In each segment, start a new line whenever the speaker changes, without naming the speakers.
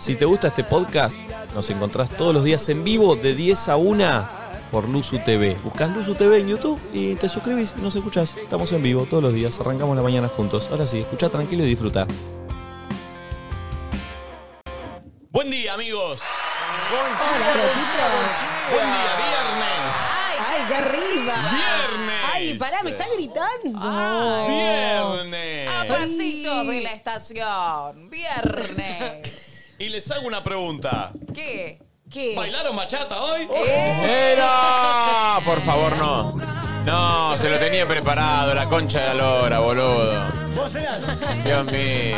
Si te gusta este podcast, nos encontrás todos los días en vivo de 10 a 1 por Luzu TV. Buscás Luzu TV en YouTube y te suscribís y nos escuchás. Estamos en vivo todos los días, arrancamos la mañana juntos. Ahora sí, escucha tranquilo y disfruta. Buen día, amigos. Buen día, viernes.
¡Ay, qué arriba!
Viernes.
¡Ay, pará, me está gritando!
Viernes.
Pasito de la estación. Viernes.
Y les hago una pregunta.
¿Qué? ¿Qué?
¿Bailaron bachata hoy?
¡Era! Por favor, no. No, se lo tenía preparado, la concha de la lora, boludo.
¿Vos eras?
Dios mío.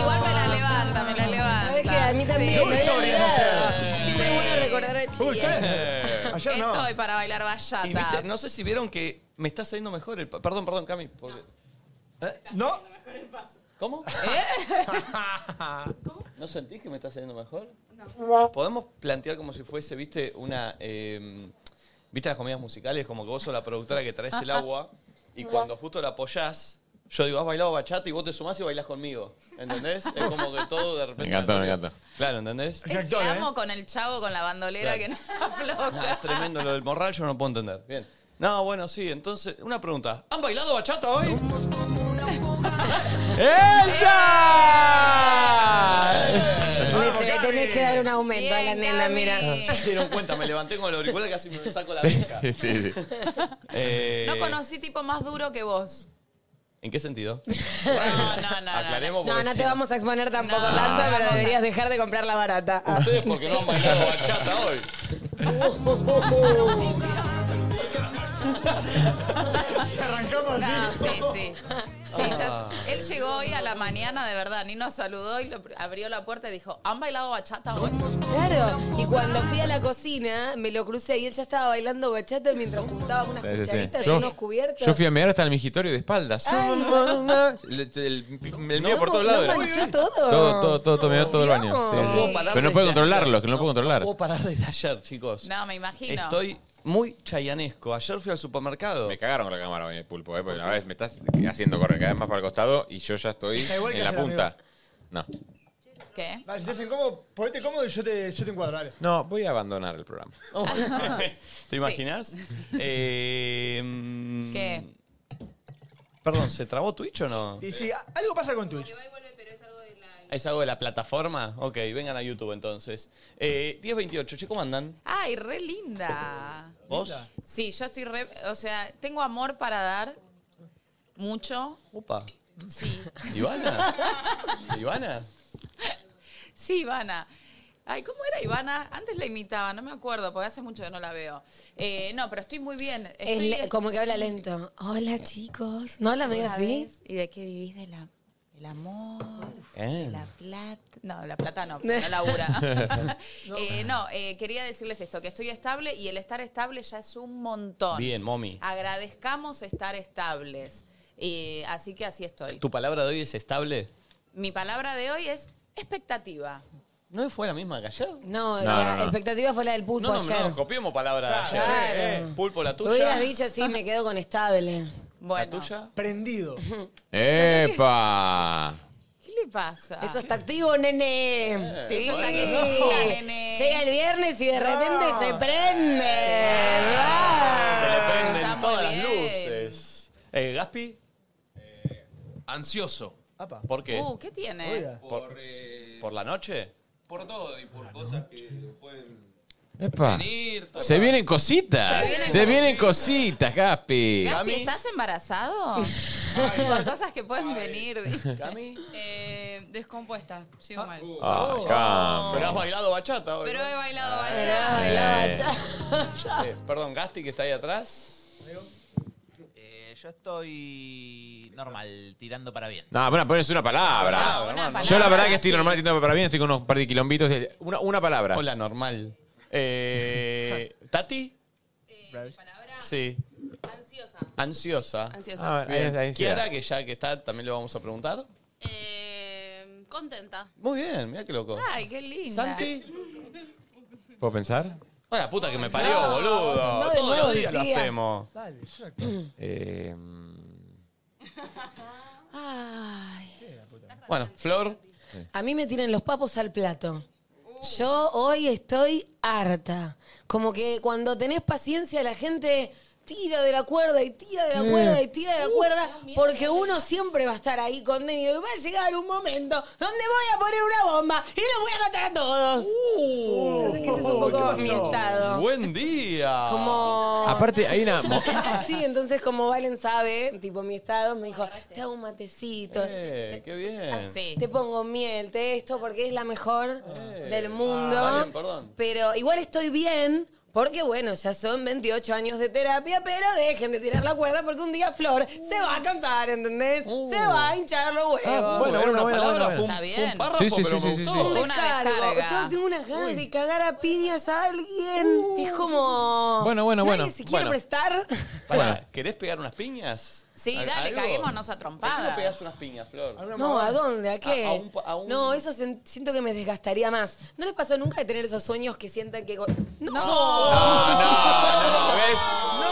Igual me la levanta, me la levanta.
Sabés que a mí también, me había olvidado.
Siempre es bueno recordar a Chile.
¿Usted? Ayer no.
Estoy para bailar
Y viste,
bachata.
no sé si vieron que me está saliendo mejor el... pa- Perdón, perdón, Cami. porque- ¿Eh?
No. ¿Eh?
¿Cómo? ¿No sentís que me está saliendo mejor? No. Podemos plantear como si fuese, viste, una... eh, ¿Viste las comidas musicales? Como que vos sos la productora que traes el agua y cuando justo la apoyás, yo digo, has bailado bachata y vos te sumás y bailás conmigo. ¿Entendés? Es como que todo de repente...
Me encantó, me encantó.
Claro, ¿entendés?
El
Actor, ¿eh?
clamo con el chavo con la bandolera que
Claro.
no afloja.
No, es tremendo lo del morral, yo no puedo entender. Bien. No, bueno, sí, entonces, una pregunta. ¿Han bailado bachata hoy?
¡Esa!
Me- Le tenés que dar un aumento a la
Bien,
nena,
Cami.
mira.
Ah, Se dieron cuenta, me levanté con el auricular y casi me saco la vista.
Sí, sí.
Eh,
No conocí tipo más duro que vos.
¿En qué sentido?
No, no, no.
Aclaremos
No,
porque
no
si-
te vamos a exponer tampoco
No.
tanto, pero deberías dejar de comprar la barata. Ah.
Ustedes porque no han bailado bachata hoy.
Arrancamos
No,
así.
sí, sí. Sí,
Ah,
ya- él llegó hoy a la mañana, de verdad, ni nos saludó y lo- abrió la puerta y dijo, ¿han bailado bachata hoy?
Claro, y cuando fui a la cocina, me lo crucé y él ya estaba bailando bachata mientras juntaba unas
Sí, sí, sí.
cucharitas y
Yo-
unos cubiertos.
Yo fui a mirar hasta el migitorio de espaldas. El, el, el mío por todos
No,
lados. era.
manchó todo.
Todo, todo, todo, todo, me dio todo el baño.
Dios.
Sí,
No
sí.
puedo parar
Pero
desde
no puedo
ayer.
controlarlo, que no lo puedo controlar.
No puedo parar desde ayer, chicos.
No, me imagino.
Estoy muy chayanesco. Ayer fui al supermercado.
Me cagaron con la cámara hoy, pulpo, eh, porque la vez me estás haciendo correr cada vez más para el costado y yo ya estoy
Está igual que
en la
ayer,
punta. No.
¿Qué?
Dale, si te hacen cómodo, ponete cómodo y yo te, yo te encuadro, dale.
No, voy a abandonar el programa.
Oh. ¿Te imaginas? Eh, mm,
¿Qué?
Perdón, ¿se trabó Twitch o no?
Y si a- algo pasa con Twitch.
¿Es algo de la plataforma? Ok, vengan a YouTube entonces. Eh, 1028, che, ¿cómo andan?
Ay, re linda.
¿Vos?
Sí, yo estoy re, o sea, tengo amor para dar mucho.
Upa.
Sí.
¿Ivana? ¿Ivana?
Sí, Ivana. Ay, ¿cómo era Ivana? Antes la imitaba, no me acuerdo, porque hace mucho que no la veo. Eh, no, pero estoy muy bien.
Es
Estoy
le- como que habla lento. Hola chicos. ¿No habla medio
una
así?
vez, ¿Y de qué vivís? De la, del amor,
Eh.
de la plata. No, la plata no, porque no labura. Eh, no, eh, quería decirles esto, que estoy estable y el estar estable ya es un montón.
Bien, mommy.
Agradezcamos estar estables. Eh, así que así estoy.
¿Tu palabra de hoy es estable?
Mi palabra de hoy es expectativa.
¿No fue la misma que ayer?
No,
No,
la
no, no.
expectativa fue la del pulpo
No, no,
ayer.
no, copiemos palabra de ayer.
Claro.
eh,
Pulpo, la
Tú hubieras
tuya.
dicho sí, me quedo con estable.
¿La
Bueno,
tuya?
Prendido.
¡Epa!
¿qué le pasa?
Eso está activo, nene. Sí,
Eso está
sí.
activo, nene.
Llega el viernes y de repente se prende.
Se
Ah.
le prenden
Está muy
todas las
bien.
luces. Eh, ¿Gaspi?
Eh, ansioso
Apa.
¿Por qué?
Uh, ¿qué tiene?
Oiga.
por, eh,
¿Por la noche?
por todo y por cosas que pueden
¡Epa!
venir. todo.
Se vienen cositas,
Se vienen
se vienen cositas, Gaspi.
Gaspi,
Cami.
¿estás embarazado? Por cosas que pueden venir.
¿Cami?
Eh, descompuesta, sigo mal.
Ah, Gaspi.
Uh. Oh. Pero has bailado bachata hoy.
Pero he
Ah,
bailado bachata.
Bailaba, bailaba,
eh,
ya.
Eh, perdón, Gasti, que está ahí atrás.
Eh, yo estoy normal, tirando para bien.
No, bueno, pones una palabra.
Una palabra.
Yo la verdad que estoy normal, entiendo para bien, estoy con unos par de quilombitos. Una, una palabra.
Hola, normal. Eh, ¿Tati?
Palabra
Sí.
ansiosa.
Ansiosa.
Ansiosa.
A ver, ahí- ahí se
Kiara,
da.
que ya que está, también le vamos a preguntar.
Eh, contenta.
Muy bien, mira qué loco.
Ay, qué linda.
¿Santi?
¿Puedo pensar?
Hola, puta que me parió, boludo.
No, de
Todos
nuevo
los días lo
decía.
hacemos.
Dale, es una-
Eh, mm,
Ay.
Bueno, Flor.
A mí me tiran los papos al plato. Yo hoy estoy harta. Como que cuando tenés paciencia la gente tira de la cuerda y tira de la
Mm.
cuerda y tira de
Uh,
la cuerda porque uno siempre va a estar ahí contenido y va a llegar un momento donde voy a poner una bomba y los voy a matar a todos.
Uh.
Entonces, que ese es un poco mi estado.
Buen día. Ah.
Como-
Aparte, hay una. mo-
Sí, entonces como Valen sabe, tipo mi estado, me dijo, te hago un matecito,
Eh, qué bien.
Sí.
te pongo miel, te esto, porque es la mejor del mundo.
Ah, Valen, perdón.
Pero igual estoy bien, porque bueno, ya son 28 años de terapia, pero dejen de tirar la cuerda porque un día Flor se va a cansar, ¿entendés? Se va a hinchar los huevos.
Ah, bueno,
Era
bueno,
una
bueno,
palabra,
bueno,
fue un-
Está
fue un
bien.
párrafo,
Sí, sí,
pero
sí,
me
sí,
gustó. ¡Ah!
Un
sí. Una
descargo.
descarga.
Yo tengo unas ganas de cagar a piñas a alguien. Es como.
Bueno, bueno,
Nadie
bueno,
se quiere
bueno.
prestar.
Pará,
Bueno.
¿querés pegar unas piñas?
Sí,
¿Al-
dale,
algo?
caguémonos a
¿Por qué no
trompadas.
pegás unas piñas, Flor?
No, ¿a dónde? ¿A qué?
A- a un pa- a un-
No, eso sen- siento que me desgastaría más. ¿No les pasó nunca de tener esos sueños que sientan que. go- ¡No!
¿Ves?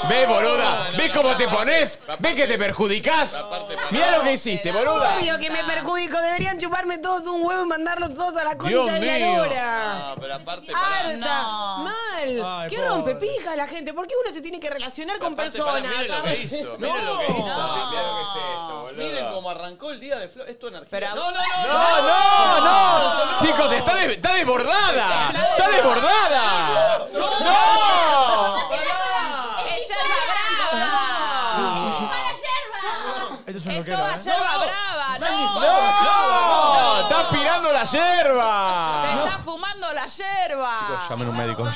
¿Ves, boluda? ¿Ves cómo te pones? ¿Ves que te perjudicás? Mirá lo que hiciste, boluda.
Obvio que me perjudico. Deberían chuparme todos un huevo y mandarlos todos a la concha
Dios
de la
mío.
lora.
Ah, pero aparte, pará.
Harta,
No.
mal.
Ay,
¿Qué
pobre.
rompe pija la gente? ¿Por qué uno se tiene que relacionar con
Aparte, pará,
personas?
Miren lo que hizo, miren lo que hizo.
No,
Miren cómo arrancó el día de Flor. Es tu energía.
Pero-
no, no, no,
no, no. Chicos, está, de- está desbordada. Está desbordada. ¡No!
¡Es yerba brava!
¡Para yerba!
Esto es un
¡Es
loquero,
toda
¿eh?
yerba brava! ¡No!
¡No! ¡Está aspirando la Ah.
¡Se
yerba!
está fumando la yerba!
Llamen un médico.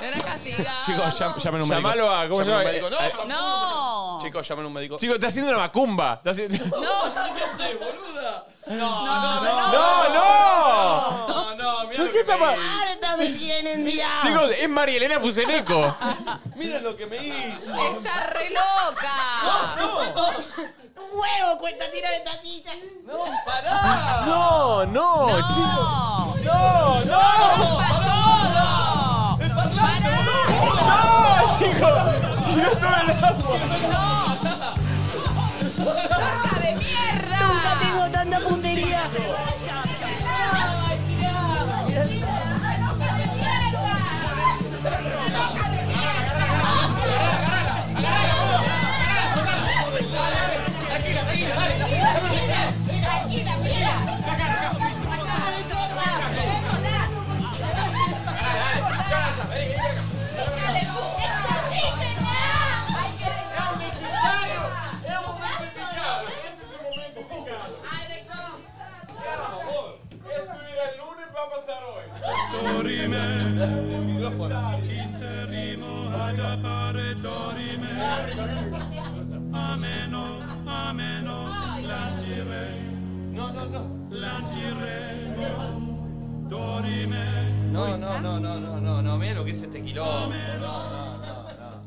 Era castigado.
Chicos, llam- llamen un médico.
Llamalo a- ¿cómo se
Llamen
llama?
un médico. No,
¡No!
Chicos, llamen un médico.
Chicos, está haciendo una macumba. Está haciendo-
¡No!
¡No, no!
No, no, miren lo
¿Por qué
que
está
me
mal?
Harta me tienen ya.
Chicos, eh. es Marielena Fuseneco.
hizo. Miren lo que me hizo.
¡Está re loca!
Un huevo cuesta tirar esta silla.
No, pará.
No, no, chicos.
¡No!
No, no.
¡Para todo! ¡Para!
No, chicos. Tiró todo el agua.
¡Loca de mierda!
Tengo tanta puntería.
No, no, no, no, no, no, no, miren lo que es este quilombo. No, no, no,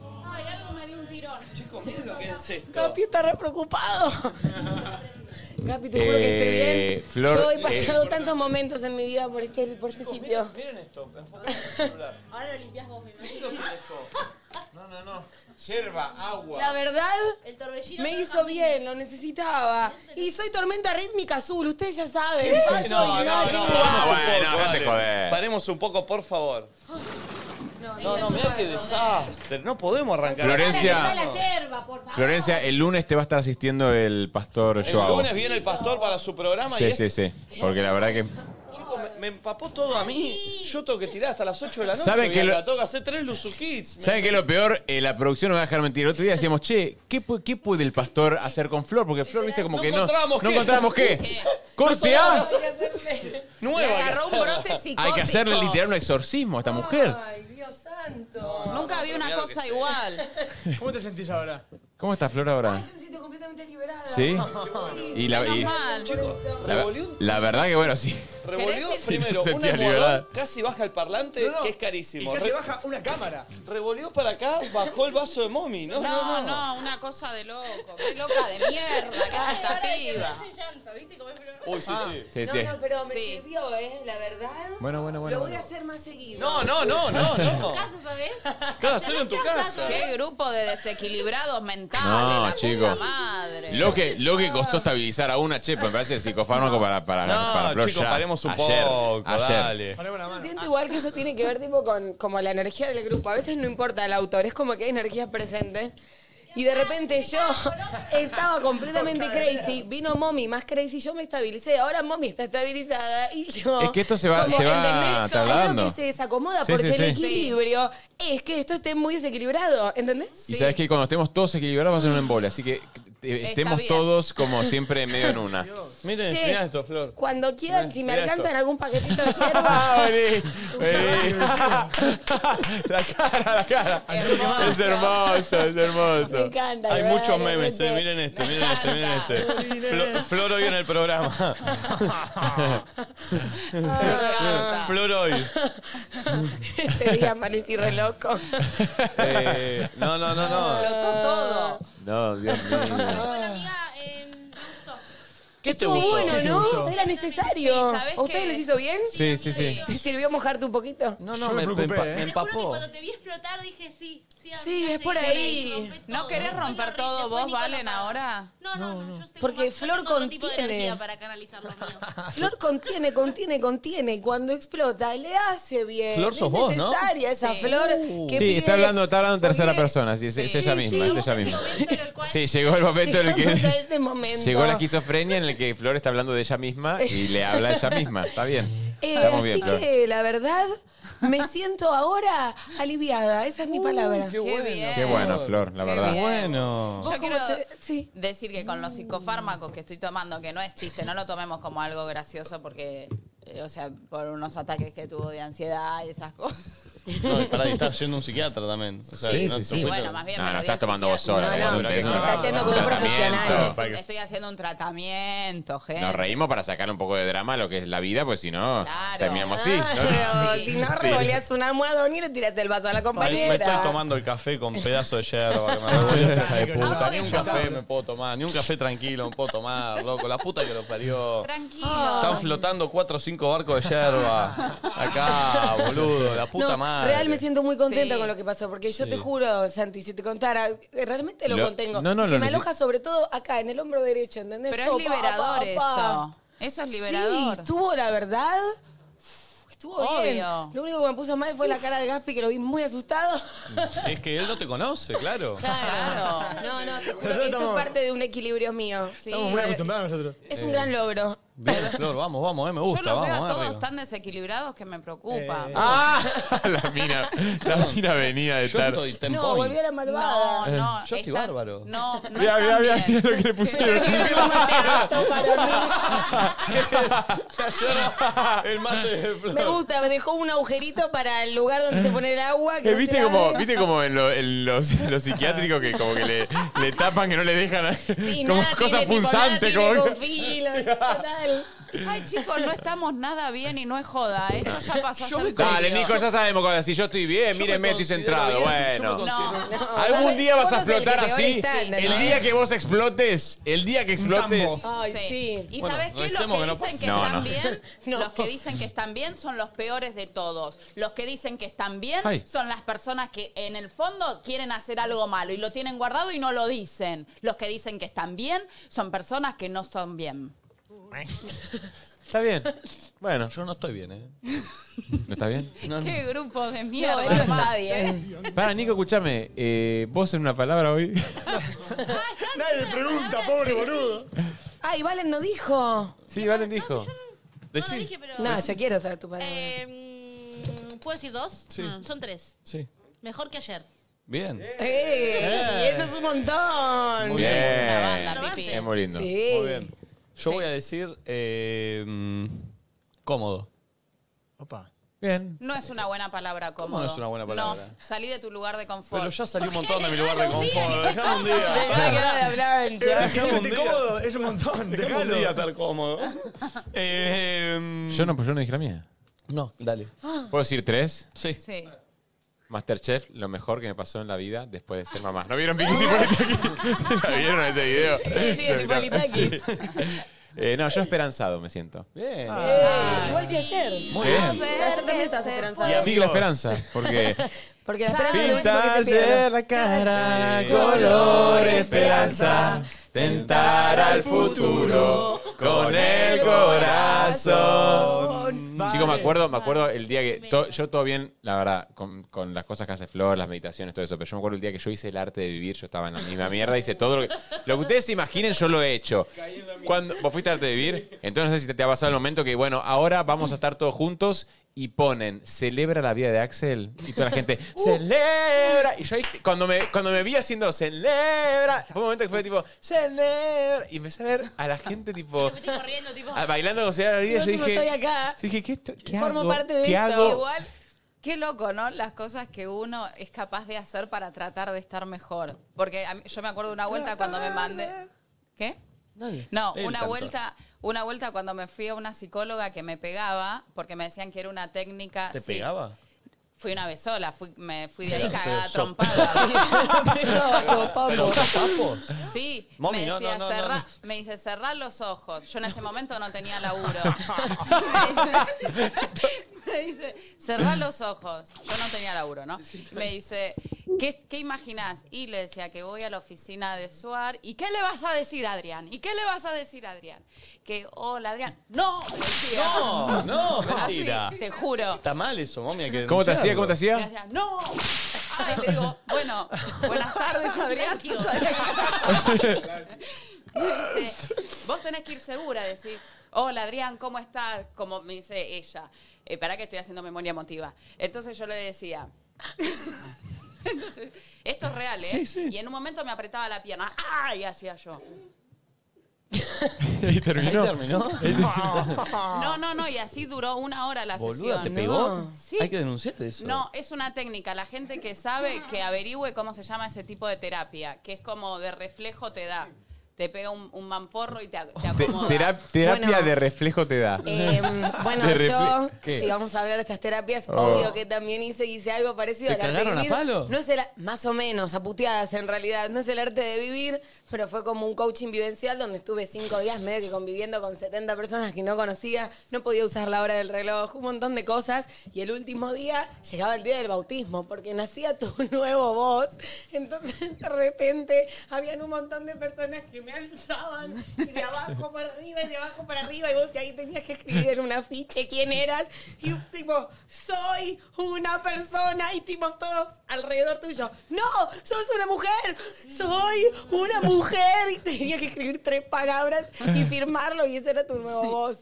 no.
Ay, algo me dio un tirón.
Chicos, miren lo que es esto.
Capi está re preocupado. Capi, te juro que estoy
Eh,
bien.
Flor,
Yo he
eh,
pasado tantos momentos en mi vida por este, por este sitio.
Miren, miren esto, enfocate en el celular.
Ahora lo limpias vos, me imagino.
No, no, no. Yerba, agua.
La verdad,
El torbellino.
Me
pero
hizo
camina.
bien, lo necesitaba. Y soy tormenta rítmica azul, ustedes ya saben. Paso
No, no,
y nada.
no,
Ah,
paremos un
bueno,
poco,
dejate
dale.
joder.
Paremos un poco, por favor. Ah, No, no, mirá qué desastre. No podemos arrancar.
Florencia.
La yerba, por favor.
Florencia, el lunes te va a estar asistiendo el pastor
El
Joao.
lunes viene el pastor para su programa y
Sí,
este
sí, sí. Porque la verdad que.
chico me, me empapó todo a mí. Yo tengo que tirar hasta las 8 de la noche.
¿Saben que
lo...
lo-
Tengo que hacer tres Luzu Kids. Me-
¿Saben qué es lo peor? Eh, la producción no me va a dejar mentir. El otro día decíamos, che, ¿qué, pu- qué puede el pastor hacer con Flor? Porque Flor, viste, como
No
que no.
encontramos
no
qué.
encontramos qué. ¡Corte A!
Le
Nueva.
agarró un brote psicótico.
Hay que hacerle literal un exorcismo a esta mujer.
Ay, Dios santo.
Nunca vi una
Mirá lo que
cosa
sé.
igual.
¿Cómo te sentís ahora?
¿Cómo está Flor ahora?
Ay, yo me siento completamente liberada.
¿Sí? Y la,
Menos
y-
mal.
la,
Revolvió, un-
la verdad que bueno, sí.
revolvió
¿Querés?
primero
Sí, no
un
sentía
almohadón,
libertad.
casi baja el parlante,
No, no.
que es carísimo.
Y casi
Re-
baja una cámara.
revolvió para acá, bajó el vaso de mommy. No, no, no.
una cosa de loco. Qué loca de mierda, que es esta
Ahora que me
piba.
hace llanto, ¿viste? Como es pero-
Uy, sí,
Ah.
sí.
Ah. Sí,
No,
sí.
no, pero me
Sí.
sirvió, ¿eh? La verdad.
Bueno, bueno, bueno,
Lo voy
bueno.
a hacer más seguido.
No, no, no, no, no.
casa, ¿sabés?
Claro, hacerlo en tu casa.
Qué grupo de desequilibrados mentales.
No,
la puta
chicos.
madre.
Lo que, lo que costó estabilizar a una, che, pues, me parece el psicofármaco para, para,
No,
para Flor
chicos,
ya.
paremos un
Ayer,
poco, dale.
Ponemos la
Yo
mano.
Ah.
Siento igual que eso tiene que ver tipo con como la energía del grupo. A veces no importa el autor, es como que hay energías presentes. Y de repente yo estaba completamente crazy, vino mommy más crazy, yo me estabilicé, ahora mommy está estabilizada y yo...
Es que esto se va-
como,
se va
¿entendés? Hay algo
tardando.
que se desacomoda
Sí,
porque
sí,
el
sí.
equilibrio es que esto esté muy desequilibrado, ¿entendés?
Y sabes que cuando estemos todos equilibrados va a ser un embole, así que eh, estemos
bien.
todos como siempre medio en una.
Miren,
Che.
mirá esto, Flor.
Cuando quieran, si me
Mira esto.
alcanzan algún paquetito de
Ah,
yerba...
vení, vení. la cara, la cara.
Hermoso.
Es hermoso, es hermoso.
Me encanta,
Hay
me
muchos
da la
memes,
mente.
eh, miren este, miren este, miren este. Flor, Flor hoy en el programa. Flor hoy.
Ese día amanecí re loco.
Eh, no, no, no, no.
Explotó todo.
No, Dios mío.
Bueno, amiga, eh, me gustó.
¿Qué te
Estuvo
gustó?
bueno, ¿no? Era necesario.
Sí, ¿sabés
¿A ustedes
qué?
les hizo bien?
Sí, sí, sí.
¿Te sirvió mojarte un poquito?
No, no,
Yo me
me,
preocupé,
empa- me
eh.
Te juro que
empapó.
cuando te vi explotar dije sí. Sí,
Sí,
amiga,
es por
sí,
ahí.
rompe
¿No
todo.
querés
Después
romper
lo-
todo
después
vos,
ni con
Valen,
la cara.
ahora?
No, no, no. yo estoy
Porque
más- yo
Ah, Flor
tengo otro tipo de
contiene.
energía para canalizar los míos.
Flor contiene, contiene, contiene. Y cuando explota, le hace bien.
Flor sos
es
vos, ¿no?
necesaria esa flor
Sí,
que pide-
está hablando, está hablando en tercera
Porque-
persona, sí, es, es
Sí,
ella misma,
sí.
es ella misma.
Momento en el cual-
Sí, llegó el momento en el
Llegamos a
que
ese momento.
llegó la esquizofrenia en el que Flor está hablando de ella misma y le habla a ella misma. Está bien.
Eh,
Está
así
muy bien, Flor.
que, la verdad, me siento ahora aliviada. Esa es mi palabra.
Qué bien.
Qué bueno, Flor, la
Qué
verdad.
bien.
Bueno.
Yo
¿Cómo
quiero
te- sí.
decir que con los psicofármacos que estoy tomando, que no es chiste, no lo tomemos como algo gracioso porque, eh, o sea, por unos ataques que tuvo de ansiedad y esas cosas.
No, pará, y estás yendo a un psiquiatra también. O sea,
Sí,
no
sí,
te
sí.
cuento-
Bueno, más bien.
No,
me
no
lo
estás
dio el
tomando vos sola,
No,
le das
no,
un
te
tratamiento.
estás yendo con un profesional.
Tratamiento.
Estoy- Estoy haciendo un tratamiento, gente.
Nos reímos para sacar un poco de drama a lo que es la vida, pues si no,
Claro.
terminamos así.
Claro,
Sí.
si no revoleas un almohadón y le tiras el vaso a la
Me,
compañera.
me estoy tomando el café con pedazo de yerba que me revuelve hija de puta. Ni un café me puedo tomar, ni un café tranquilo me puedo tomar, loco. La puta que lo parió.
Tranquilo.
Están flotando cuatro o cinco barcos de yerba. Acá, boludo, la puta
no,
madre.
Real me siento muy contenta
Sí.
con lo que pasó, porque yo te juro, Santi, si te contara, eh, realmente lo,
Lo-
contengo.
no, no,
Se
lo
me
necesi-
aloja sobre todo acá, en el hombro derecho, ¿entendés?
Pero
Yo,
es
pa,
liberador
pa, pa.
eso. Eso es liberador.
Sí, estuvo la verdad. uf, Estuvo bien.
Obvio.
Lo único que me puso mal fue la cara de Gaspi, que lo vi muy asustado.
Es que él no te conoce, claro.
Claro.
No, no, te
Nosotros
juro que esto es
estamos-
parte de un equilibrio mío.
Estamos muy acostumbrados nosotros.
Es un gran logro.
Bien, Eh, Flor, vamos, vamos, eh, me
Yo
gusta,
los veo a
vamos,
todos
eh, arriba.
tan desequilibrados que me preocupa.
Eh,
¡Ah! La mina, la mina venía de
Yo
estar.
estoy ten
No,
point.
volvió la malvada.
No, no.
Yo
están-
estoy bárbaro.
No, no.
Mirá, mirá,
están
mirá,
bien.
mirá lo que le pusieron.
El mate de
Me
Flor.
gusta, me dejó un agujerito para el lugar donde te pone el agua. que
Eh,
no
¿Viste
se
como,
abre.
¿viste como en, lo- en los, los psiquiátricos que como que le, le tapan, que no le dejan
Sí,
como
nada
cosas
tiene, tipo,
punzantes?
nada tiene
como-
con filo, total.
Ay, chicos, no estamos nada bien y no es joda. Esto ya pasó
Yo
a
me
ser
Dale,
serio.
Nico, ya sabemos cosas. Si yo estoy bien,
Yo me
mírenme, estoy
considero
centrado.
bien, yo me
Bueno.
considero-
No,
Algún
¿sabes?
día vas a
Vos sos el que
explotar
peor
así.
está, ¿entendés?
El día que vos explotes, el día que explotes.
Ay, sí.
¿Y
Bueno,
sabes qué? Los que
recemos que no
dicen que
pase. No,
están
no.
bien,
No.
los que dicen que están bien son los peores de todos. Los que dicen que están bien
Ay.
son las personas que en el fondo quieren hacer algo malo y lo tienen guardado y no lo dicen. Los que dicen que están bien son personas que no son bien.
Está bien. Bueno,
Yo no estoy bien, eh.
¿no está bien?
Qué grupo de
No,
mierda.
eso está bien.
Para, Nico, escúchame. eh, vos en una palabra hoy.
Ah,
Nadie le pregunta, pobre boludo.
Ay, Valen no dijo.
Sí, Valen dijo.
No lo dije, pero.
No, yo quiero saber tu palabra.
Eh, mm, ¿Puedo decir dos? Mm. Son tres.
Sí.
Mejor que ayer.
Bien. Eh.
¡Ey! Eh, ¡Eso es un montón!
Muy bien.
Es una banda,
Bien.
pipí.
Es muy lindo.
Sí.
Muy bien. Yo voy a decir eh, mm, cómodo.
Opa.
Bien.
No es una buena palabra cómodo.
no es una buena palabra?
No, salí de tu lugar de confort.
Pero ya salí un montón de mi lugar de confort. Dejame un día.
Dejá que Valen hablar,
Eh,
Dejame
chaval.
un día.
cómodo, es un montón.
Dejame un
Dejalo.
día estar cómodo. Eh,
Yo no, pues yo no dije la mía.
No, dale.
Ah.
¿Puedo decir tres?
Sí.
Sí.
Masterchef, lo mejor que me pasó en la vida después de ser mamá. ¿No vieron Vicky Cipolitaki? ¿La vieron ese video?
Sí, Politaki.
Eh, no, yo esperanzado me siento.
Bien.
Ah. Igual que ayer. Muy Ayer también estabas esperanzado.
amigos.
Sigue la esperanza, porque
Porque la esperanza es lo último que
pintarse
se pierde.
la cara
Sí.
color esperanza. Tentar al futuro con el corazón. Chicos, me acuerdo, me acuerdo el día que. to- yo todo bien, la verdad, con, con las cosas que hace Flor, las meditaciones, todo eso. Pero yo me acuerdo el día que yo hice el arte de vivir, yo estaba en la misma mierda, hice todo lo que. Lo que ustedes se imaginen, yo lo he hecho. Cuando, ¿Vos fuiste al arte de vivir? Entonces no sé si te, te ha pasado el momento que, bueno, ahora vamos a estar todos juntos. Y ponen, celebra la vida de Axel. Y toda la gente, celebra. Y yo ahí, cuando me, cuando me vi haciendo, celebra. Fue un momento que fue tipo, celebra. Y empecé a ver a la gente tipo,
Me estoy corriendo, tipo.
a- Ah, bailando con la vida.
Yo,
yo
tipo,
dije,
estoy acá.
yo dije, ¿qué, esto- qué
Formo
hago?
parte de
¿Qué
esto.
hago?
Igual, qué loco, ¿no? Las cosas que uno es capaz de hacer para tratar de estar mejor. Porque a mí- yo me acuerdo una vuelta cuando me mandé. ¿Qué? No,
Él
una
cantó.
vuelta, una vuelta cuando me fui a una psicóloga que me pegaba, porque me decían que era una técnica.
¿Te
sí.
pegaba?
Fui una vez sola, fui- me fui de ahí cagada
"Ah,
a trompada.
¿Pero usás papos?
Sí,
Mami,
me,
no,
decía,
no, no, no,
"Cerrá-"
no.
me dice, cerrar los ojos. Yo en ese momento no tenía laburo. me dice, cerrar los ojos. Yo no tenía laburo, ¿no? me dice, ¿qué, ¿qué imaginás? Y le decía que voy a la oficina de Suar. ¿Y qué le vas a decir, Adrián? ¿Y qué le vas a decir, Adrián? Que, hola, Adrián. ¡No! le decía.
No, no,
Así,
mentira.
te juro.
Está mal eso, mami. hay que
¿Cómo te hacía?
denunciarlo.
¿Cómo te
Me
hacía?
hacía, ¡no! Ay, le digo, bueno, buenas tardes, Adrián. Me dice, vos tenés que ir segura, decir, hola Adrián, ¿cómo estás? Como me dice ella, para que estoy haciendo memoria emotiva. Entonces yo le decía, entonces, esto es real, ¿eh? Y en un momento me apretaba la pierna, ¡ay! hacía yo.
Y
Ahí terminó.
No, no, no, y así duró una hora la
Boluda, ¿te
sesión.
pegó?
Sí.
Hay que denunciar eso.
No, es una técnica. La gente que sabe, que averigüe cómo se llama ese tipo de terapia, que es como de reflejo te da. Te pega un, un mamporro y te, ac- te
Te-
acomoda.
terap- terapia
Bueno.
de reflejo te da.
Eh, bueno,
De repli-
yo,
¿Qué?
si vamos a hablar de estas terapias,
Oh.
obvio que también hice, hice algo parecido
¿Te
al arte de
cagaron a
vivir.
palo?
No es el, a- más o menos, a puteadas en realidad. No es el arte de vivir, pero fue como un coaching vivencial donde estuve cinco días medio que conviviendo con 70 personas que no conocía, no podía usar la hora del reloj, un montón de cosas. Y el último día llegaba el día del bautismo, porque nacía tu nuevo vos. Entonces, de repente, habían un montón de personas que me alzaban y de abajo para arriba y de abajo para arriba. Y vos ahí tenías que escribir en un afiche quién eras. Y tipo, soy una persona. Y tipo, todos alrededor tuyo. No, sos una mujer. Soy una mujer. Y tenías que escribir tres palabras y firmarlo. Y ese era tu nuevo voz.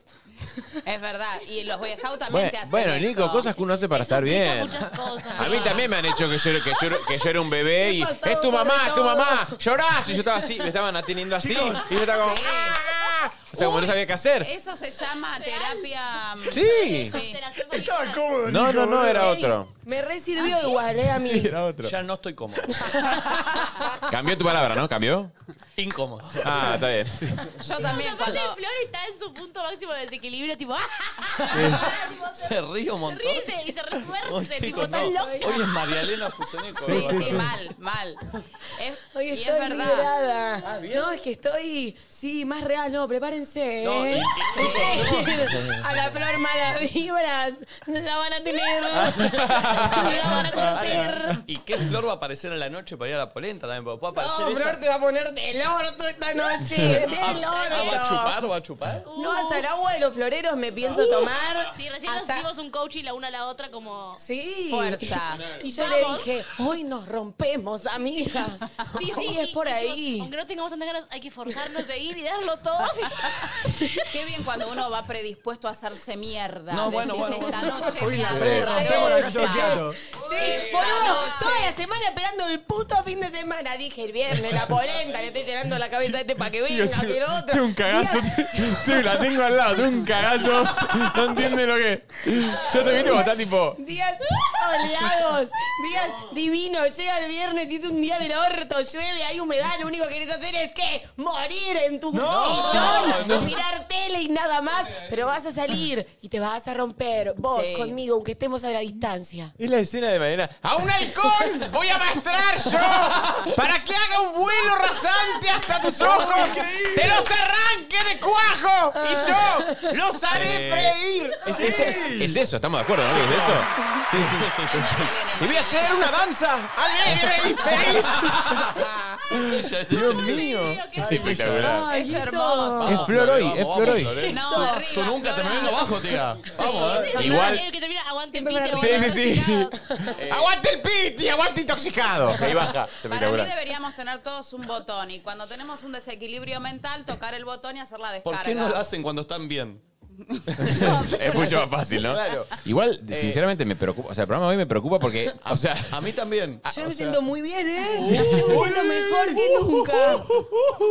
Es verdad. Y los Boy Scouts también
Bueno,
te hacen
bueno, Nico,
eso.
cosas que uno hace para estar
implica
bien.
muchas cosas.
A mí también me han hecho que yo, que yo- que yo era un bebé y
He pasado
es tu
por
mamá,
de
es tu
todo".
mamá, llorás. Y yo estaba así, me estaban atendiendo así y yo estaba como...
Sí.
"Ah". O sea, como no sabía qué
Eh,
hacer.
Eso se llama terapia... mm,
Sí.
Constelación
Estaba
familiar.
cómodo,
No,
Nico,
no, no,
boludo.
era
Ey,
otro.
me re
Ah,
sirvió igual, ¿eh? A mí.
Era otro.
Ya no estoy cómodo.
Cambió tu palabra, ¿no? ¿Cambió?
Incómodo.
Ah, está bien.
Yo también
Aparte,
cuando...
Flor está en su punto máximo de desequilibrio, tipo, ¡ah!
Se ríe un montón.
Ríe y se- y se retuerce,
Hoy,
tipo,
chicos,
está
no.
loca.
Hoy es María Elena Fusoneco.
Sí, sí, mal, mal. Es-
Hoy
y
estoy
es verdad.
liberada.
Ah,
Ah,
no, es que estoy, sí, más real, no, prepárense.
No,
¿eh?
y-
Sí. a la flor mala vibras, no la van a tener, no la van a conocer.
¿Y qué flor va a aparecer a la noche para ir a la polenta también? Porque puede
No,
aparecer esa.
Oh, Flor te va a poner del orto esta noche, del
Ah, ¿Va a
orto.
chupar? ¿Va a chupar?
No, hasta el agua de los floreros me pienso
Uh.
tomar.
Sí, recién nos
Hasta-
hicimos un coach y la una a la otra como...
Sí.
Fuerza.
Y yo le
Vamos.
dije, hoy nos rompemos, amiga. Sí, sí, es por
y dijimos,
ahí.
Aunque no tengamos tantas ganas, hay que forzarnos de ir y darlo todo.
Qué bien cuando uno va predispuesto a hacerse mierda.
No, bueno,
Decís,
bueno,
Esta
bueno.
noche
Hoy
me
la
agarro
rompemos la calle
esta".
Olquiato.
Sí, boludo, toda la semana esperando el puto fin de semana. Dije el viernes, la polenta, le estoy llenando la cabeza a este para que venga, que el otro.
Tengo un cagazo.
Día-
Tío, la tengo al lado, tengo un cagazo. No entiende lo que es. Yo te vi como está tipo.
Días soleados, días divinos. Llega el viernes y es un día del orto, llueve, hay humedad. Lo único que querés hacer es ¿qué? morir en tu sillón, mirar tele y nada más. Pero vas a salir y te vas a romper, vos
Sí.
conmigo, aunque estemos a la distancia.
Es la escena de Mariana. ¡A un halcón voy a maestrar yo! ¡Para que haga un vuelo rasante hasta tus ojos! ¡Te los arranque de cuajo! ¡Y yo los haré freír! Es, es- es eso, estamos de acuerdo, ¿no? ¿Es eso? Sí, sí, sí. Y voy a hacer una danza alegre y feliz
Dios mío. Ah.
Es espectacular.
Ay,
Es
esto-
hermoso.
Es flor hoy,
Vamos,
es
vamos,
flor hoy.
Lore.
No,
Tú-
arriba,
Tú nunca te me
Flora.
vengas abajo, tía. Vamos, eh.
Igual-
El que termina, aguante
Siempre
pite,
con
la-
aguante
Sí, sí, sí.
intoxicado.
¡Aguante el piti! ¡Aguante intoxicado! Ahí baja. Es
Para mí
espectacular.
deberíamos tener todos un botón y cuando tenemos un desequilibrio mental, tocar el botón y hacer la descarga.
¿Por qué no lo hacen cuando están bien?
Es mucho más fácil, ¿no?
Claro. Eh.
Igual, sinceramente, me preocupa. O sea, el programa de hoy me preocupa porque, o sea,
A mí también.
Yo me siento muy bien, ¿eh? Yo me siento mejor que nunca.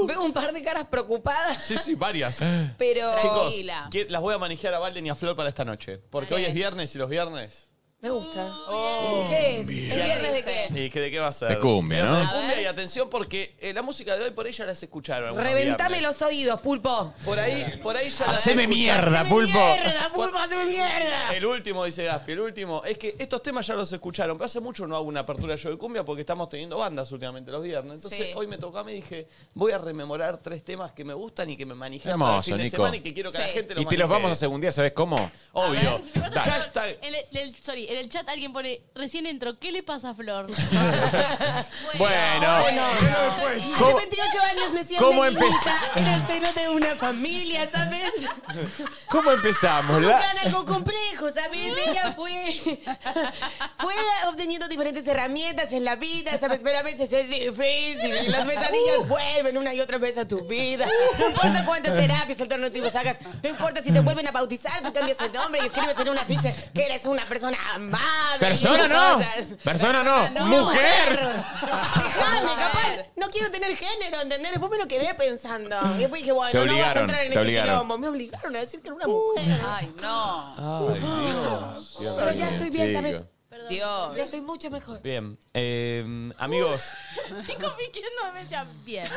Veo un par de caras preocupadas,
Sí, sí, varias.
pero
Chicos,
Tranquila.
¿quién- las voy a manejar a Valden y a Flor para esta noche. Porque hoy es viernes y los viernes.
me gusta. Oh, ¿Qué es? ¿El viernes de qué?
¿Y que de qué va a ser?
De cumbia, ¿no?
De
A ver.
cumbia y atención porque eh, la música de hoy por ahí ya las escucharon. algunos
Reventame
viernes.
los oídos, pulpo.
Por ahí, por ahí ya las
haceme
escucharon.
mierda, pulpo.
¡Mierda, pulpo, haceme mierda!
El último, dice Gaspi, el último. Es que estos temas ya los escucharon, pero hace mucho no hago una apertura yo de cumbia porque estamos teniendo bandas últimamente los viernes. Entonces
Sí.
hoy me tocó a mí y dije, voy a rememorar tres temas que me gustan y que me manejé para el
Hermoso,
fin de
Nico.
semana y que quiero que la
Sí.
gente lo
Y te los
manijee.
vamos a segundear, ¿sabes cómo?
Obvio.
Me mata
Hashtag.
Flor. En el, el- sorry, en el chat alguien pone, recién entró, ¿qué le pasa a Flor?
Bueno.
Hace
¿Cómo-
28 años me siento
cómo
¿Cómo
empe-
Era el cerote de una familia, ¿sabes?
¿Cómo empezamos? La-
Buscaban algo complejo, ¿sabes? Ella fue, fue obteniendo diferentes herramientas en la vida, ¿sabes? Pero a veces es difícil y las
Uh.
pesadillas vuelven una y otra vez a tu vida. No importa cuántas terapias alternativas hagas, no importa si te vuelven a bautizar, tú cambias el nombre y escribes en una ficha que eres una persona amable.
Persona
y
no.
cosas.
Persona no. Mujer.
Déjame, capaz. No quiero tener género, ¿entendés? Después me lo quedé pensando. Y después dije, bueno,
Te
no vas a
obligaron,
entrar en
te
este
obligaron.
quilombo. Me obligaron a decir que era una mujer.
Ay, no.
Pero ya estoy bien,
chico.
¿sabes?
Dios.
Ya estoy mucho mejor.
Bien. Eh, amigos,
Nico no me decía, bien.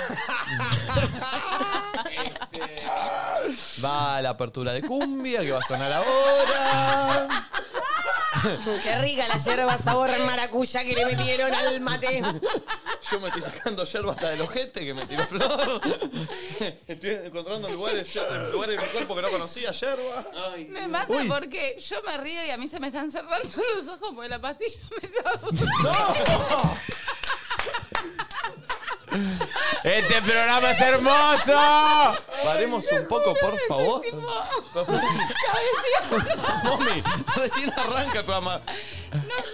va la apertura de cumbia que va a sonar ahora.
Qué rica la yerba sabor maracuya que le metieron al mate.
Yo me estoy sacando yerba hasta del ojete que me tiró Flor. Estoy encontrando lugares, yer- lugares de mi cuerpo que no conocía, yerba.
Me mata porque yo me río y a mí se me están cerrando los ojos porque la pastilla me está
Este programa es hermoso.
Paremos un poco, por favor.
cabeceando.
Mami, recién arranca el programa.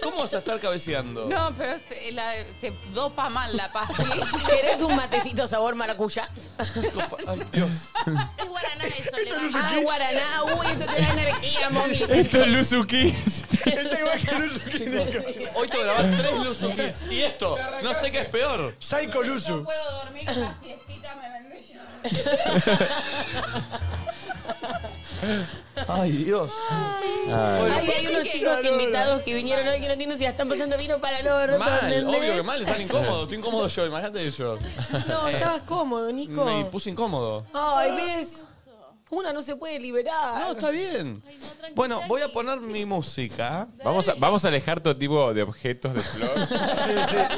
¿Cómo vas a estar cabeceando?
No, pero te, la- te dopa mal la pastilla.
¿Querés un matecito sabor maracuya?
Ay, Dios.
Es guaraná eso, le va.
Ah, guaraná. Uy, esto te da energía, mami.
Esto es Luzuki.
Está igual que Luzu Clínico.
Hoy te grabás tres Luzu Kids. Y esto, no sé qué es peor.
Psycho
No
Luzu.
puedo dormir una siestita, me vendría.
Ay, Dios. Bueno,
Ay, hay unos chicos invitados que vinieron hoy que no entiendo si la están pasando vino para el orto.
mal,
¿entendés?
obvio que mal, están incómodos. Estoy incómodo yo, imagínate yo.
No, estabas cómodo, Nico.
Me puse incómodo.
Ay, ¿ves? Una no se puede liberar.
No, está bien. Bueno, voy a poner mi música.
Vamos a, vamos a alejar todo tipo de objetos de flor.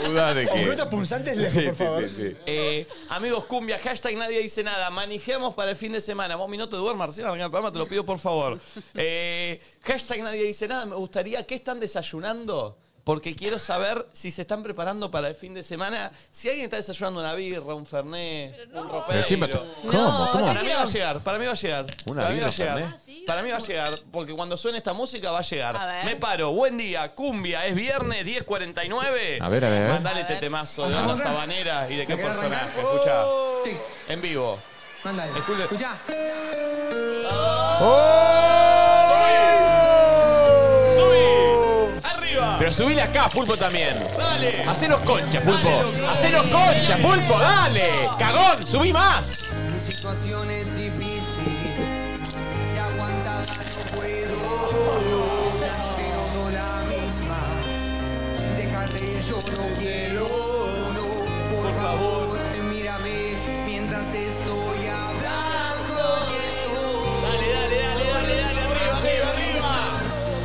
Duda de que.
Objetos punzantes lejos, por favor.
Eh, amigos, cumbia, hashtag nadie dice nada. Manijemos para el fin de semana. Vos, mi no te duermas, recién arranca el programa, te lo pido por favor. Eh, hashtag nadie dice nada. Me gustaría, ¿qué están desayunando? Porque quiero saber si se están preparando para el fin de semana. Si alguien está desayunando una birra, un fernet, un
Pero chimba,
ropero.
¿cómo? ¿Cómo?
Para mí va a llegar, para mí va a llegar.
Una
para mí va a
birra
llegar.
Fernet.
Para mí va a llegar, porque cuando suene esta música va a llegar.
A ver.
Me paro, buen día, cumbia, es viernes 10.49.
A ver, a ver, a ver.
Mandale este temazo de la sabanera y de qué personaje. Escucha, en vivo.
Mándale.
Escucha. Oh. ¡Subí! ¡Arriba!
Pero subile acá, pulpo también.
¡Dale!
Hacenos concha, pulpo. Hacenos concha, pulpo, dale. Cagón, subí más.
Mi situación es difícil y aguantar no puedo, pero no la misma. Déjate, yo no quiero, no, por, favor, mírame mientras estoy hablando.
Dale, dale, dale, dale, dale, arriba, arriba, arriba.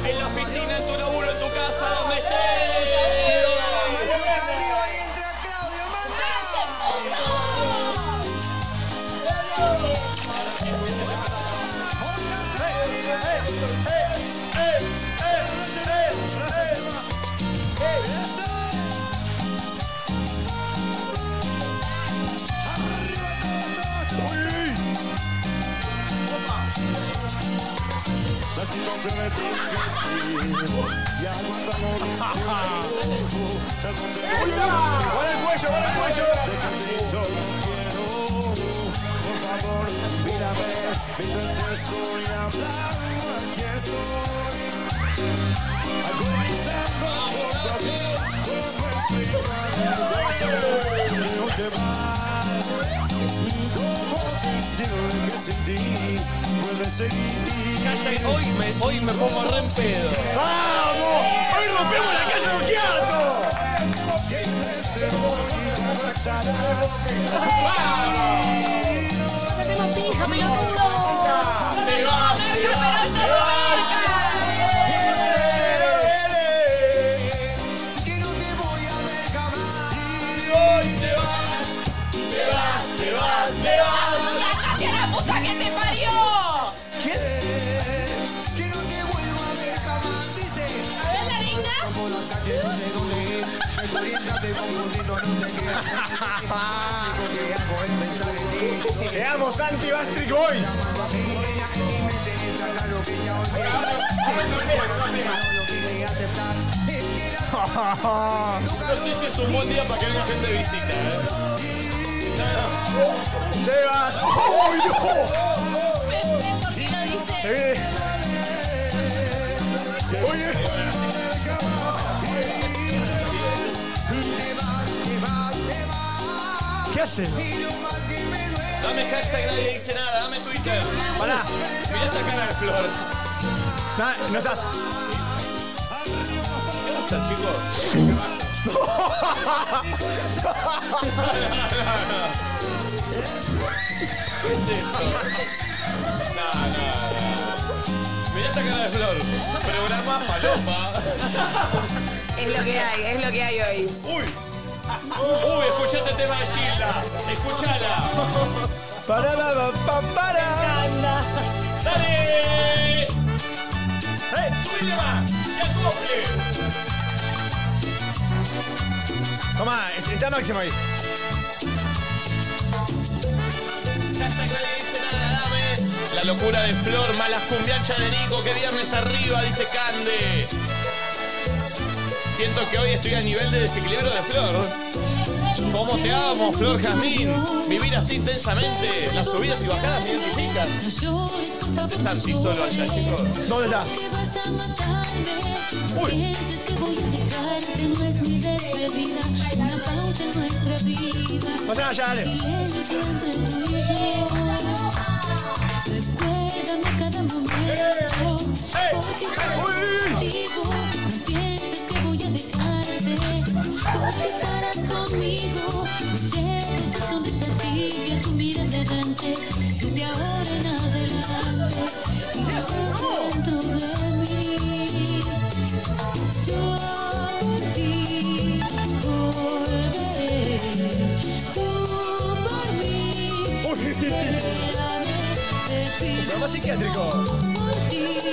En la oficina, en tu laburo, en tu casa, donde estés.
Manos arriba y entra Claudio Manda. La situación es difícil y aguantamos un tiempo. Ya conté-
¡Eso!
¡Guarda el cuello, guarda el cuello! De Cristo quiero, por favor, mírame. Viste que soy hablando, aquí soy. Agonizando por la vida, ¿cómo explicar el gozo que hoy te va? ¿Cómo decirle que sin ti puedes seguir?
Hoy me, hoy me pongo re en pedo.
¡Vamos! ¡Hoy rompemos la calle Occhiato! Que entre este borde ya no estarás.
¡Hacemos pija, pelotudo!
¡Te vas, te vas, te vas!
Que no te voy a ver jamás.
Y hoy te vas, te vas, te vas, te vas.
¡Cállate a la puta que te parió!
Que no te vuelvo a ver jamás. Dice. A ver, la linda. Como la calle, no sé dónde ir. Desoriéntate confundido, no sé qué. Lo que hago es pensar en ti.
Te amo, Santi Bastric, hoy.
Cuando a mí venía en mi mente, está claro que ya olvidé. Pero lo que de aceptar es que la
No sé si es un buen día para que venga gente de visita, ¿eh? ¡Te vas! ¡Uy, no!
¿Por qué lo dice?
¡Se viene! ¡Oye! ¿Qué hacen?
Dame hashtag, nadie dice nada, dame Twitter.
Pará,
Mirá esta cara de flor.
na- no estás.
¿Qué pasa, chicos? ¿Qué es esto? No, no, no. Mirá esta cara de flor. Programa palopa.
Es lo que hay, es lo que hay hoy.
Uy. Uy, escuchá este tema de Gilda. Escuchala.
Pará, pará, pará, pará.
Dale. Eh, Subile más. Y acople.
Toma, está Máximo ahí.
Hashtag nadie dice nada, dame. La locura de Flor, más la cumbiancha de Nico, que viernes arriba, dice Cande. Siento que hoy estoy a nivel de desequilibrio de Flor. ¿Cómo te amo, Flor Jazmín? Vivir así intensamente, las subidas y bajadas me identifican. Ese Santi solo allá, chicos.
¿Dónde está? Uy. Pasá allá, dale. Uy. Programa psiquiátrico.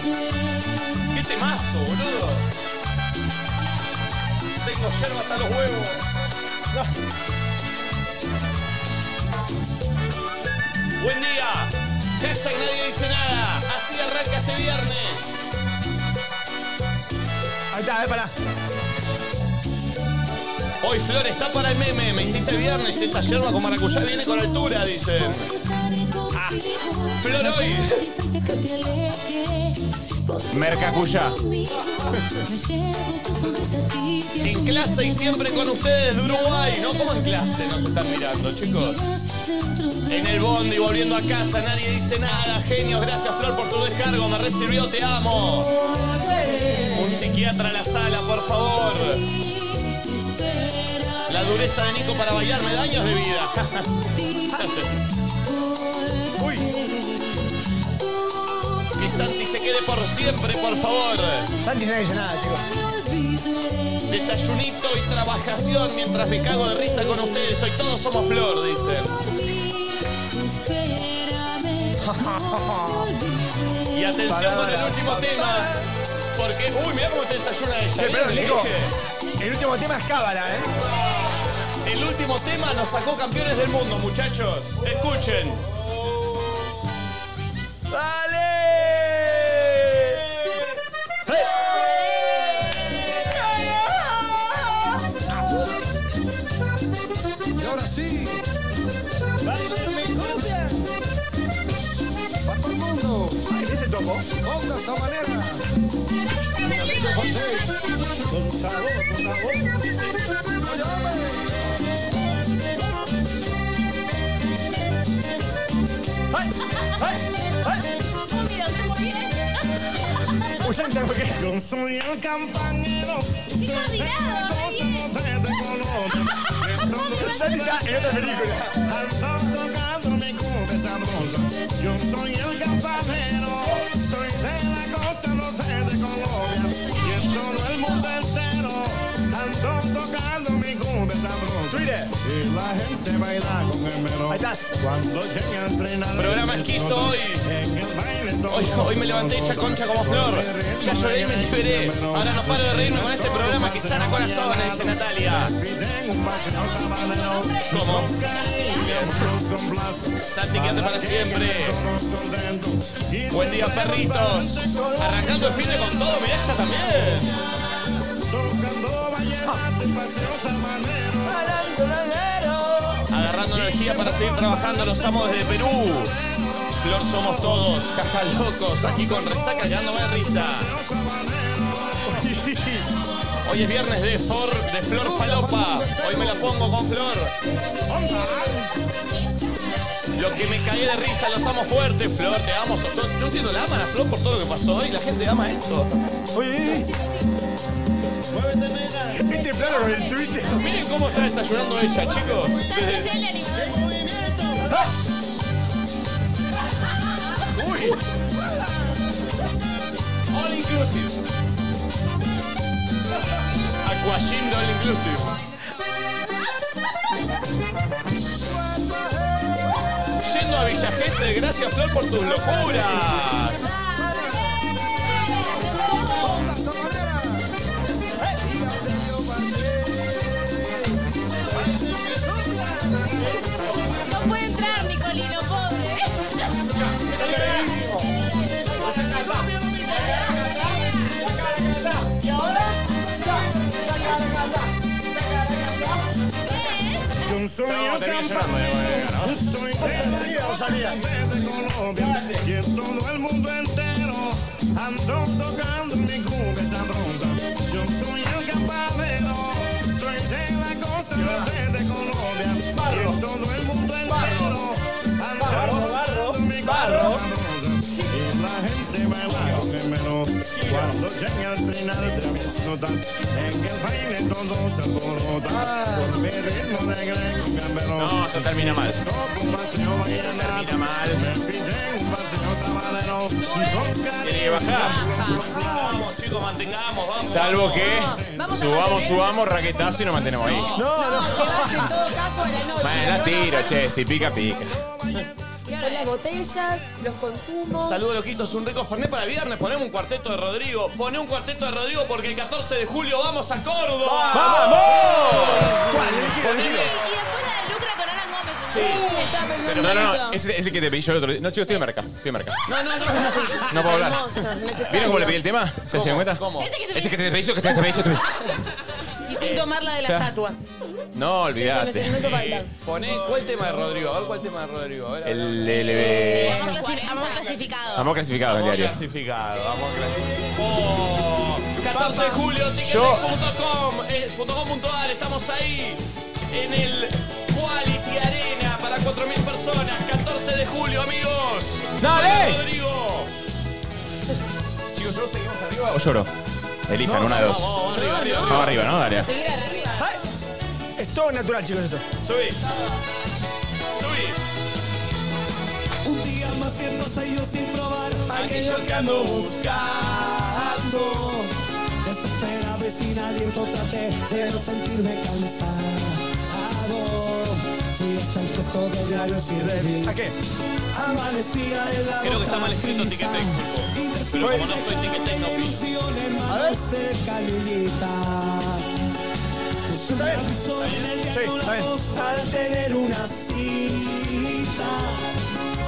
¡Qué temazo, boludo! Tengo yerba hasta los huevos. No. Buen día. Hashtag nadie dice nada. Así arranca este viernes.
Ahí está, eh, pará.
Hoy Flor está para el meme. Me hiciste viernes. Esa yerba con maracuyá viene con altura, dicen. Ah, Flor hoy.
Mercacuya.
En clase y siempre con ustedes de Uruguay. No como en clase nos están mirando, chicos. En el bondi volviendo a casa, nadie dice nada. Genios, gracias Flor por tu descargo. Me recibió, te amo. Un psiquiatra a la sala, por favor. La dureza de Nico para bailarme daños de vida.
Uy.
que Santi se quede por siempre, por favor.
Santi no dice nada, chicos.
Desayunito y trabajación mientras me cago de risa con ustedes. Hoy todos somos Flor, dicen. Y atención
Pará,
con el
pará,
último tema. Porque, uy, mirá cómo se desayuna ella.
Che, pero
¿Vieron lo que
Nico,
dije?
el último tema es cábala, ¿eh?
último tema nos sacó campeones del mundo, muchachos. Escuchen. ¡Dale!
Y ahora sí. Para todo el mundo.
este
¿Ese tomo? Onda Sabanera. Con sabor, con sabor.
Yo soy el campanero. soy de voz, de color.
Santi está en otra película.
Al sol tocando mi cumbia sabrosa. Yo soy el campanero. Soy de la costa norte de Colombia. Y en todo el mundo entero. Al sol tocando mi cumbia sabrosa.
Twitter.
Y la gente baila con el melón.
Ahí estás.
Cuando llega el tren al
Programa esquizo hoy.
en el baile
Hoy,
todo-
hoy me levanté hecha concha como flor. Ya lloré y me liberé. Ahora no paro de reírme con este programa que sana corazones, dice Natalia.
Piden un paseo sabanero.
¿Cómo?
Con blasco.
Santi, quédate para siempre.
contento. Y
Buen día, perritos. Arrancando el fin de con todo, Miraya también.
tocando vallenato y paseo sabanero.
Agarrando energía para seguir trabajando, los amos de Perú. Flor somos todos, caja locos, aquí con resaca llenándome de risa. Hoy es viernes de, Flor- de Flor Palopa. Hoy me la pongo con Flor. Lo que me caí de risa, los amo fuerte, Flor, te amo. Yo- Yo entiendo, la aman a Flor por todo lo que pasó hoy. La gente ama esto.
Este plano con el Twitter.
Miren cómo está desayunando ella, chicos. Desde-
el animador.
Ah.
All inclusive. Aquagym de all inclusive. Yendo a Villa Gesell, gracias Flor por tus locuras.
Onda Sabanera. Y la de yo
No puede entrar, Nicolino, pobre.
Yo soy el campanero, soy de la costa de Colombia y en todo el mundo entero ando tocando mi cumbia sabrosa. Yo soy el campanero, soy de la costa norte de Colombia y en todo el mundo entero ando tocando mi cumbia sabrosa. Y la gente baila con el melón cuando llega el final de mis notas en el baile todo se alborota por mi ritmo de gran camberón.
No, esto termina mal.
Un paseo vallenato,
Termina mal.
me piden un paseo sabanero.
Tiene que bajar.
Vamos chicos, mantengamos, vamos.
Salvo que
Vamos a
subamos,
mantener-
subamos, raquetazo y nos mantenemos ahí.
No, te vas en todo caso a la noche.
Bueno, la tiro, che. Si pica, pica.
Son las botellas, los consumos.
Saludos loquitos, un rico Fernet para viernes. Ponemos un cuarteto de Rodrigo. Poné un cuarteto de Rodrigo porque el 14 de julio vamos a Córdoba.
¡Vamos!
Ponele-
Y después la de Lucra con Ana Gómez.
Estaba pensando
No, no,
en
no.
eso.
Ese es el que te pedí yo el otro día. No, chicos, estoy de marca. Estoy de marca.
No, no, no.
No puedo hablar.
Hermoso, necesario.
¿Vieron cómo le pedí el tema? ¿Se dieron cuenta?
¿Cómo?
Ese que te
Ese que te pedí yo, que te pedí yo. te pedí-
Y sin tomar la de la
Ya.
estatua.
No,
Eso me- me
olvidate.
hizo falta.
Poné, ¿cuál tema de Rodrigo? A ver cuál tema de Rodrigo. A ver, a ver.
El LB.
Amor clasi- Amor clasificado.
Amor clasificado el
Vamos
diario.
clasificado, vamos clasificado. Oh, 14 de julio, ticketec.com, eh, punto com punto ar, estamos ahí en el Quality Arena para 4.000 personas. 14 de julio, amigos.
¡Dale!
Soy Rodrigo. Chicos, ¿solo seguimos arriba?
¿O lloro? Elijan, una de dos.
Vamos, arriba, arriba, arriba.
Vamos arriba, ¿no, Daria?
Es todo natural, chicos, esto.
Subí. Subí.
Un día más que pasa yo sin probar aquello que ando buscando. Desesperado y sin aliento traté de no sentirme cansado. Fui hasta el puesto de diarios y revistas. ¿A qué? Amanecía en la
Creo que está
boca
mal escrito
de
Ticketek,
prisa. Y de
Pero como no
siempre
soy Ticketek,
caía
no fui.
ilusión en manos de canillita. Tus
¿Está bien? Sí, está bien.
al tener una cita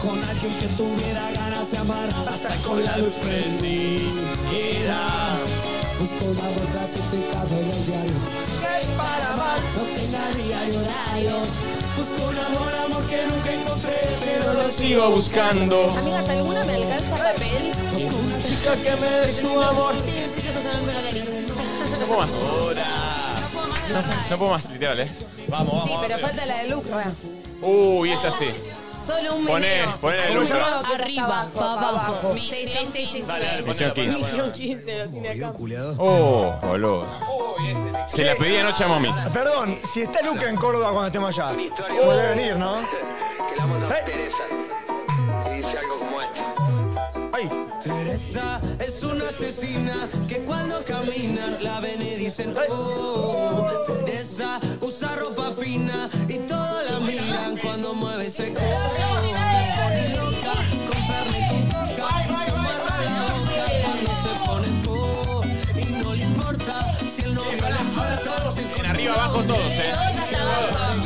con alguien que tuviera ganas de amar hasta con la luz prendida. Busco un amor clasificado en el diario que para amar no tenga diario horarios. Busco un amor, amor que nunca encontré, pero lo sigo buscando.
Amigas, ¿alguna me alcanza papel?
Busco una chica que me dé su amor.
Sí, sí, que estás hablando de la nariz.
No puedo más. No, no puedo más, literal, ¿eh? Vamos,
Sí, pero falta la de Lucra.
Uy, es así.
Solo un
Poné,
meneo.
poné la de
Un
Lucra.
meneo que es hasta
Arriba,
abajo,
pa'
pa'
abajo.
Sí, sí, sí, sí,
Dale, dale,
sí.
Misión ponela, ponela, 15.
Misión 15, lo tiene acá.
Oh, boludo. Se la pedí anoche a mommy.
Perdón, si está Luca en Córdoba cuando estemos allá, puede venir, ¿no? ¿Eh?
Teresa es una asesina que cuando camina la ven y dicen oh. Teresa usa ropa fina y todos la miran cuando mueve ese codo. Se pone loca con carne y con coca y se amarra la boca cuando se pone todo y no le importa si el novio la corta. Se
En arriba, abajo todos, ¿eh?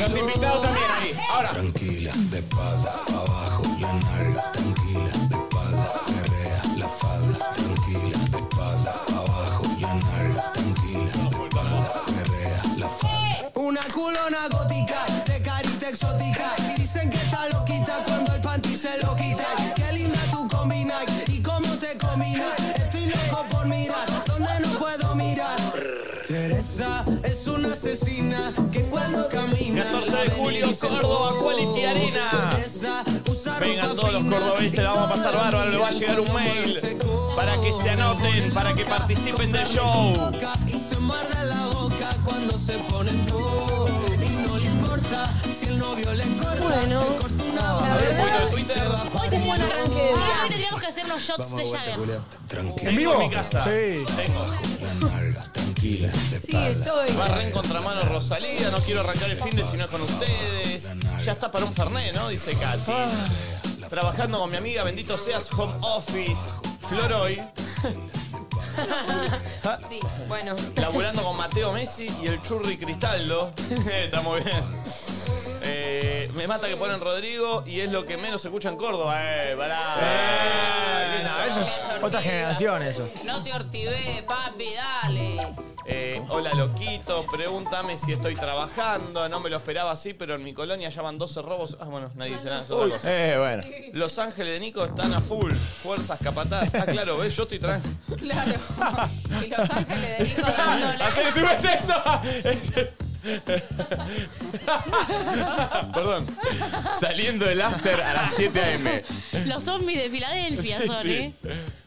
Los invitados también ahí. Ahora.
Tranquila, de espalda, abajo, la nalga, tranquila, de espalda, perrea, la falda, tranquila, de espalda, abajo, la nalga, tranquila, de espalda, perrea, la falda. Una culona gótica, de carita exótica, dicen que está loquita cuando el panty se lo quita. Qué linda tú combinas y cómo te combinas, estoy loco por mirar, donde no puedo mirar. Teresa es una asesina que cuando camina...
14 de julio, Córdoba, Quality Arena.
Teresa usa
Vengan todos los cordobeses, la vamos a pasar bárbaro, les va a llegar un mail para que se anoten, para que participen del show.
y se muerde la boca cuando se pone tú. Y no le importa si el novio le corta,
Bueno.
se corta una
La verdad,
y se va
hoy es buen arranque de
Ah, hoy
día.
tendríamos que hacernos shots de Jagger.
¿En vivo? Sí.
Sí, estoy.
Barra en contramano Rosalía, no quiero arrancar el fin de sino con ustedes. Ya está para un Fernet, ¿no? Dice Katy.
Ah.
Trabajando con mi amiga, bendito seas, home office. Floroy,
Ah.
Sí, bueno.
laburando con Mateo Messi y el Churri Cristaldo. está muy bien. Eh, me mata que ponen Rodrigo y es lo que menos se escucha en Córdoba. Eh, pará.
Eh, no, eso es otra generación, eso.
No te ortivé, papi, dale.
Eh, hola loquito, pregúntame si estoy trabajando. No me lo esperaba así, pero en mi colonia ya van 12 robos. Ah, bueno, nadie dice nada, es otra cosa.
Eh, bueno.
Los Ángeles de Nico están a full. Fuerzas capataz. Ah, claro, ¿ves? Yo estoy trans.
Claro. Y Los Ángeles de Nico dándole.
¡Hacele su eso!
Perdón.
Saliendo del after a las 7 a.m.
Los zombies de Filadelfia son, ¿eh?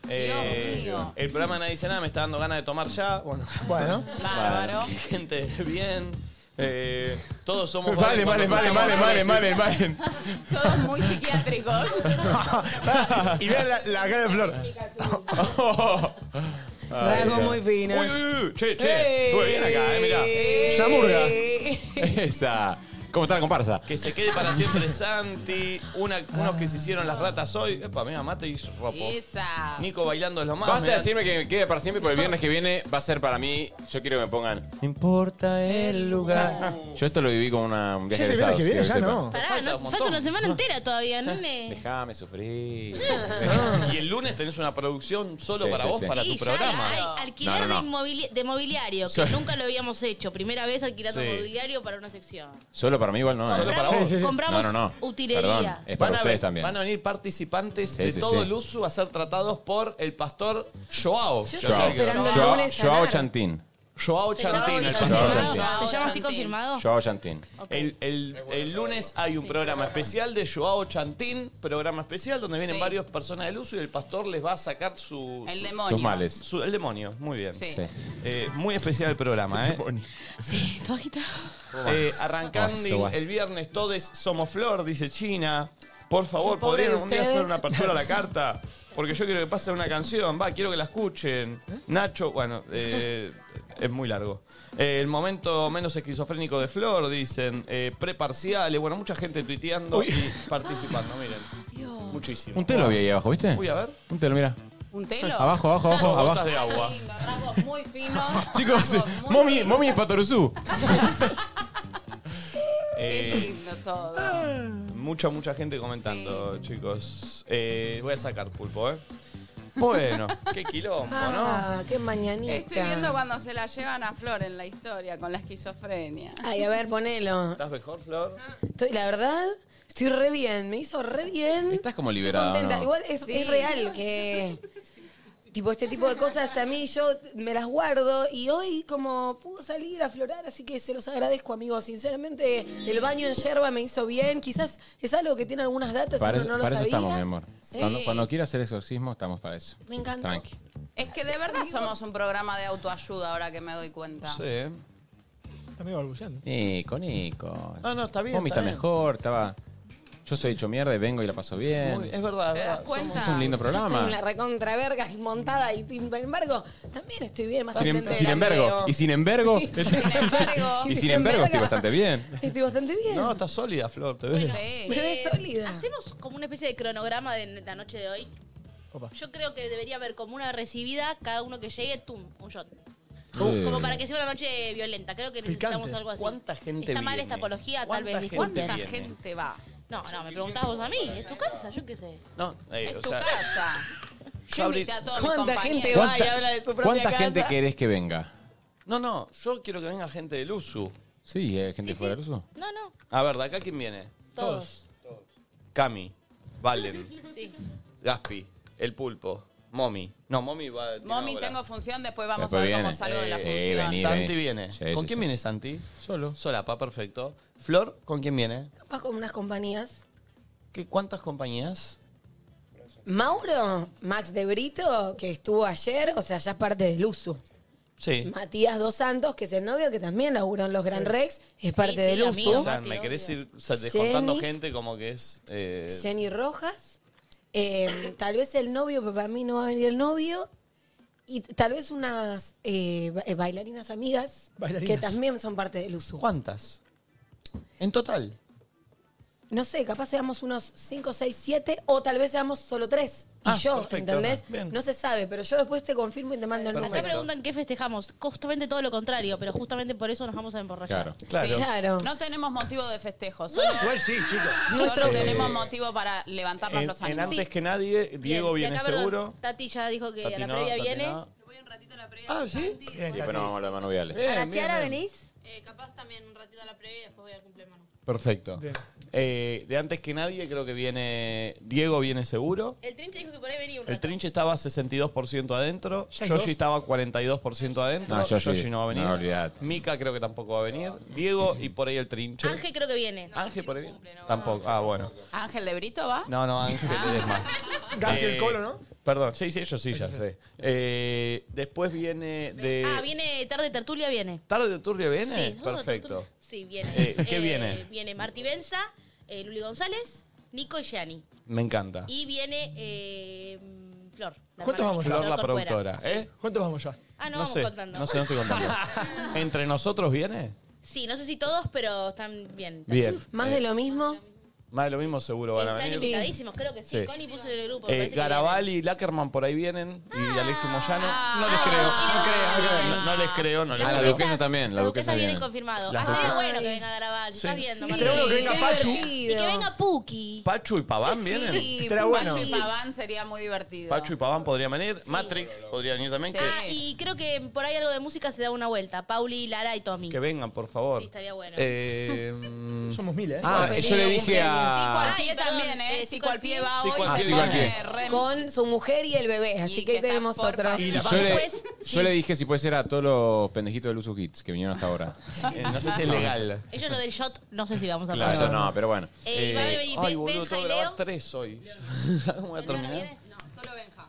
Eh,
mío.
el programa Nadie dice nada, me está dando ganas de tomar ya. Bueno,
Bueno.
Bárbaro.
gente, bien. Eh, todos somos.
Vale, vale,
vale,
vale, vale, vale, vale, vale.
Todos muy psiquiátricos.
y vean la, la cara de Flor.
Rasgos muy
Uy,
finos.
uy, uy. Che, che. Estuve bien acá, eh, mirá.
Ya murga.
Eh,
Esa. ¿Cómo está la comparsa?
Que se quede para siempre Santi. Una- unos que se hicieron las ratas hoy. Epa, mira, mate y ropo.
Esa.
Nico bailando es lo más.
Basta
mirá.
de decirme que me quede para siempre, porque el viernes que viene va a ser para mí. Yo quiero que me pongan. No importa el lugar. Yo esto lo viví como una, un viaje
Ya
de
se viene que
egresados,
viene, ya
quiero que
no.
Pará,
falta
no-
un
falta
montón.
una semana entera todavía, nene.
sepan. Déjame sufrir.
Y el lunes tenés una producción solo
Sí,
para
sí,
vos,
sí.
para
Sí,
tu
ya
programa.
hay alquiler
No, no, no.
De, inmovili- de mobiliario, que
Soy-
nunca lo habíamos hecho. Primera vez alquilando
Sí.
mobiliario para una sección.
Solo para mí igual no.
Solo
eh.
para vos.
Sí, sí, sí.
Compramos
No, no, no. Perdón,
utilería.
es para
a
ustedes
ven-
también.
van a venir participantes de
sí,
todo
sí.
el uso a ser tratados por el pastor Joao.
Yo
Joao.
estoy esperando el
Joao-
lunes
Joao
sanar.
Chantín.
Joao Chantín, el
¿Se
Chantín.
Chantín.
pastor.
llama así confirmado? ¿Se llama así confirmado?
Joao Chantín.
Ok.
El, el- el lunes hay un programa especial de Joao Chantín, programa especial donde vienen
Sí.
varias personas del uso y el pastor les va a sacar su,
El
su-
demonio.
Sus males.
su- el demonio. Muy bien.
Sí.
Sí.
Eh, muy especial el programa, ¿eh?
Sí, todo agitado.
Eh, arrancando
Guaso, guaso.
el viernes, todos somos flor, dice China. Por favor,
Pobre
¿podrían
de
un día hacer
ustedes.
una apertura a la carta? Porque yo quiero que pase una canción, va, quiero que la escuchen. Nacho, bueno, eh, es muy largo. Eh, el momento menos esquizofrénico de Flor, dicen. Eh, Preparciales, bueno, mucha gente tuiteando y participando, miren. Muchísimo.
Un telo había ahí abajo, ¿viste?
Uy, a ver.
Un telo, mira.
¿Un telo?
Abajo, abajo, abajo,
Dos
abajo.
gotas de
agua.
Lindo, rasgos muy finos.
Chicos, mommy, mommy es Patoruzú.
Eh,
Lindo todo.
Mucha, mucha gente comentando, chicos. Eh, voy a sacar pulpo, ¿eh? Bueno, qué quilombo, ¿no? Eh,
Ah, qué mañanita.
Estoy viendo cuando se la llevan a Flor en la historia con la esquizofrenia.
Ay, a ver, ponelo.
¿Estás mejor, Flor?
Estoy, la verdad, estoy re bien. Me hizo re bien.
Estás como liberada.
contenta.
¿no?
Igual es,
Sí.
es real que. Tipo, este tipo de cosas a mí yo me las guardo y hoy como pudo salir a florar, así que se los agradezco, amigos. Sinceramente, el baño en yerba me hizo bien. Quizás es algo que tiene algunas datas y
Para,
uno no lo
para eso
sabía.
estamos, mi amor.
Sí.
Cuando, cuando quiero hacer exorcismo, estamos para eso.
Me encantó.
Tranqui.
Es que de verdad somos un programa de autoayuda ahora que me doy cuenta.
Sí.
Está medio balbuceando.
Nico, Nico.
No, no, está bien,
Mommy
está
está
bien.
mejor, estaba. Yo soy hecho mierda y vengo y la paso bien.
Muy- es verdad,
¿Te
es
das
verdad.
cuenta?
Es un lindo
Yo estoy
programa.
en la recontraverga y montada y sin embargo, también estoy bien, más
Sin, em- sin
contenta de la que
embargo,
veo.
y sin embargo,
embargo.
y sin embargo, estoy bastante bien.
Estoy bastante bien.
No, está sólida, Flor, te ves.
Pero es
sólida.
Hacemos como una especie de cronograma de la noche de hoy. Yo creo que debería haber como una recibida, cada uno que llegue, tum, un shot.
Eh.
Como para que sea una noche violenta. Creo que necesitamos
Picante.
algo así.
¿Cuánta gente
Está mal
viene?
esta apología, tal
¿Cuánta
vez.
gente
disculpen.
viene? ¿Cuánta gente
va?
No, no, me preguntabas vos a mí. Es tu casa, yo qué sé.
No, eh,
Es
o
tu
sea,
casa.
yo abrí-
¿Cuánta gente va y
¿Cuánta,
habla de su propia
cuánta
casa?
gente querés que venga?
No, no, yo quiero que venga gente del USU.
Sí, eh, gente fuera del uso.
No, no,
A ver, ¿de acá quién viene?
todos.
Cami, Valen,
Sí.
Gaspi, El Pulpo, Momi. No, Momi va... tiene
Mami,
obra.
tengo función, después vamos
Después
a ver cómo
viene.
salgo de la
Eh,
función.
vení, Santi viene. ¿Con quién viene Santi?
Solo.
Solapa, perfecto. Flor, ¿con quién viene?
Capaz con unas compañías.
¿Qué, ¿Cuántas compañías?
Mauro, Max de Brito, que estuvo ayer, o sea, ya es parte del uso.
Sí.
Matías Dos Santos, que es el novio, que también laburó en los Gran Rex, es parte del uso.
O sea, me querés ir o sea, descontando
Jenny.
gente como que es. eh,
Jenny Rojas. eh, tal vez el novio, pero para mí no va a venir el novio. Y t- tal vez unas eh, ba- eh, bailarinas amigas
Bailarinas.
que también son parte del uso.
¿Cuántas? En total.
No sé, capaz seamos unos 5, 6, 7 o tal vez seamos solo 3. Y yo,
perfecto.
¿entendés?
Bien.
No se sabe, pero yo después te confirmo y te mando el número.
Acá preguntan qué festejamos. Justamente todo lo contrario, pero justamente por eso nos vamos a emborrachar.
Sí. No tenemos motivo de festejo. Solo,
Igual sí, chicos.
Nosotros
Eh,
tenemos motivo para levantarnos
En,
los
en
ánimos.
antes que nadie, Diego
Bien, y
viene
acá, perdón,
seguro.
Tati ya dijo que a
Tati
la
no,
previa
Tati
viene.
no.
Ah, sí.
Y después nos vamos a los manuviales.
Eh,
Bien,
¿A la
bien,
Chiara
bien.
venís?
Eh, capaz también un ratito a la previa y después voy al cumpleaños.
Perfecto. Eh, de antes que nadie, creo que viene. Diego viene seguro.
El trinche dijo que por ahí venía un
El Trinche estaba 62% adentro.
hay dos.
Yoshi estaba 42% adentro.
No, Ah, Yoshi,
Yoshi no va a venir.
no, olvidate.
Mika creo que tampoco va a venir. Diego y por ahí el Trinche.
Ángel creo que viene.
Ángel por ahí. Tampoco. Ah, bueno.
¿Ángel de Brito va?
No, no, Ángel
Ah.
es más. Eh,
Gatti el Colo, ¿no?
Perdón, sí, sí, yo sí, ya sé. Eh, después viene de.
Ah, viene tarde tertulia, viene.
¿Tarde de Turria eh, viene?
Sí.
Perfecto.
Sí, viene.
Eh, ¿qué viene?
Viene Marti Benza, eh, Luli González, Nico y Gianni.
Me encanta.
Y viene eh, Flor. la
¿Cuántos
hermana
vamos
de
ya? Flor, la
Corcuera.
productora, ¿eh?
¿Cuántos vamos ya?
Ah, no,
No
vamos
sé,
contando.
no sé, no estoy contando. ¿Entre nosotros viene?
sí, no sé si todos, pero están bien.
Bien.
Más de lo mismo.
Más de lo mismo seguro van a
Están
venir.
invitadísimos, creo que sí.
Sí.
Connie puso en el grupo. me
Eh,
parece que Ah.
Garabal y Lackerman por ahí vienen. Y Alexis Moyano. No les creo. No, creo, Ah, no, no les creo. No les
Ah,
creo.
la duquesa también. La
Las
duquesa
duquesas vienen
viene.
confirmadas.
Las
Ah, estaría
duquesas.
bueno que venga a grabar. Estás viendo.
Sí.
Martín.
Estaría bueno que venga
Qué
Pachu.
divertido. Y que venga Puki.
Pachu y Paván vienen.
Sí,
Estaría
Pacho
bueno.
y Paván sería muy divertido.
Pachu y Paván podrían venir. Matrix podrían venir también.
Ah,
Que,
y creo que por ahí algo de música se da una vuelta. Pauli, Lara y Tommy.
que vengan, por favor. Eh, mm,
Sí, estaría bueno.
Somos
miles, ¿eh?
Ah,
Feliz
yo le dije
Psico al
a.
pie también, ¿eh? Psico al pie va hoy. eh,
Psico al
se
pie.
pone
Ah,
re-
Con su mujer y el bebé, así que ahí tenemos
Ah,
otro.
Y yo le, yo le dije si puede ser a todos los pendejitos del Uso Kids que vinieron hasta ahora.
Eh, no sé si es legal.
Ellos lo del shot, no sé si vamos a
Claro,
pagar.
no, pero bueno.
Eh, va a venir
ay,
Ben-
boludo, tengo
Benja y
que
Leo.
grabar tres hoy. ¿Sabes cómo voy a terminar?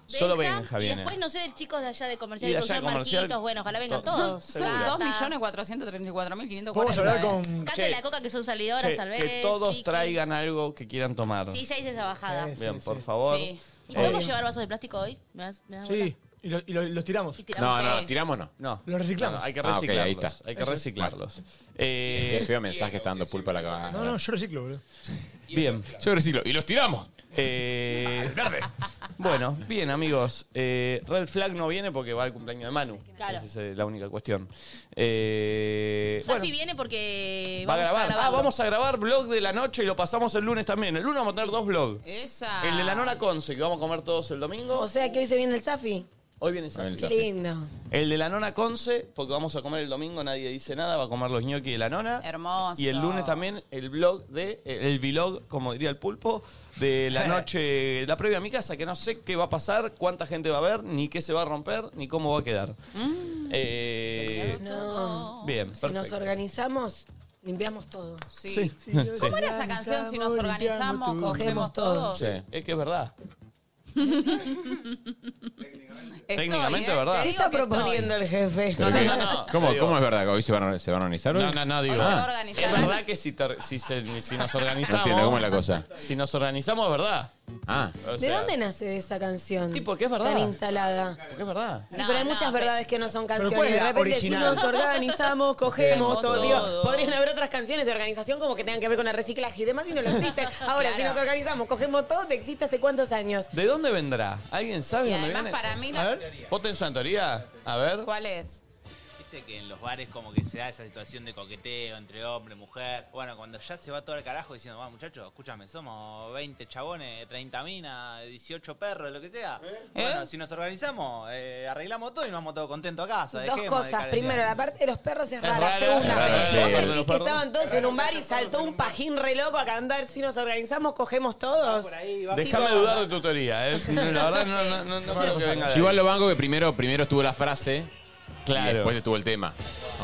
Solo
Benja,
Benja
y
viene.
después no sé del chicos de allá de comercial
Y de
y
allá de comercial,
Marquitos, bueno, ojalá vengan
todos.
todos.
Seguro.
Gata.
2.434.540.
Vamos a hablar con-
Cata
Che.
y la coca que son salidoras
Che,
tal vez.
que todos
Vicky.
traigan algo que quieran tomar.
Sí, ya hice esa bajada.
Bien, por favor.
Sí. ¿Y
Eh,
podemos llevar vasos de plástico hoy? ¿Me das, me das
Sí. Y, lo- y lo- los tiramos.
Y tiramos. No, no,
tiramos no.
No.
Los reciclamos.
No, no, hay que
Ah, ok,
reciclarlos.
ahí está.
Hay que
Eso.
reciclarlos. Eh,
Qué feo mensaje está dando pulpa a la cabeza.
No, no, yo reciclo, boludo.
Bien.
Yo reciclo. Y los tiramos.
Eh,
Verde.
Bueno, bien, amigos. Eh, Red Flag no viene porque va al cumpleaños de Manu.
Claro.
Esa es eh, la única cuestión. Eh,
Safi
bueno,
viene porque
va a
vamos
grabar. ah,
grabarlo.
vamos a grabar blog de la noche y lo pasamos el lunes también. El lunes vamos a tener dos blogs.
Esa.
El de la Nona Conce, que vamos a comer todos el domingo.
O sea que hoy se viene el Safi.
Hoy viene Safi.
Qué lindo.
El de la Nona Conce, porque vamos a comer el domingo, nadie dice nada, va a comer los ñoquis de la Nona.
Hermoso.
Y el lunes también el blog de, eh, el vlog, como diría el pulpo, de la noche, la previa a mi casa, que no sé qué va a pasar, cuánta gente va a ver, ni qué se va a romper, ni cómo va a quedar.
Mm.
Eh,
No.
bien,
Si nos
perfecto.
organizamos, limpiamos todo.
Sí. Sí. ¿Cómo
era esa canción? Si nos organizamos, cogemos todos.
Sí, Es que es verdad. Técnicamente,
¿eh?
¿verdad?
¿Qué está proponiendo el jefe?
No, no, no, no.
¿Cómo,
Digo-
¿Cómo es verdad? que ¿Hoy se van a, se van a organizar? Hoy?
No, no, no, digo.
Ah,
Es verdad que si, te- si se- si nos organizamos.
No entiendo, ¿cómo es la cosa?
Si nos organizamos, es verdad.
Ah.
¿De dónde nace esa canción? Sí, porque
es verdad.
Tan instalada.
Porque es verdad.
Sí, pero hay muchas verdades que no son canciones.
¿cuál es
de
la
repente, si
original?
nos organizamos, cogemos
Cogemos
todo.
todo.
Digo, podrían haber otras canciones de organización como que tengan que ver con el reciclaje y demás y no lo existen. Ahora, si nos organizamos, cogemos todos, existe hace cuántos años.
¿De dónde vendrá? ¿Alguien sabe
Y
dónde
además
viene?
para mí
A
la-
ver, ¿vos tenés una teoría? A ver.
¿Cuál es?
Viste que en los bares como que se da esa situación de coqueteo entre hombre, mujer. Bueno, cuando ya se va todo al carajo diciendo, va muchachos, escúchame, somos 20 chabones, 30 minas, 18 perros, lo que sea.
¿Eh?
¿Eh?
Bueno, si nos organizamos, eh, arreglamos todo y nos vamos todos contentos a casa.
Dos
dejemos de
cosas.
caretear.
Primero, la parte de los perros es rara.
rara,
Segunda,
es rara, sí,
vos
es rara.
decís
Los
que
perros.
estaban todos en un bar y saltó un pajín re loco a cantar. Si nos organizamos, cogemos todos.
Déjame dudar de tu teoría, ¿eh? La verdad, no, no, no, no creo que venga de
Yo
ahí.
igual lo banco que primero, primero estuvo la frase y
Claro.
después estuvo el tema.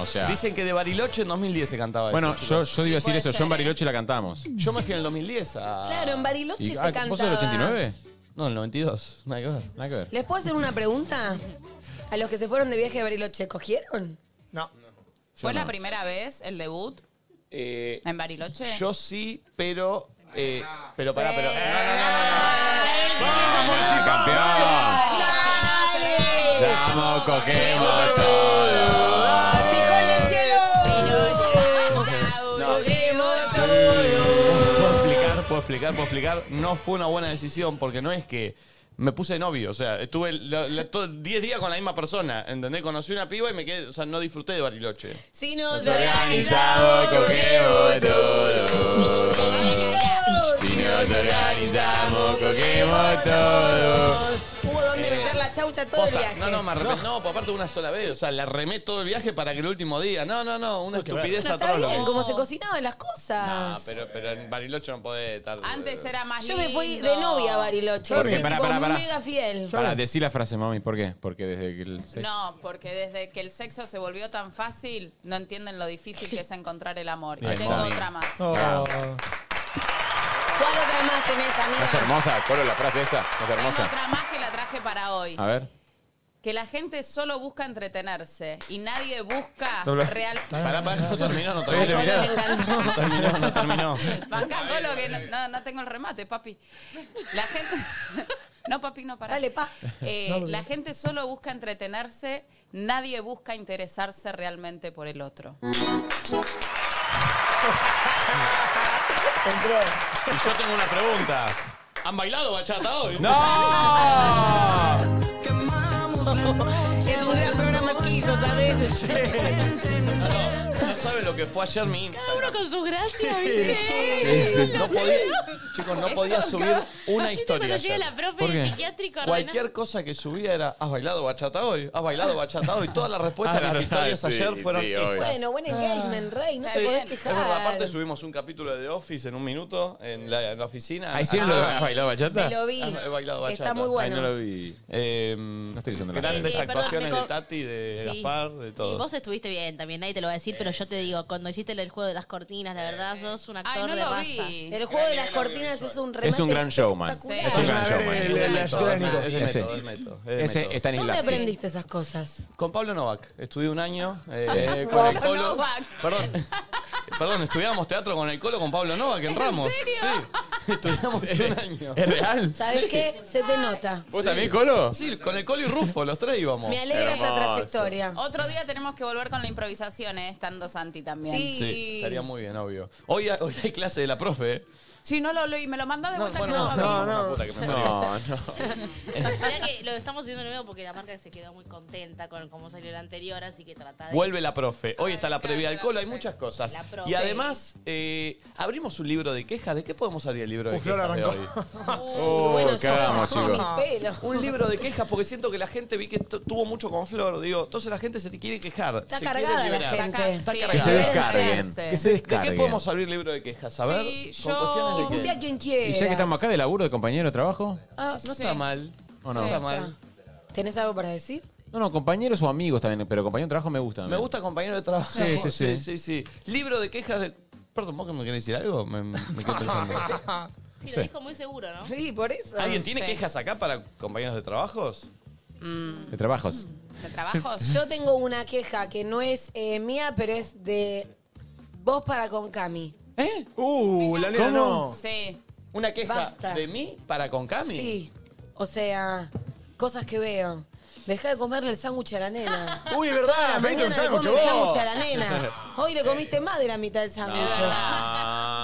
O sea.
Dicen que de Bariloche en 2010 se cantaba
bueno,
eso.
yo,
chicos.
yo digo decir eso. Yo en Bariloche la cantamos.
Yo me fui en el 2010 a.
Claro, en Bariloche
Y-
se
ah,
cantaba.
¿Vos sos del 89?
No, el 92. Nada que ver.
Nada que ver.
¿Les puedo hacer una pregunta? A los que se fueron de viaje a Bariloche, ¿cogieron?
No.
¿Fue
no.
la primera vez el debut
Eh,
en Bariloche?
yo sí, pero. eh, pero pará, pero.
¡Campeón! ¡Vamos, cogemos todo!
Puedo explicar, puedo explicar, puedo explicar. No fue una buena decisión porque no es que me puse de novio. O sea, estuve la- la- todo- 10 días con la misma persona. ¿Entendés? Conocí una piba y me quedé. O sea, no disfruté de Bariloche.
Si nos
organizamos, cogemos todo.
Si
nos organizamos, cogemos todo.
Hubo donde meter la chaucha todo el
Eh, Posta,
viaje.
No, no, me arrepentí. No, por aparte una sola vez. O sea, la remé todo el viaje para que el último día. No, no, no. Una estupidez
Pero está
atroz. lo que
bien,
hice.
como se cocinaban las cosas.
Ah, pero, pero en Bariloche no podés estar.
Ah,
Antes era más
Yo me fui
lindo.
de novia a Bariloche.
Porque,
fui
pará,
tipo
pará, pará.
mega fiel.
Para, decí la frase, mami, ¿por qué? Porque desde que el sexo-
No, porque desde que el sexo se volvió tan fácil, no entienden lo difícil que es encontrar el amor.
Ahí
y tengo
está.
otra más.
¿Cuál otra más tenés,
¿No es
amiga?
hermosa, Colo, la frase esa? ¿No es hermosa?
Otra más que la traje para hoy.
A ver.
Que la gente solo busca entretenerse y nadie busca
Dobla.
real.
Pará, pará, no terminó, no
Voy a
terminó.
terminar.
No terminó, no terminó.
Bancá, Colo, que no, no- no tengo el remate, papi. La gente. No, papi, no para.
Dale, pa.
Eh,
No, porque-
la gente solo busca entretenerse, nadie busca interesarse realmente por el otro.
Y yo tengo una pregunta. ¿Han bailado bachata hoy?
Es un gran programa esquizo, ¿sabes?
No saben lo que fue ayer mi Instagram.
Uno con sus gracias,
No podía, chicos, no podía subir una historia.
Cuando llegue
ayer.
la profe
¿Por
del
qué?
psiquiátrico
Cualquier cosa que subía era, ¿has bailado bachata hoy? ¿Has bailado bachata hoy? Todas las respuestas a
Ah,
mis historias
sí,
ayer
sí,
fueron
obvio.
esas.
Bueno, buen engagement, rey. No
Sí,
te podés
es
quejar.
verdad, aparte subimos un capítulo de The Office en un minuto en la, en la oficina.
Ahí sí
Ah,
lo has bailado bachata.
me lo vi.
He bailado bachata.
Está muy bueno.
Ahí no lo vi.
Eh,
estoy usando la
grandes
Eh, eh, perdón,
actuaciones
me co-
de Tati, de
Sí.
Gaspar, de
Y
todo.
vos estuviste bien también, nadie te lo va a decir, pero yo te digo, cuando hiciste el juego de las cortinas, la verdad, sos un actor
Ay, no
de
lo
raza.
vi.
El juego de las cortinas es un remate.
Es un gran showman.
espectacular.
Es un gran
Vayan a ver
showman.
el- el- la ayuda de Nico.
Ese-
Es de método, es de método.
Ese está en
¿Dónde
Islas.
aprendiste esas cosas?
Con Pablo Novak. Estudié un año eh, con el
Pablo
Colo.
Novak.
Perdón. Perdón, estudiábamos teatro con el Colo con Pablo Novak en Ramos. Sí. Estudiamos un año.
¿Es real?
¿Sabes qué? Se te nota.
Eh, ¿Vos
también, Colo?
Sí, con el Colo y Rufo, los tres íbamos.
Me alegra esa
Ah,
trayectoria.
Otro día tenemos que volver con la improvisación, ¿eh? estando Santi también.
Sí, estaría muy bien, obvio. Hoy, hoy hay clase de la profe, ¿eh?
Si no lo leí, me lo mandás de vuelta.
bueno,
que lo abrí.
no, puta que me parió.
No, no.
Mirá que lo estamos haciendo nuevo porque la marca se quedó muy contenta con cómo salió el anterior, así que trata de.
Vuelve la profe. Hoy está la previa al Colo, hay muchas cosas.
La profe.
Y además, eh, abrimos un libro de quejas. ¿De qué podemos abrir el libro de quejas de hoy?
Oh,
bueno,
¿qué
yo-
hagamos, chicos?
Un libro de quejas porque siento que la gente vi que t- tuvo mucho con Flor. Digo, entonces la gente se te quiere quejar.
Está
se
cargada
quiere
la
liberar.
gente.
Está
Sí,
cargada.
Que se descarguen,
que se descarguen.
¿De qué podemos abrir libro de quejas? A ver,
Sí,
con
yo-
cuestiones de
Usted
que-
a quien
Y
quiera.
ya que estamos acá de laburo, de compañero de trabajo.
Ah,
No está mal.
¿O no?
No está mal.
¿Tenés algo para decir?
No, no, compañeros o amigos también, pero compañero de trabajo me gusta.
Me gusta compañero de trabajo.
Sí, sí, sí.
sí. Libro de quejas de. Perdón, ¿vos que me querés decir algo? Me, me quedé pensando.
Ah.
Sí,
Sí.
lo dijo muy seguro, ¿no?
Sí, por eso.
¿Alguien tiene
Sí.
quejas acá para compañeros de trabajos?
De trabajos.
¿De trabajos?
Mm, Yo tengo una queja que no es eh, mía, pero es de vos para con Cami.
¿Eh?
Uh, la nena no.
Sí.
¿Una queja
Basta.
de mí para con Cami?
Sí. O sea, cosas que veo. Dejá de comerle el sándwich a la nena.
Uy, es verdad,
Toda la
pediste un
mañana le
sándwich,
come el
vos.
sándwich a la nena. Hoy le comiste más de la mitad del sándwich.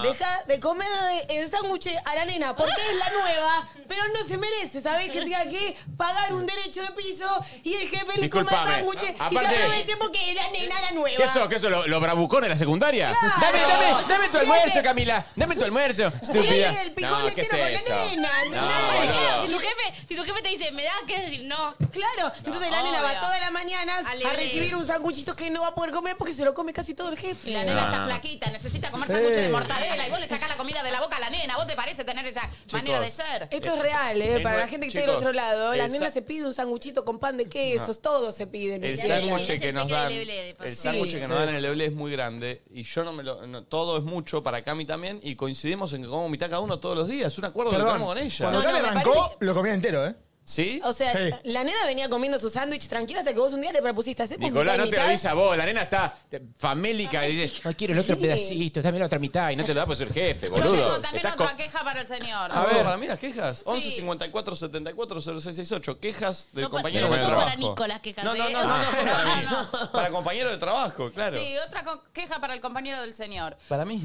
Deja de comer el sándwich a la nena porque es la nueva, pero no se merece, ¿sabés? Que tenga que pagar un derecho de piso y el jefe le coma el
Disculpame.
sándwich y se
Aparte-
aproveche porque es la nena la nueva.
¿Qué eso? ¿Qué eso? ¿Los lo bravucones de la secundaria? Dame, dame, dame tu almuerzo, Camila. Dame tu almuerzo. Estúpida.
el pijón
no, ¿qué es eso?
Porque, claro,
No,
Ah, si,
boludo.
tu jefe, si tu jefe te dice, me da, ¿qué decir? No.
Claro, entonces la nena va todas las mañanas a
Alegre.
recibir un sanguchito que no va a poder comer porque se lo come casi todo el jefe.
La nena
No,
está
Ah.
no.
flaquita, necesita comer
Sí.
sándwiches de mortadela y vos le sacás la comida de la boca a la nena. ¿Vos te parece tener esa manera de ser?
Esto es real, ¿eh?
Es
Para la
nue-
gente que está del
chicos,
otro lado, la
el
nena
sa-
se pide un sanguchito con pan de quesos, todo se pide.
El
Sí.
sándwich que nos dan,
Leblé, de paso.
el sándwich
Sí.
que nos dan en el Eble es muy grande y yo no me lo, no, todo es mucho para Cami también y coincidimos en que como mitad cada uno todos los días, un acuerdo que
Perdón,
tenemos con ella.
cuando Cami arrancó, lo comía entero, ¿eh?
¿Sí?
O sea,
Sí.
la nena venía comiendo su sándwich tranquila hasta que vos un día le propusiste hacer
Nicolás, no te lo dice a vos. La nena está te- famélica y dice, no quiero el otro
Sí.
pedacito, dame la otra mitad. Y no te lo da por ser jefe, boludo.
Tengo también
Estás
otra
co-
queja para el señor.
A ver, para mí las quejas. 11 54 74 0668. Quejas de
No, pa-
compañeros
no
de
son
trabajo.
para
Nicolás quejas,
No, no,
¿eh?
no, no,
Ah.
no, son para mí. Para compañeros de trabajo, claro.
Sí, otra co- queja para el compañero del señor.
Para mí.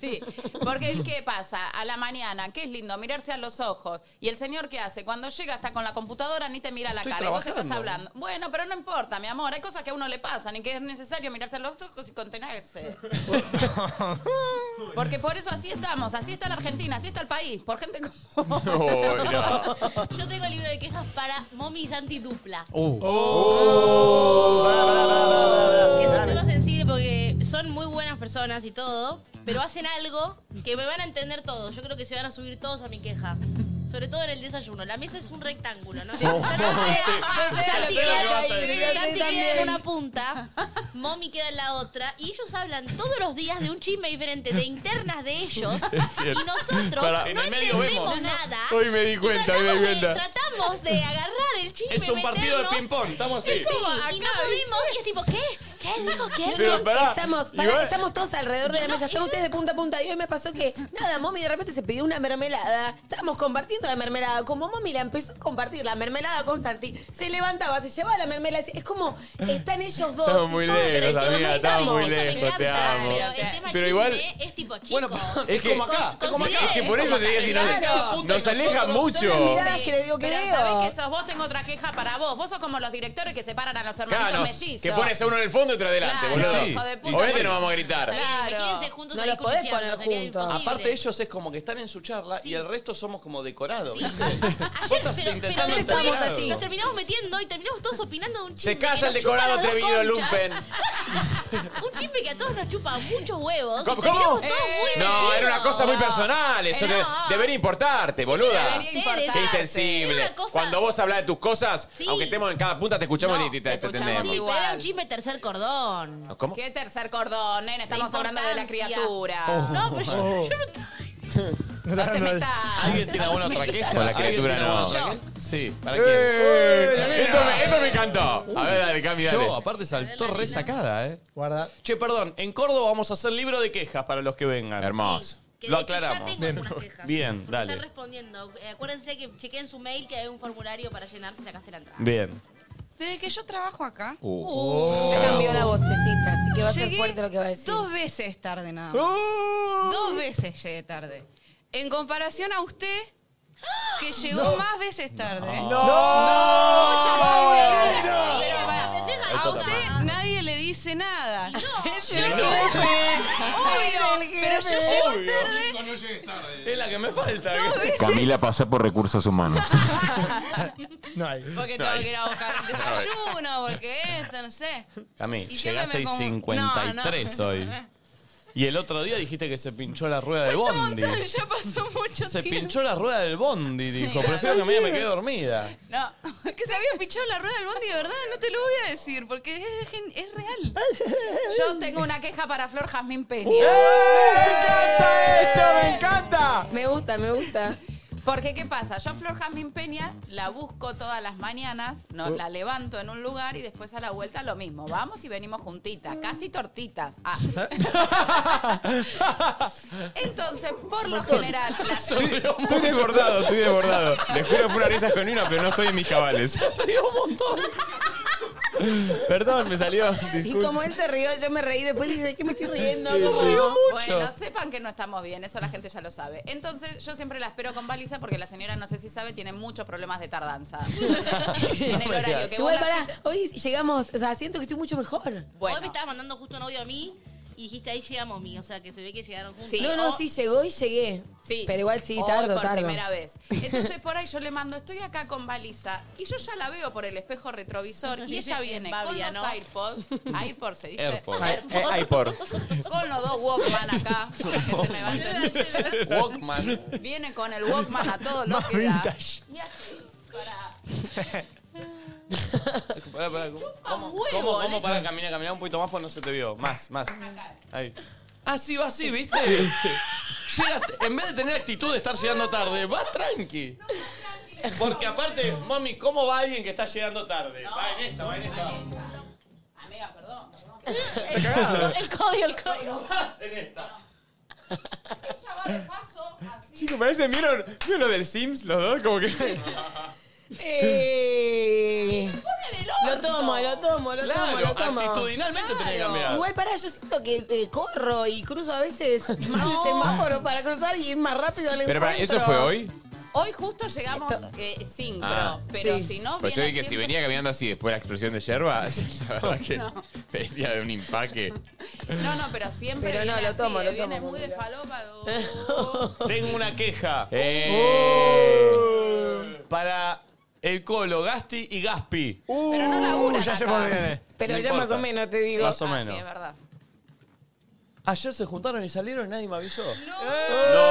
Sí, porque ¿qué pasa? A la mañana, que es lindo mirarse a los ojos. ¿Y el señor qué hace? Cuando llega está con la computadora ni te mira la
Estoy
cara. Y vos estás
trabajando.
hablando. Bueno, pero no importa, mi amor. Hay cosas que a uno le pasan y que es necesario mirarse a los ojos y contenerse. Porque por eso así estamos, así está la Argentina, así está el país, por gente como... vos.
Uy, no.
Yo tengo el libro de quejas para Mommy y Santi dupla.
Uh.
Oh.
Que son temas sensibles porque son muy buenas personas y todo, pero hacen algo que me van a entender todos. Yo creo que se van a subir todos a mi queja. Sobre todo en el desayuno. La mesa es un rectángulo, ¿no?
Oh,
Santi
sí.
queda-
Yo sé lo
Santi
que vas a
queda-
decir.
Santi queda en
También.
una punta, Mommy queda en la otra, y ellos hablan todos los días de un chisme diferente, de internas de ellos,
cierto.
y nosotros
Para- en
no
el medio
entendemos
vemos.
nada.
Hoy me di
y
cuenta, hoy me di
tratamos de-
cuenta.
Tratamos de agarrar el chisme.
Es un partido de
meternos,
ping-pong, estamos así.
Sí, y no pudimos, y es tipo, ¿qué? ¿Qué dijo? ¿Qué?
Pero
dijo?
pará,
Estamos, pará,
igual-
estamos todos alrededor de la mesa, están ustedes de punta a punta. Y hoy me pasó que, nada, mommy de repente se pidió una mermelada. Estábamos compartiendo la mermelada. Como mommy la empezó a compartir la mermelada con Santi, se levantaba, se llevaba la mermelada. Es como, están ellos dos.
Estamos
y
muy
todos
lejos,
derretidos,
amiga,
no
estamos muy
estamos.
lejos, te amo.
Pero el tema
Pero
chisme
igual-
es tipo chico.
Es que,
como acá, es como acá.
Es que por eso te digo si nos-
Claro.
nos aleja mucho.
Sí,
que le digo que
pero
veo.
¿sabés qué sos? Vos tengo otra queja para vos. Vos sos como los directores que separan a los hermanitos
Claro,
mellizos.
que pones a uno en el fondo y otro adelante,
Claro,
boludo.
hijo de puta.
Obviamente no vamos a gritar.
juntos
No
ahí
los podés
cuchicheando,
poner
sería
juntos.
Aparte, ellos es como que están en su charla y el resto somos como decorados. ¿viste? Vos estás
Pero
intentando
nos
estar
terminamos,
decorado.
nos terminamos metiendo y terminamos todos opinando de un chisme.
Se calla
que
el
nos chupa
decorado
las dos
atrevido
conchas.
Lumpen.
Un chisme que a todos nos chupa muchos huevos.
¿Cómo?
y terminamos
cómo?
todos muy
No,
metidos.
era una cosa muy personal. Eso
Era-
de- debería importarte, boluda.
debería importarte.
Qué insensible.
Era una cosa-
Cuando vos hablas de tus cosas,
Sí.
aunque estemos en cada punta, te escuchamos
No,
y te, te atendemos.
Sí, pero era un chisme tercer cordón.
¿Cómo?
¿Qué tercer cordón, nena? Estamos hablando de la
importancia.
criatura.
Oh.
No, pero yo,
Oh.
yo no
No te hagas nada.
¿Alguien tiene alguna otra queja?
Para la criatura
¿Alguien tiene
no.
alguna otra queja? Sí, ¿para
Eh,
quién?
esto me- esto me encantó. A ver, dale, Cami, dale.
Yo, aparte, saltó re sacada, ¿eh?
Guarda.
Che, perdón, en Córdoba vamos a hacer libro de quejas para los que vengan.
Hermoso.
Que
Lo
de hecho
aclaramos.
Ya
Bien.
tengo algunas quejas.
Bien,
Porque
dale.
Están respondiendo. Eh, acuérdense que chequeen su mail que hay un formulario para llenar si sacaste la entrada.
Bien.
Desde que yo trabajo acá.
Oh.
Uh.
Ya
cambió la vocecita, así que va a ser
Llegué
fuerte lo que va a decir.
Dos veces tarde nada. más.
Oh.
Uh.
Dos veces llegué tarde. En comparación a usted, que llegó
No.
más veces tarde.
No.
No.
No.
Muchas veces.
No.
Pero para-
Esto
A
Ah,
está
usted nadie le dice nada. No.
Llegó.
Obvio, pero yo llego
Obvio.
tarde.
Es la que me falta.
Camila pasa por recursos humanos.
No hay.
Porque tengo que ir a buscar el desayuno, porque esto, no sé.
Cami,
Y siempre
llegaste
me
y
como-
53
No, no.
hoy. Y el otro día dijiste que se pinchó la rueda del
Pasó Pues un
bondi.
montón, ya pasó mucho
Se
tiempo.
pinchó la rueda del bondi, dijo.
claro.
Prefiero que me, me quede dormida.
No, que se había pinchado la rueda del bondi, de verdad, no te lo voy a decir, porque es, gen- es real. Yo tengo una queja para Flor Jazmín Peña.
¡Me encanta! Me gusta, me gusta.
Porque, ¿qué pasa? Yo a Flor Jazmín Peña la busco todas las mañanas, no,
Uh.
la levanto en un lugar y después a la vuelta lo mismo. Vamos y venimos
Mm.
juntitas, casi tortitas. Ah. Entonces, por lo general, las-
Estoy desbordado, estoy desbordado. Les juro que fue una risa genuina, pero no estoy en mis cabales. Perdón, me salió.
Y
Disculpe.
como él se rió, yo me reí. Después dice, que me estoy riendo? Como-
Bueno, sepan que no estamos bien, eso la gente ya lo sabe. Entonces, yo siempre la espero con baliza porque la señora, no sé si sabe, tiene muchos problemas de tardanza. en el horario que vos
Igual,
la
pará, hoy llegamos, o sea, siento que estoy mucho mejor.
Hoy me estabas mandando justo un audio a mí y dijiste ahí llegamos mí. O sea que se ve que llegaron juntos.
no, no, sí, llegó y llegué.
Sí.
Pero igual sí,
Hoy
tardo,
por
tardo.
primera vez. Entonces por ahí yo le mando, estoy acá con baliza y yo ya la veo por el espejo retrovisor y ella viene con
Babia,
los
¿no?
AirPods, AirPods se dice,
Airport.
Eh,
AirPods,
por.
con los dos Walkman acá, la gente me va a entender.
Walkman.
viene con el Walkman a todo lo
Más
que da.
vintage.
Y así, para
Pará, pará, ¿cómo? ¿Cómo?
huevo,
¿Cómo?
Alex.
¿Cómo? Pará, camina, camina un poquito más porque no se te vio. Más, más. Ahí. Ah, sí, va así, ¿viste? Llega- en vez de tener actitud de estar llegando tarde, va tranqui. Porque aparte, mami, ¿cómo va alguien que está llegando tarde? Va en esta, va en esta.
Amiga, perdón.
El código, el código.
en esta.
Chicos, parece, ¿vieron, ¿vieron lo del Sims? Los dos, como que.
Eh, Lo tomo, lo tomo, lo
Claro,
tomo, lo tomo.
actitudinalmente tenés que cambiar.
Igual pará, yo siento que eh, corro y cruzo a veces mal el semáforo para cruzar y ir más rápido al
Pero pará, ¿eso
encuentro.
fue hoy?
Hoy justo llegamos eh, sincro,
Ah.
pero
Sí.
si no
Pues yo
viene
vi que si
siempre-
venía caminando así después de la explosión de yerba, la verdad que venía de un empaque.
No, no, pero siempre
Pero no,
viene
lo tomo,
así,
lo
eh, viene
tomo,
muy de falopa.
Tengo una queja.
Eh.
Para el Colo, Gasti y Gaspi.
Pero no laburan
Uh, ya se
acá.
viene.
Pero
No
ya
importa.
más o menos te digo.
Más o
Ah,
menos.
verdad.
Ayer se juntaron y salieron y nadie me avisó.
¡No!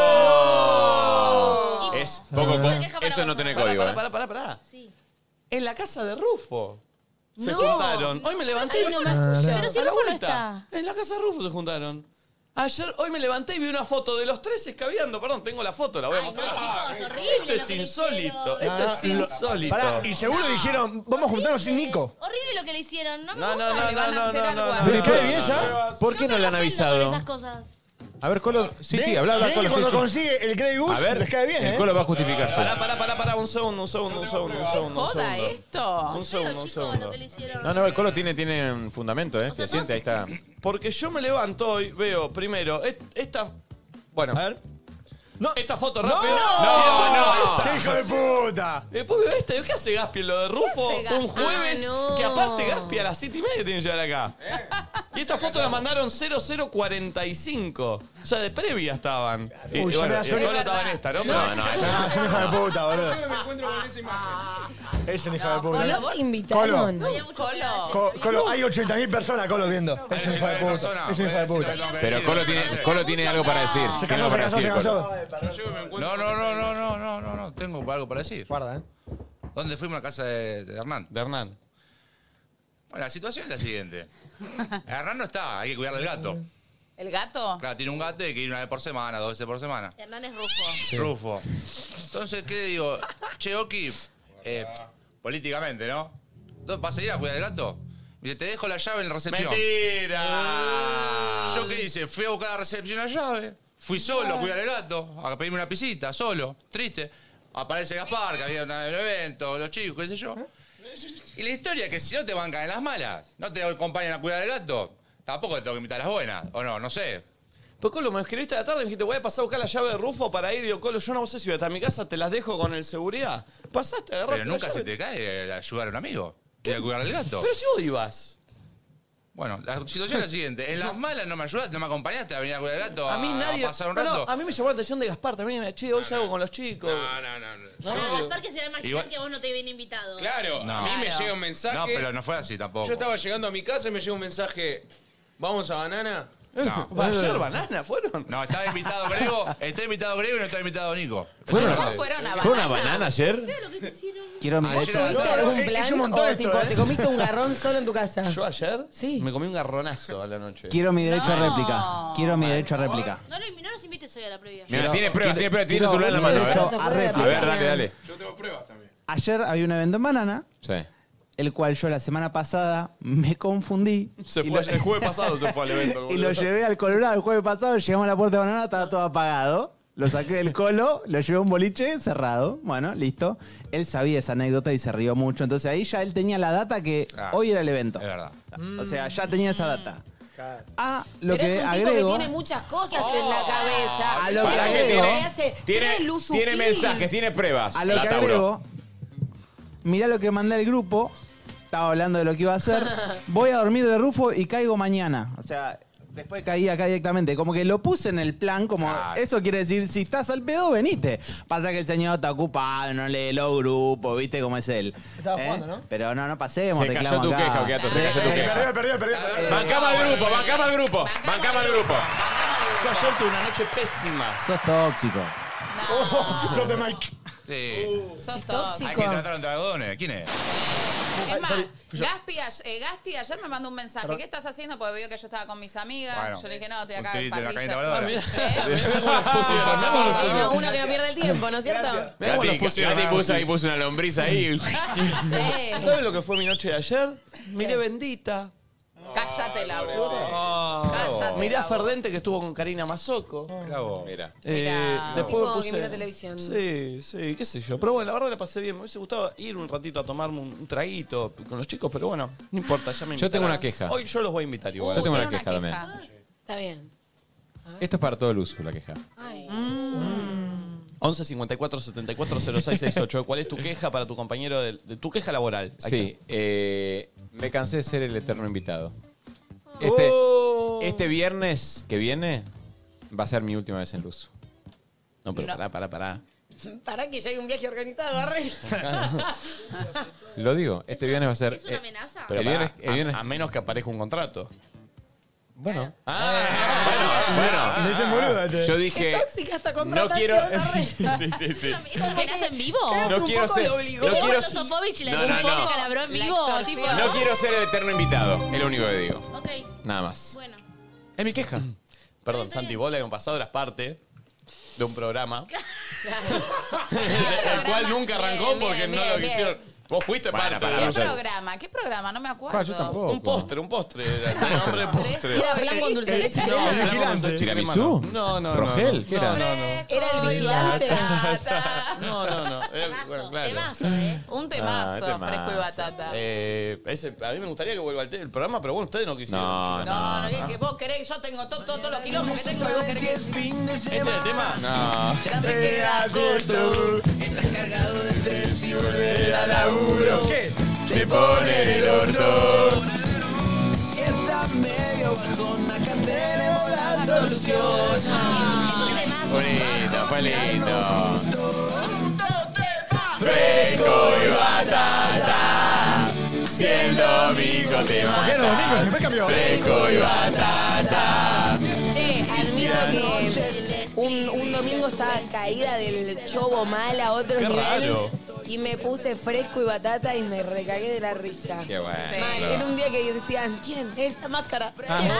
Es poco.
Pará,
co- Eso no tiene código.
Pará,
eh.
pará, pará, Ah, pará. En la casa de Rufo. Se
No.
juntaron. Hoy me levanté.
Hay uno más tuyo. Pero si
A la
Rufo no
vuelta. En la casa de Rufo se juntaron. Ayer, hoy me levanté y vi una foto de los tres escabeando. Perdón, tengo la foto, la voy a mostrar. Esto es insólito. Esto es
Ah, lo-
insólito.
Pará, y seguro dijeron, vamos a juntarnos sin Nico.
Horrible lo que le hicieron. No me
No, no,
gusta.
no, no,
Le van a
no,
hacer
no,
algo
no,
a-
no.
¿Pero
no,
cae bien
no,
ya?
¿Por qué no le han
Con esas cosas.
A ver, Colo. Sí,
Ven,
sí, habla, habla,
ven
Colo.
que
sí,
cuando
sí.
consigue el Grey Goose,
A ver,
les cae bien,
el
¿eh?
Colo va a justificarse.
Pará, pará, pará, pará, un segundo, un segundo, un segundo, un segundo. un
Joda
segundo.
esto.
Un segundo, un segundo.
No, no, el Colo tiene, tiene un fundamento, ¿eh? Se siente, ahí está.
Porque yo me levanto hoy, veo primero est- esta. Bueno. A ver. No. Esta foto rápida.
¡No!
esta.
¡Qué hijo de puta!
Después veo esta. digo, ¿Qué hace Gaspi en lo de Rufo
¿Qué hace Gaspi?
un jueves?
Ah, no.
Que aparte Gaspi a las 7 y media tiene que llegar acá.
Eh.
Y esta foto la mandaron 0045. O sea, de previa estaban. Y,
Uy,
y bueno,
ya me da
y el
sueño.
Colo estaba en esta, ¿no?
No, no, es un- es un hijo de puta, boludo.
Yo me encuentro con esa imagen.
Es un hijo de puta.
Colo, Ah, vos-
invitaron?
Colo.
Co- Colo, hay 80.000 personas, Colo, viendo. Es un hijo de puta. Es un hijo de puta.
Pero Colo tiene, Colo tiene algo para decir.
Se
Tiene
casó,
algo
se
para
casó, se
decir, Colo.
casó.
No, no, no, no, no, no, no, no, tengo algo para decir.
Guarda, ¿eh?
¿Dónde fuimos a la casa de, de Hernán?
De Hernán.
Bueno, la situación es la siguiente. Hernán no está, hay que cuidarle al gato.
Eh.
¿El gato?
Claro, tiene un gato y hay que ir una vez por semana, dos veces por semana.
Hernán es rufo.
Rufo. Entonces, ¿qué digo? Che, Oki, eh, políticamente, ¿no? ¿Dó- ¿Vas a ir a cuidar al gato? Me dice, te dejo la llave en la recepción.
¡Mentira!
Uh,
¿Yo qué hice? Fui a buscar a la recepción la llave.
Fui solo a cuidar el gato, a pedirme una pisita, solo, triste. Aparece Gaspar, que había una- un evento, los chicos, qué sé yo. Y la historia es que si no te bancan en las malas, no te acompañan a cuidar el gato, tampoco te tengo que invitar a las buenas, o no, no sé.
Pues Colo, me escribiste a la tarde y me dijiste, voy a pasar a buscar la llave de Rufo para ir. Y yo, Colo, yo no sé si voy hasta mi casa, te las dejo con el seguridad. Pasaste, agarraste
Pero
la
nunca se
llave.
te cae eh, ayudar a un amigo y a cuidar al gato.
Pero si vos ibas.
Bueno, la situación es la siguiente. En las malas no me ayudaste, no me acompañaste a venir a cuidar al gato, a,
a
Ah,
mí nadie.
a pasar un
No, no,
rato.
a mí me llamó la atención de Gaspar también. me, Che, hoy salgo con los chicos.
No,
no, no.
No,
No.
Gaspar que se va a imaginar
Igual-
que vos no te habían invitado.
Claro, a mí me
Claro.
llega un mensaje.
No, pero no fue así
Yo
tampoco.
estaba llegando a mi casa y me llega un mensaje. ¿Vamos a banana?
No.
¿Va a ser
Eh, banana? ¿Fueron?
No, estaba invitado Grego, está invitado Grego y no está invitado Nico.
¿Fueron,
Eso no
fueron a
sabe.
¿Fueron a banana ayer? Quiero mi
Ayer
voto.
a la tarde.
algún plan o tipo,
¿eh?
te comiste un garrón
solo en tu casa?
Yo ayer me comí un garronazo a la noche.
Quiero mi derecho a réplica. Quiero mi derecho a réplica.
No, lo, no los invites hoy a la previa.
Mira, tiene pruebas, tiene pruebas, tiene
quiero-
el celular en la
quiero
mano.
derecho a
A ver,
réplica.
a ver, dale, dale.
Ayer había un evento en Banana,
Sí.
el cual yo la semana pasada me confundí.
Se
y
fue,
lo-
el jueves pasado se fue al evento.
Y
boludo.
lo llevé al Colorado el jueves pasado, llegamos a la puerta de Banana, estaba todo apagado. Lo saqué del colo, lo llevé a un boliche cerrado. Bueno, listo. Él sabía esa anécdota y se rió mucho. Entonces ahí ya él tenía la data que
Ah,
hoy era el evento. Es
verdad.
O sea, ya tenía esa data. Ah, lo
Pero
que
es un tipo
agrego.
que tiene muchas cosas en la cabeza.
A lo
Es
que
un tipo
agrego-
que hace tres
Oh. Tiene,
Luzu
tiene
Kills.
mensajes, tiene pruebas.
A lo
La
que
Tauro.
agrego, mirá lo que mandé al grupo. Estaba hablando de lo que iba a hacer. Voy a dormir de Rufo y caigo mañana. O sea, después caí acá directamente. Como que lo puse en el plan, como eso quiere decir, si estás al pedo, venite. Pasa que el señor está ocupado, no lee los grupos, viste cómo es él. ¿Eh?
Estaba jugando, ¿no?
Pero no, no pasemos.
Se cayó
reclamo
tu
acá. Eh,
queja, Okiato, se cayó tu queja.
Perdió, perdió, perdió.
Bancame al grupo, bancame al grupo, bancame al grupo.
Yo ayer tuve una noche pésima. Oh,
Sos tóxico.
Drop the mic.
Sí.
Sos
Hay
tóxico.
que tratar entre algodones. ¿Quién es?
Es más,
sorry, fui yo.
Gaspi, ayer- eh, Gasti ayer me mandó un mensaje.
Perdón.
¿Qué estás haciendo? Porque vio que yo estaba con mis amigas.
Bueno.
yo le dije, no, estoy
Un
acá en
tirito en la
parrilla.
cañita voladora.
Sí, sí, Ah, no, uno que no pierde el tiempo, ¿no es cierto?
Mirá cómo los pusieron,
Gati
¿no?
puso ahí, puso una lombriz ahí.
¿Sabes lo que fue mi noche de ayer? Miré bendita.
Cállate la voz.
Ah,
Cállate
miré a
la voz.
Ferdente que estuvo con Karina Mazoco.
Mira.
Eh, después
Tipo
me
que
puse...
mira televisión.
Sí, sí, qué sé yo. Pero bueno, la verdad la pasé bien. Me hubiese gustado ir un ratito a tomarme un, un traguito con los chicos, pero bueno, no importa, ya me
Yo tengo
invitarán.
una queja.
Hoy yo los voy a invitar igual.
Yo tengo una queja también.
Está bien.
Esto es para todo el uso, la queja.
Mm.
11 54 74 06 68. ¿Cuál es tu queja para tu compañero de, de tu queja laboral? Ahí
Sí, eh, me cansé de ser el eterno invitado. Este, este viernes que viene va a ser mi última vez en Luz.
No, pero pará, pará, pará.
Pará que ya hay un viaje organizado, arre.
Lo digo, este viernes va a ser. ¿Es una
amenaza?
Pero
el viernes,
pará, ah.
el viernes-
a, a menos que aparezca un contrato.
Bueno.
bueno. Ah,
bueno.
Le dicen boludo, este.
Ah, Yo dije.
Tóxica esta
No
contratación,
quiero.
arre.
sí, sí, sí.
¿Amenaza en vivo?
No quiero ser. No
Diego
quiero,
Sofovich y la
No, no,
chupó
no.
que calabró en vivo. tipo,
no quiero ser el eterno invitado. Es lo único que digo.
Ok.
Nada más.
Bueno.
Es mi queja. Perdón, Santi, vos le han pasado las partes de un programa. el cual nunca arrancó
Bien, bien,
porque no
bien,
lo
bien.
quisieron. Vos fuiste
Para,
parte
para,
de
¿Qué
la noche.
programa? ¿Qué programa? No me acuerdo.
Ah, yo tampoco. Un postre, un postre. Era el nombre de postre.
Era flan con dulce de leche y crema.
flan con dulce de leche y crema no.
¿Tiramisú?
No, no, no.
¿Rogel? ¿Qué
No,
era?
No, no.
Era el vigilante.
No, no, no. Era- bueno, claro.
Un
Ah,
temazo,
temazo.
fresco y batata.
Eh, ese- a mí me gustaría que vuelva el, te- el programa, pero bueno, ustedes no quisieron.
No,
chicos.
No, no, es que vos querés, yo tengo todos los quilombos que tengo y vos querés
¿Este es el tema?
No.
Ya te queda corto.
cargado de estrés y
volver
al laburo.
Te pone el orto.
Si estás medio bajón, acá tenemos la solución.
Bonito, fue lindo.
Fresco y
batata.
Si el domingo te mata.
¿Por qué no domingo? Si fue campeón.
Fresco y batata.
Che, admito que un, un domingo estaba caída del chobo mal a otro
Qué
nivel.
raro.
Y me puse fresco y batata y me recagué de la risa.
Qué bueno.
Mal, era un Ah, día que decían, ¿quién? Esta máscara.
Ah,
Ah.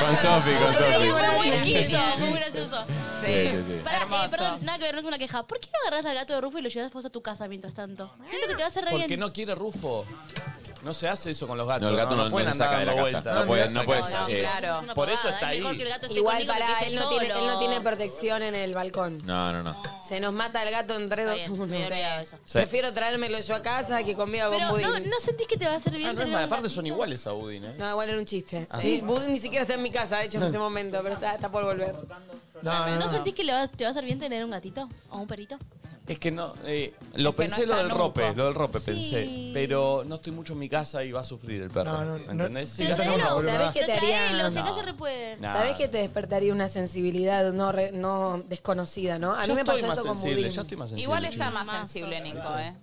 Con Sofi, con
Fue buen
Sofi.
quiso, muy gracioso.
Sí, sí, sí.
Pará,
Hermoso.
eh, perdón, nada que ver, no es una queja. ¿Por qué no agarras al gato de Rufo y lo llevas vos a tu casa mientras tanto? Siento que te va a hacer re
Porque
bien.
no quiere Rufo. No se hace eso con los gatos.
No, el gato no- no
pueden
se
andar
saca de la
dando
casa.
vueltas.
No puede-
pueden
no puede-
sacar.
No, sí. claro.
Por eso está ahí.
Igual
conmigo que
para
esté
él no, tiene,
solo.
él no tiene protección en el balcón.
No, no, no.
Se nos mata el gato en 3, 2, 1.
Sí.
Prefiero traérmelo yo a casa que conmigo a
Pero
budín.
no, no sentís que te va a hacer bien.
Ah, no es
tener
mala.
una-
Aparte son iguales a Budín, ¿eh?
No, igual era un chiste.
Ah.
Ni- Budín ni siquiera está en mi casa, de hecho, en este momento, pero está, está por volver.
¿No,
no, no.
sentís que le va- te va a hacer bien tener un gatito o un perrito?
Es que no. eh, lo pensé
está
lo del
nunca.
rope, lo del rope
Sí.
pensé. Pero no estoy mucho en mi casa y va a sufrir el perro.
No, no, no.
¿Entendés?
Pero
ya está
traelo,
nunca,
¿sabés
boludo.
qué te haría?
Traelo, si
No.
acá se repuede.
Nah.
¿Sabés que te despertaría una sensibilidad no, re- no desconocida, no? A mí
Ya
me pasó
estoy más
eso con
sensible,
Budín.
ya estoy más sensible,
Igual está
chicos.
más sensible, Nico, ¿eh?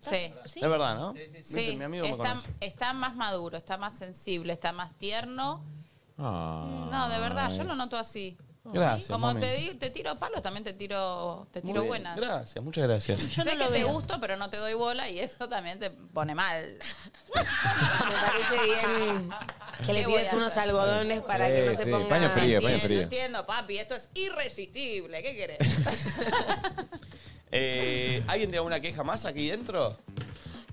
Sí.
Es verdad, ¿no? Viste,
Sí,
mi amigo me
está,
conoce.
está más maduro, está más sensible, está más tierno. No, de verdad, yo lo noto así.
Gracias,
Como
mami.
te, di- te tiro palos, también te tiro, te
Muy
tiro
bien,
buenas.
Gracias, muchas gracias.
sé que te gusto, pero no te doy bola y eso también te pone mal.
Me parece bien que le
¿Qué voy
pides
a
unos
hacer?
algodones para que no se
sí,
ponga...
paño frío,
Entiendo,
paño frío.
entiendo, papi, esto es irresistible. ¿Qué querés?
Eh, ¿Alguien tiene alguna queja más aquí dentro?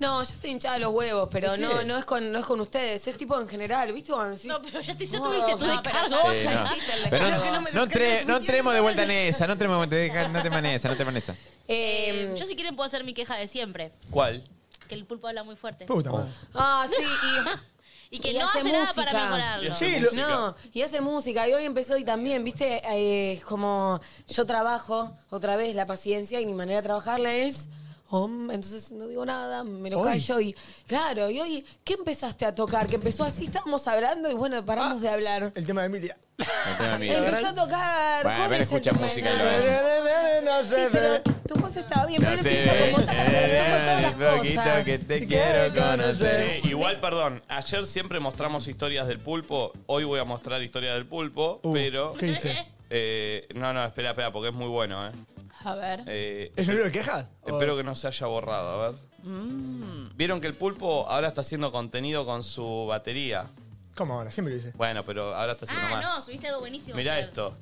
No, yo estoy hinchada de los huevos, pero
¿De qué?
no, no es con, no es con ustedes, es tipo en general, ¿viste? No,
pero ya, te,
ya
tuviste tu descargo.
Sí, no. Pero no, no entre- no entremos de vuelta en esa, no entremos de vuelta, deja- no te manes, no te manes.
Eh, yo si quieren puedo hacer mi queja de siempre.
¿Cuál?
Que el pulpo habla muy fuerte.
Ah, sí, y...
Y que no hace nada para mejorarlo. Y hace música.
no, y hace música. Y hoy empezó y también, viste, eh, como yo trabajo, otra vez, la paciencia y mi manera de trabajarla es... om, entonces no digo nada, me lo
Hoy.
callo y... Claro, y hoy, ¿qué empezaste a tocar? Que empezó así, estábamos hablando y bueno, paramos de hablar.
El tema de Emilia.
Empezó a tocar...
Bueno,
¿cómo
pero
es el
escucha
tema de
música y
nada?
lo ves.
No
Sí, pero tu voz estaba bien, pero él empieza como tal,
El
todas las cosas.
te
Che, igual, perdón, ayer siempre mostramos historias del pulpo, hoy voy a mostrar historias del pulpo, pero...
Uh, ¿qué hice?
Eh, no, no, espera, espera, porque es muy bueno, ¿eh?
A ver.
Eh,
¿Es un libro de quejas?
Espero que no se haya borrado, a ver. Vieron que el pulpo ahora está haciendo contenido con su batería.
¿Cómo ahora? Siempre lo hice.
Bueno, pero ahora está haciendo
Ah,
más.
no, subiste algo buenísimo.
Mirá
ayer.
esto.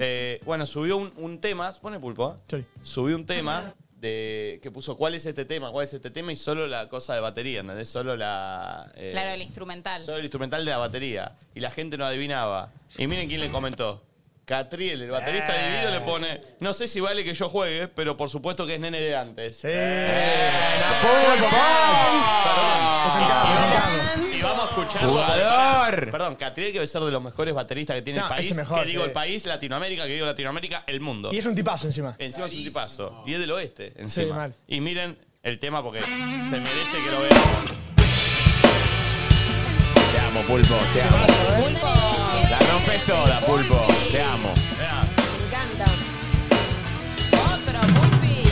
Eh, bueno, subió un, un tema. Pone pulpo. ¿eh? Subió un tema de que puso cuál es este tema, cuál es este tema y solo la cosa de batería, ¿entendés? Solo la. eh,
Claro, el instrumental.
Solo el instrumental de la batería. Y la gente no adivinaba. Y miren quién le comentó. Catriel, el baterista
Eh.
dividido, le pone: No sé si vale que yo juegue, pero por supuesto que es nene de antes. Eh, Sí. Y vamos a escucharlo.
¡Jugador!
Perdón, Catriel que debe ser de los mejores bateristas que tiene
No,
el país.
es el mejor,
que digo
sí.
el país, Latinoamérica, que digo Latinoamérica, el mundo.
Y es un tipazo encima.
Encima es un tipazo. Y es del oeste, encima.
mal.
Y miren el tema porque se merece que lo vean.
Te amo, pulpo, te amo. La rompes toda, pulpo. Te amo.
Me encanta.
Otro, Pulpi.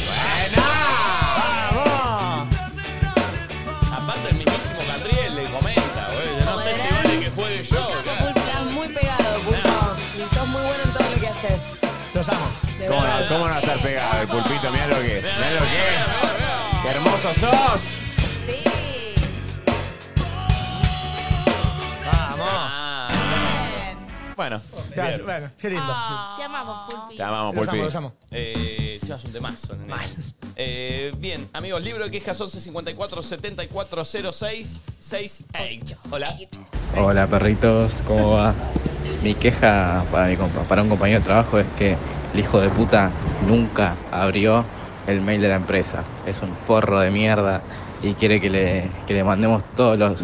Ah. Aparte, el mismísimo Catriel le comenta, güey. Yo no sé si vale que juegue yo. claro.
Estás muy pegado, Pulpo. Y sos muy bueno en todo lo que haces.
Los amo.
De
¿Cómo
verdad.
no, cómo no va a estar pegado el pulpito? Mira lo que es. Mira lo que es. ¡Qué hermoso sos!
Vamos.
Bueno.
Gracias,
Bien.
bueno, qué lindo.
Ah. Te amamos, Pulpi.
Te amamos,
Los
Pulpi.
amo, los amo.
Eh, encima es un temazo, nene. Eh, bien, amigos, libro de quejas 11 54 74 06 68. Hola.
Hola perritos, ¿cómo va? Mi queja para, mi compa- para un compañero de trabajo es que el hijo de puta nunca abrió el mail de la empresa. Es un forro de mierda y quiere que le, que le mandemos todos los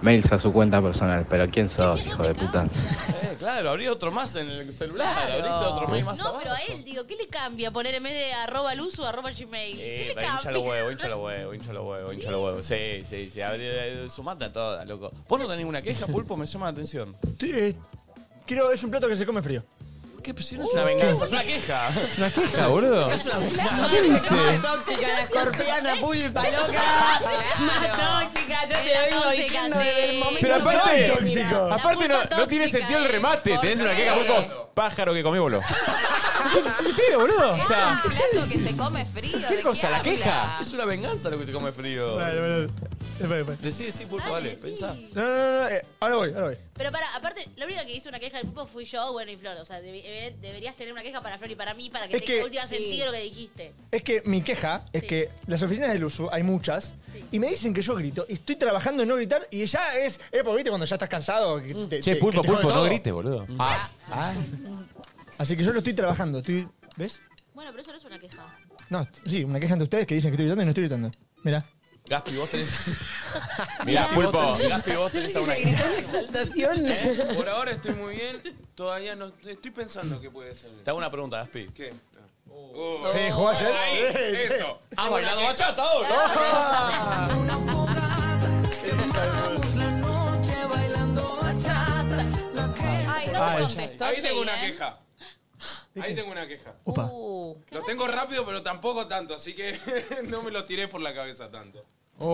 mails a su cuenta personal. Pero ¿quién sos, hijo de puta?
Eh, claro, abrí otro más en el celular,
Claro.
abriste otro mail más Eh,
No,
abajo.
pero a él, digo, ¿qué le cambia poner en vez de arroba luz o arroba gmail? ¿Qué
Eh,
le
pero hincha
cambia?
los huevos, hincha los huevos, hincha los huevos, hincha los huevos. Sí, sí, sí. Abrí, eh, sumate a todas, loco. ¿Vos no tenés ninguna queja, Pulpo? Me llama la atención.
T- eh, Creo que es un plato que se come frío. Uh,
¿Qué? Pero si no es una venganza, es una queja.
Una queja, boludo.
¿Qué Más tóxica, la escorpiana pulpa, loca. Más tóxica, yo te lo vengo
tóxica,
diciendo
sí.
desde el momento.
Pero aparte,
soy tóxica.
aparte no, no tiene sentido
eh.
el remate. Tenés una queja, pulpo. Pájaro que comí, boludo. ¿Qué sentido, boludo? O
Es
sea,
un plato que se come frío. ¿de
¿qué cosa? ¿La
habla?
queja?
Es una venganza lo que se come frío.
Bueno, bueno. Espera, espera.
Decí, decí, pulpo,
Dale,
dale,
decí.
pensá.
No, no, no, no, eh, ahora voy, ahora voy.
Pero para, aparte, la única que hizo una queja del grupo fui yo, bueno, y Flor. O sea, debe-
eh,
debe- deberías tener una queja para Flor y para mí, para que
Es
tenga
que-
última
Sí.
sentido lo que dijiste.
Es que mi queja es que las oficinas del uso hay muchas y me dicen que yo grito y estoy trabajando en no gritar y ya es, eh, porque viste cuando ya estás cansado. que
Mm.
te-
Che,
te-
pulpo,
que te jode
pulpo, no
todo.
grites, boludo.
Ah, ah. Así que yo lo estoy trabajando, estoy, ¿ves?
Bueno, pero eso no es una queja.
No, sí, una queja de ustedes que dicen que estoy gritando y no estoy gritando. Mirá.
Gaspi, vos tenés.
Mirá, pulpo.
Gaspi, vos tenés a una.
exaltación.
Eh, Por ahora estoy muy bien. Todavía no estoy pensando qué puede ser.
Te hago una pregunta, Gaspi.
¿Qué?
Sí,
jugó ayer.
Ahí, eso.
Ah,
¿Has bailado Ah, bachata
la noche bailando bachata.
Ay, no te
Ay.
contestó.
Ahí tengo una
eh.
Cheyenne.
queja. Ahí tengo una queja.
Oh.
Uh,
Lo tengo rápido, pero tampoco tanto, así que no me lo tiré por la cabeza tanto.
Uh.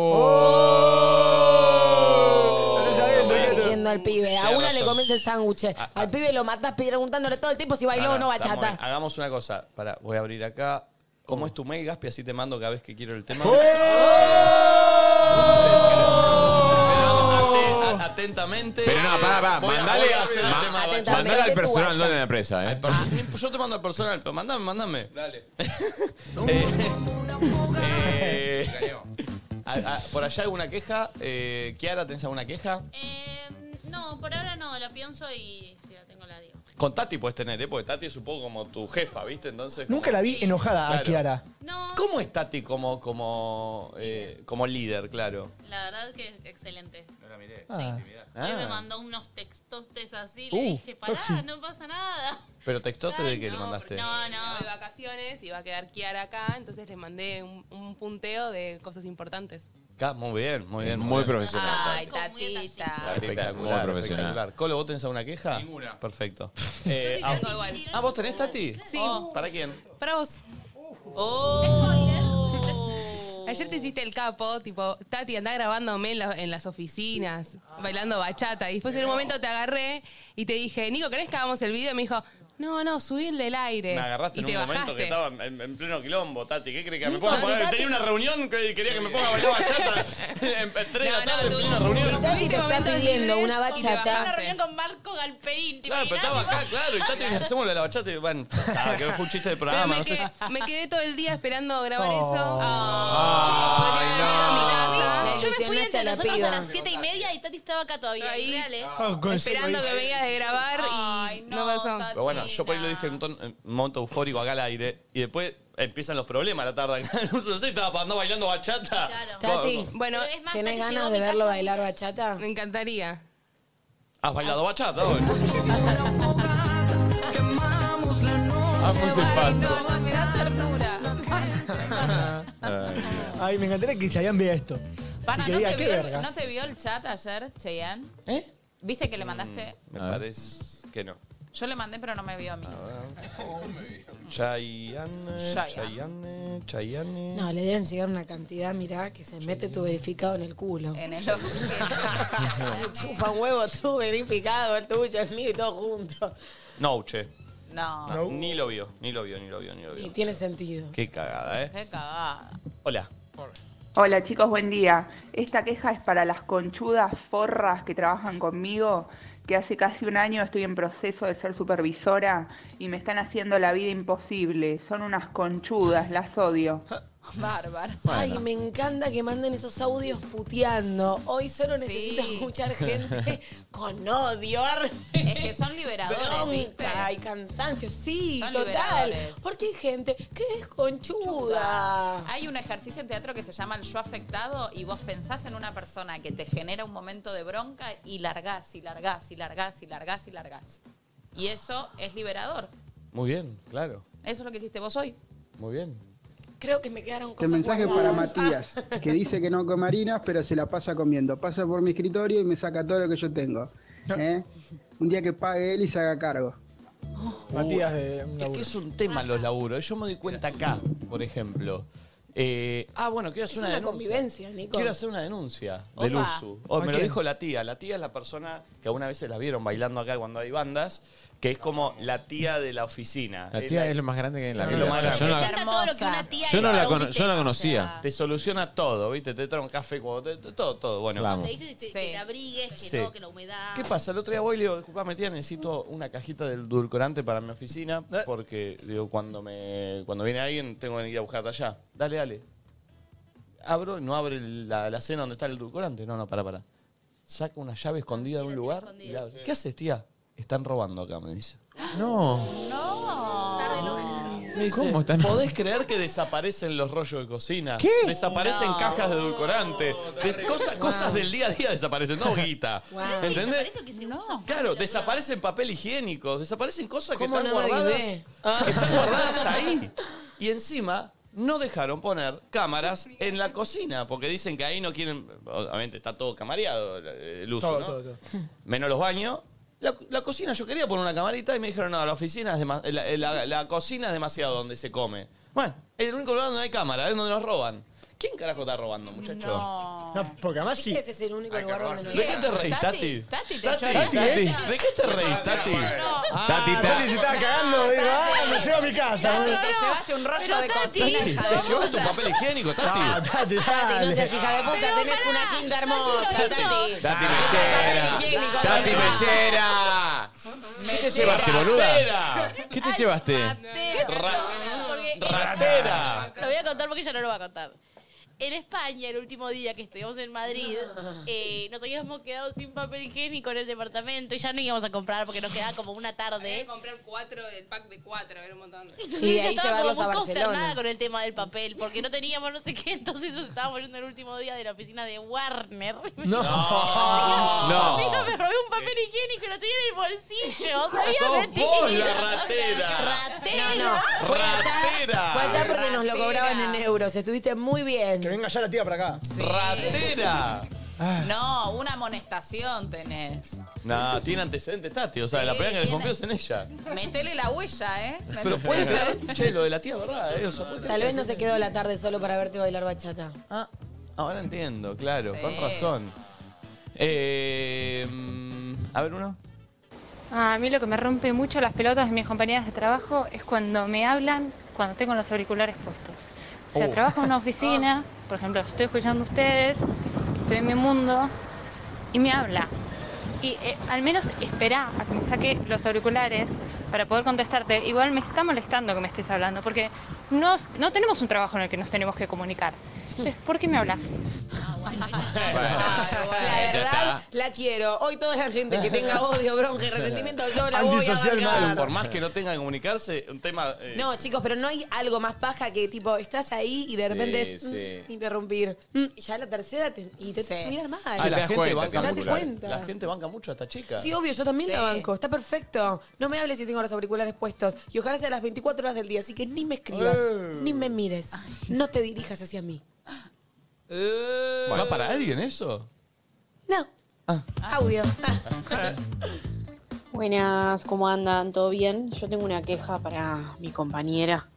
Exigiendo al pibe. A
Tenés
una
razón. Ah,
le comes el sándwich. Al pibe lo matás preguntándole todo el tiempo si bailó o no
Pará, estamos
bachata.
bien. Hagamos una cosa. Pará, voy a abrir acá. ¿Cómo es tu mail, Gaspi? Así te mando cada vez que quiero el tema.
¡Oh!
Pero ate- a- Atentamente.
Pero no, pará, pará.
Voy a-
Mandale,
voy a hacer el
ma-
tema,
mandale
Bacha.
al personal, no de la empresa,
Ah.
eh.
pues Yo te mando al personal, pero mandame, mandame.
Dale.
Eh, a- a- por allá alguna queja. Eh, Kiara, ¿tenés alguna queja?
No, por ahora no, la pienso y si la tengo la digo.
Con Tati puedes tener, ¿eh? Porque Tati es un poco como tu jefa, ¿viste? Entonces.
Nunca
como-
la vi enojada a
Claro.
Kiara.
No,
¿Cómo es Tati como, como, eh, como líder, claro?
la verdad que es excelente.
No la miré.
Ah.
Hoy me
Ah.
mandó unos textos así,
Uh,
le dije, pará,
toxi.
no pasa nada.
Pero textote de que le
no,
mandaste.
No, no. De vacaciones y va a quedar Kiara acá, entonces le mandé un, un punteo de cosas importantes.
Ca- Muy bien, muy bien.
Muy
bien. Ah,
profesional,
Ah,
Ay, tatita.
Espectacular,
Muy profesional.
espectacular. Colo, ¿vos tenés alguna queja? Ninguna. Perfecto. Eh,
sí
ah,
tengo igual.
ah, ¿vos tenés, Tati?
Sí.
Oh, ¿Para quién?
Para vos. Oh. Ayer te hiciste el capo, tipo, Tati, andá grabándome en, la- en las oficinas, bailando bachata. Y después en un momento te agarré y te dije, Nico, ¿querés que hagamos el video? Y me dijo, no, no, subí el del aire.
Me agarraste
y
en
te
un momento
bajaste.
que estaba en, en pleno quilombo, Tati. ¿Qué crees que me
Nico,
ponga a
si
poner?
Tati
Tenía una
no-
reunión que quería que me ponga a bailar bachata. en tres de la tarde, tenía una
Si
reunión.
Tati te está
momentos
pidiendo
libres
una
y te bajás la
bachata.
reunión
con Marco Galperín,
Claro, pero estaba acá, claro. Y Tati, hacemos la bachata y bueno, ya está, que fue un chiste del
Pero
programa.
me,
No sé si...
quedé, me quedé todo el día esperando grabar eso.
Ah. Yo me fui
a
entre
la
nosotros
piba.
a las siete y media y Tati estaba acá todavía. real, ¿eh?
esperando que vengas de grabar
Ah.
y no, pasó.
Pero bueno, yo por ahí lo dije en un, ton- en un momento eufórico acá al aire. Y después empiezan los problemas a la tarde. acá. No sé, estaba andando bailando bachata.
Tati,
bueno,
¿tenés ganas de verlo bailar bachata?
Me encantaría.
¿Has bailado bachata? hoy?
Quemamos la
Ah,
noche.
pues
muy simpático.
Ay, me encantaría que Chayanne vea esto.
Para,
y que
¿no,
diga,
te
qué
vio,
verga.
no te vio el chat ayer, Cheyenne?
¿Eh?
¿Viste que le mandaste?
Me parece que no.
Yo le mandé, pero no me vio a mí.
Chayanne, Chayanne, Chayanne.
No, le deben llegar una cantidad, mirá, que se mete tu verificado en el culo.
En el
Chupa huevo tu verificado, el tuyo, el mío y todo junto.
No, che.
No.
No, Ni lo vio, ni lo vio, ni lo vio, ni lo
Y
vio.
tiene sentido.
Qué cagada, ¿eh?
Qué cagada.
Hola.
Hola chicos, buen día. Esta queja es para las conchudas forras que trabajan conmigo, que hace casi un año estoy en proceso de ser supervisora y me están haciendo la vida imposible. Son unas conchudas, las odio.
Bárbaro.
Ay, me encanta que manden esos audios puteando. Hoy solo necesito escuchar gente con odio.
Es que son liberadores, ¿viste?
Bronca y cansancio, sí,
Son
total.
liberadores.
Porque hay gente que es conchuda.
Hay un ejercicio en teatro que se llama el yo afectado y vos pensás en una persona que te genera un momento de bronca y largás, y largás, y largás, y largás, y largás. Y eso es liberador.
Muy bien, claro.
Eso es lo que hiciste vos hoy.
Muy bien.
Creo que me quedaron
Este
cosas
mensaje es para
guardadas.
Matías, que dice que no come harinas, pero se la pasa comiendo. Pasa por mi escritorio y me saca todo lo que yo tengo. ¿eh? Un día que pague él y se haga cargo.
Matías de Es que es un tema los laburos. Yo me doy cuenta acá, por ejemplo. Eh, ah, bueno, quiero
Es
hacer
una,
una denuncia.
convivencia, Nico.
Quiero hacer una denuncia del
Opa.
uso. Oh,
¿A
me lo
quién?
dijo la tía. La tía es la persona que alguna vez la vieron bailando acá cuando hay bandas, que es como la tía de la oficina.
La tía es lo más grande que hay en la vida.
más
O sea,
grande.
yo no la-
Todo lo que una tía
Yo no
le
la
paga un
cono- yo no la
sistema,
conocía.
o sea,
Te soluciona todo, ¿viste? Te trae un café, cuando te- te- todo, todo. Bueno,
Te dice que te, que te abrigues, que
Sí.
no, que la humedad.
¿Qué pasa? El otro día voy y le digo, disculpame tía, necesito una cajita del dulcorante para mi oficina, porque digo, cuando me cuando viene alguien tengo que ir a buscarte allá. Dale, dale. Abro, no abre la, la cena donde está el dulcorante. No, no, para, para. Saca una llave escondida de un lugar. y la abre. ¿Qué haces, tía? Están robando acá, me dice.
No.
Me dice,
¿Cómo están?
¿Podés creer que desaparecen los rollos de cocina?
¿Qué?
Desaparecen
No.
cajas de edulcorante. Des-
terrible.
cosas,
Wow.
cosas del día a día desaparecen, no guita.
Ah,
¿Entendés?
Eso que se usa.
Claro, desaparecen papel higiénico, desaparecen cosas que
¿Cómo
están
no me
guardadas. Ah.
avivé?
Que están guardadas ahí. Y encima no dejaron poner cámaras en la cocina, porque dicen que ahí no quieren. Obviamente está todo camareado eh, el uso,
Todo,
¿no?
todo, todo.
Menos los baños. La, la cocina, yo quería poner una camarita y me dijeron, no, la oficina es dema- la, eh, la- la cocina es demasiado donde se come. Bueno, es el único lugar donde hay cámara, es donde nos roban. ¿Quién carajo está robando, muchacho?
No, porque además sí.
Ese es el único lugar donde no
¿De qué te reís, Tati?
Tati,
Tati,
¿eh?
¿de qué te reís, Tati?
Ah,
Tati,
Tati se estaba cagando. Digo, ah, me llevo a mi casa.
Tati, te llevaste un rollo de cocina.
Tati,
hija
te
de
llevaste
puta.
un papel higiénico, Tati.
Ah, Tati,
Tati, no seas
dale.
hija de puta, tenés una quinta hermosa, Tati.
Tati
Ah,
Mechera. Tati Mechera. ¿Qué te llevaste, boluda? ¿Qué te llevaste?
Porque-
Ratera.
Lo voy a contar porque ella no lo va a contar. En España, el último día que estuvimos en Madrid, eh, nos habíamos quedado sin papel higiénico en el departamento y ya no íbamos a comprar porque nos quedaba como una
Había
tarde.
que comprar cuatro, el pack de cuatro, era un montón.
Entonces yo estaba como muy consternada con el tema del papel porque no teníamos no sé qué, entonces nos estábamos yendo el último día de la oficina de Warner.
No.
Amigo,
No.
me robé un papel higiénico y lo tenía en el bolsillo. ¿sabías?
Sos vos la
Mentira.
ratera.
Ratera.
Fue allá,
Ratera.
fue allá porque nos lo cobraban en euros. Estuviste muy bien. Que
venga ya la tía para acá.
Ratera.
No, una amonestación tenés.
No, tiene antecedentes, Tati. O sea, la primera que desconfío es en ella.
Metele la huella, ¿eh?
Pero puede creer, che, lo de la tía, ¿verdad? eh? O sea, puede creer.
Tal vez no se quedó la tarde solo para verte bailar bachata. Ah.
Ahora entiendo, claro,
Sí.
con razón. Eh, mm, a ver uno.
Ah, A mí lo que me rompe mucho las pelotas de mis compañeras de trabajo es cuando me hablan cuando tengo los auriculares puestos. O sea,
Oh.
trabajo en una oficina, por ejemplo, los estoy escuchando a ustedes, estoy en mi mundo y me habla. Y eh, al menos espera a que me saque los auriculares para poder contestarte. Igual me está molestando que me estés hablando porque no, no tenemos un trabajo en el que nos tenemos que comunicar. Entonces, ¿por qué me hablas?
La verdad, la quiero. Hoy toda la gente que tenga odio, bronca y resentimiento, yo la voy a bancar.
Por más que no tenga que comunicarse, un tema. eh,
No, chicos, pero no hay algo más paja que tipo, estás ahí y de repente
Sí,
es mm,
sí.
interrumpir. Mm, y ya la tercera te- y te mira mal.
Ah, la, gente banca
Date
mucho,
cuenta.
la gente banca mucho a esta chica.
Sí, obvio, yo también la
Sí.
banco. Está perfecto. No me hables si tengo los auriculares puestos. Y ojalá sea las 24 horas del día, así que ni me escribas,
Eh.
ni me mires. No te dirijas hacia mí.
¿Va para alguien eso?
Audio.
Buenas, ¿cómo andan? ¿Todo bien? Yo tengo una queja para mi compañera.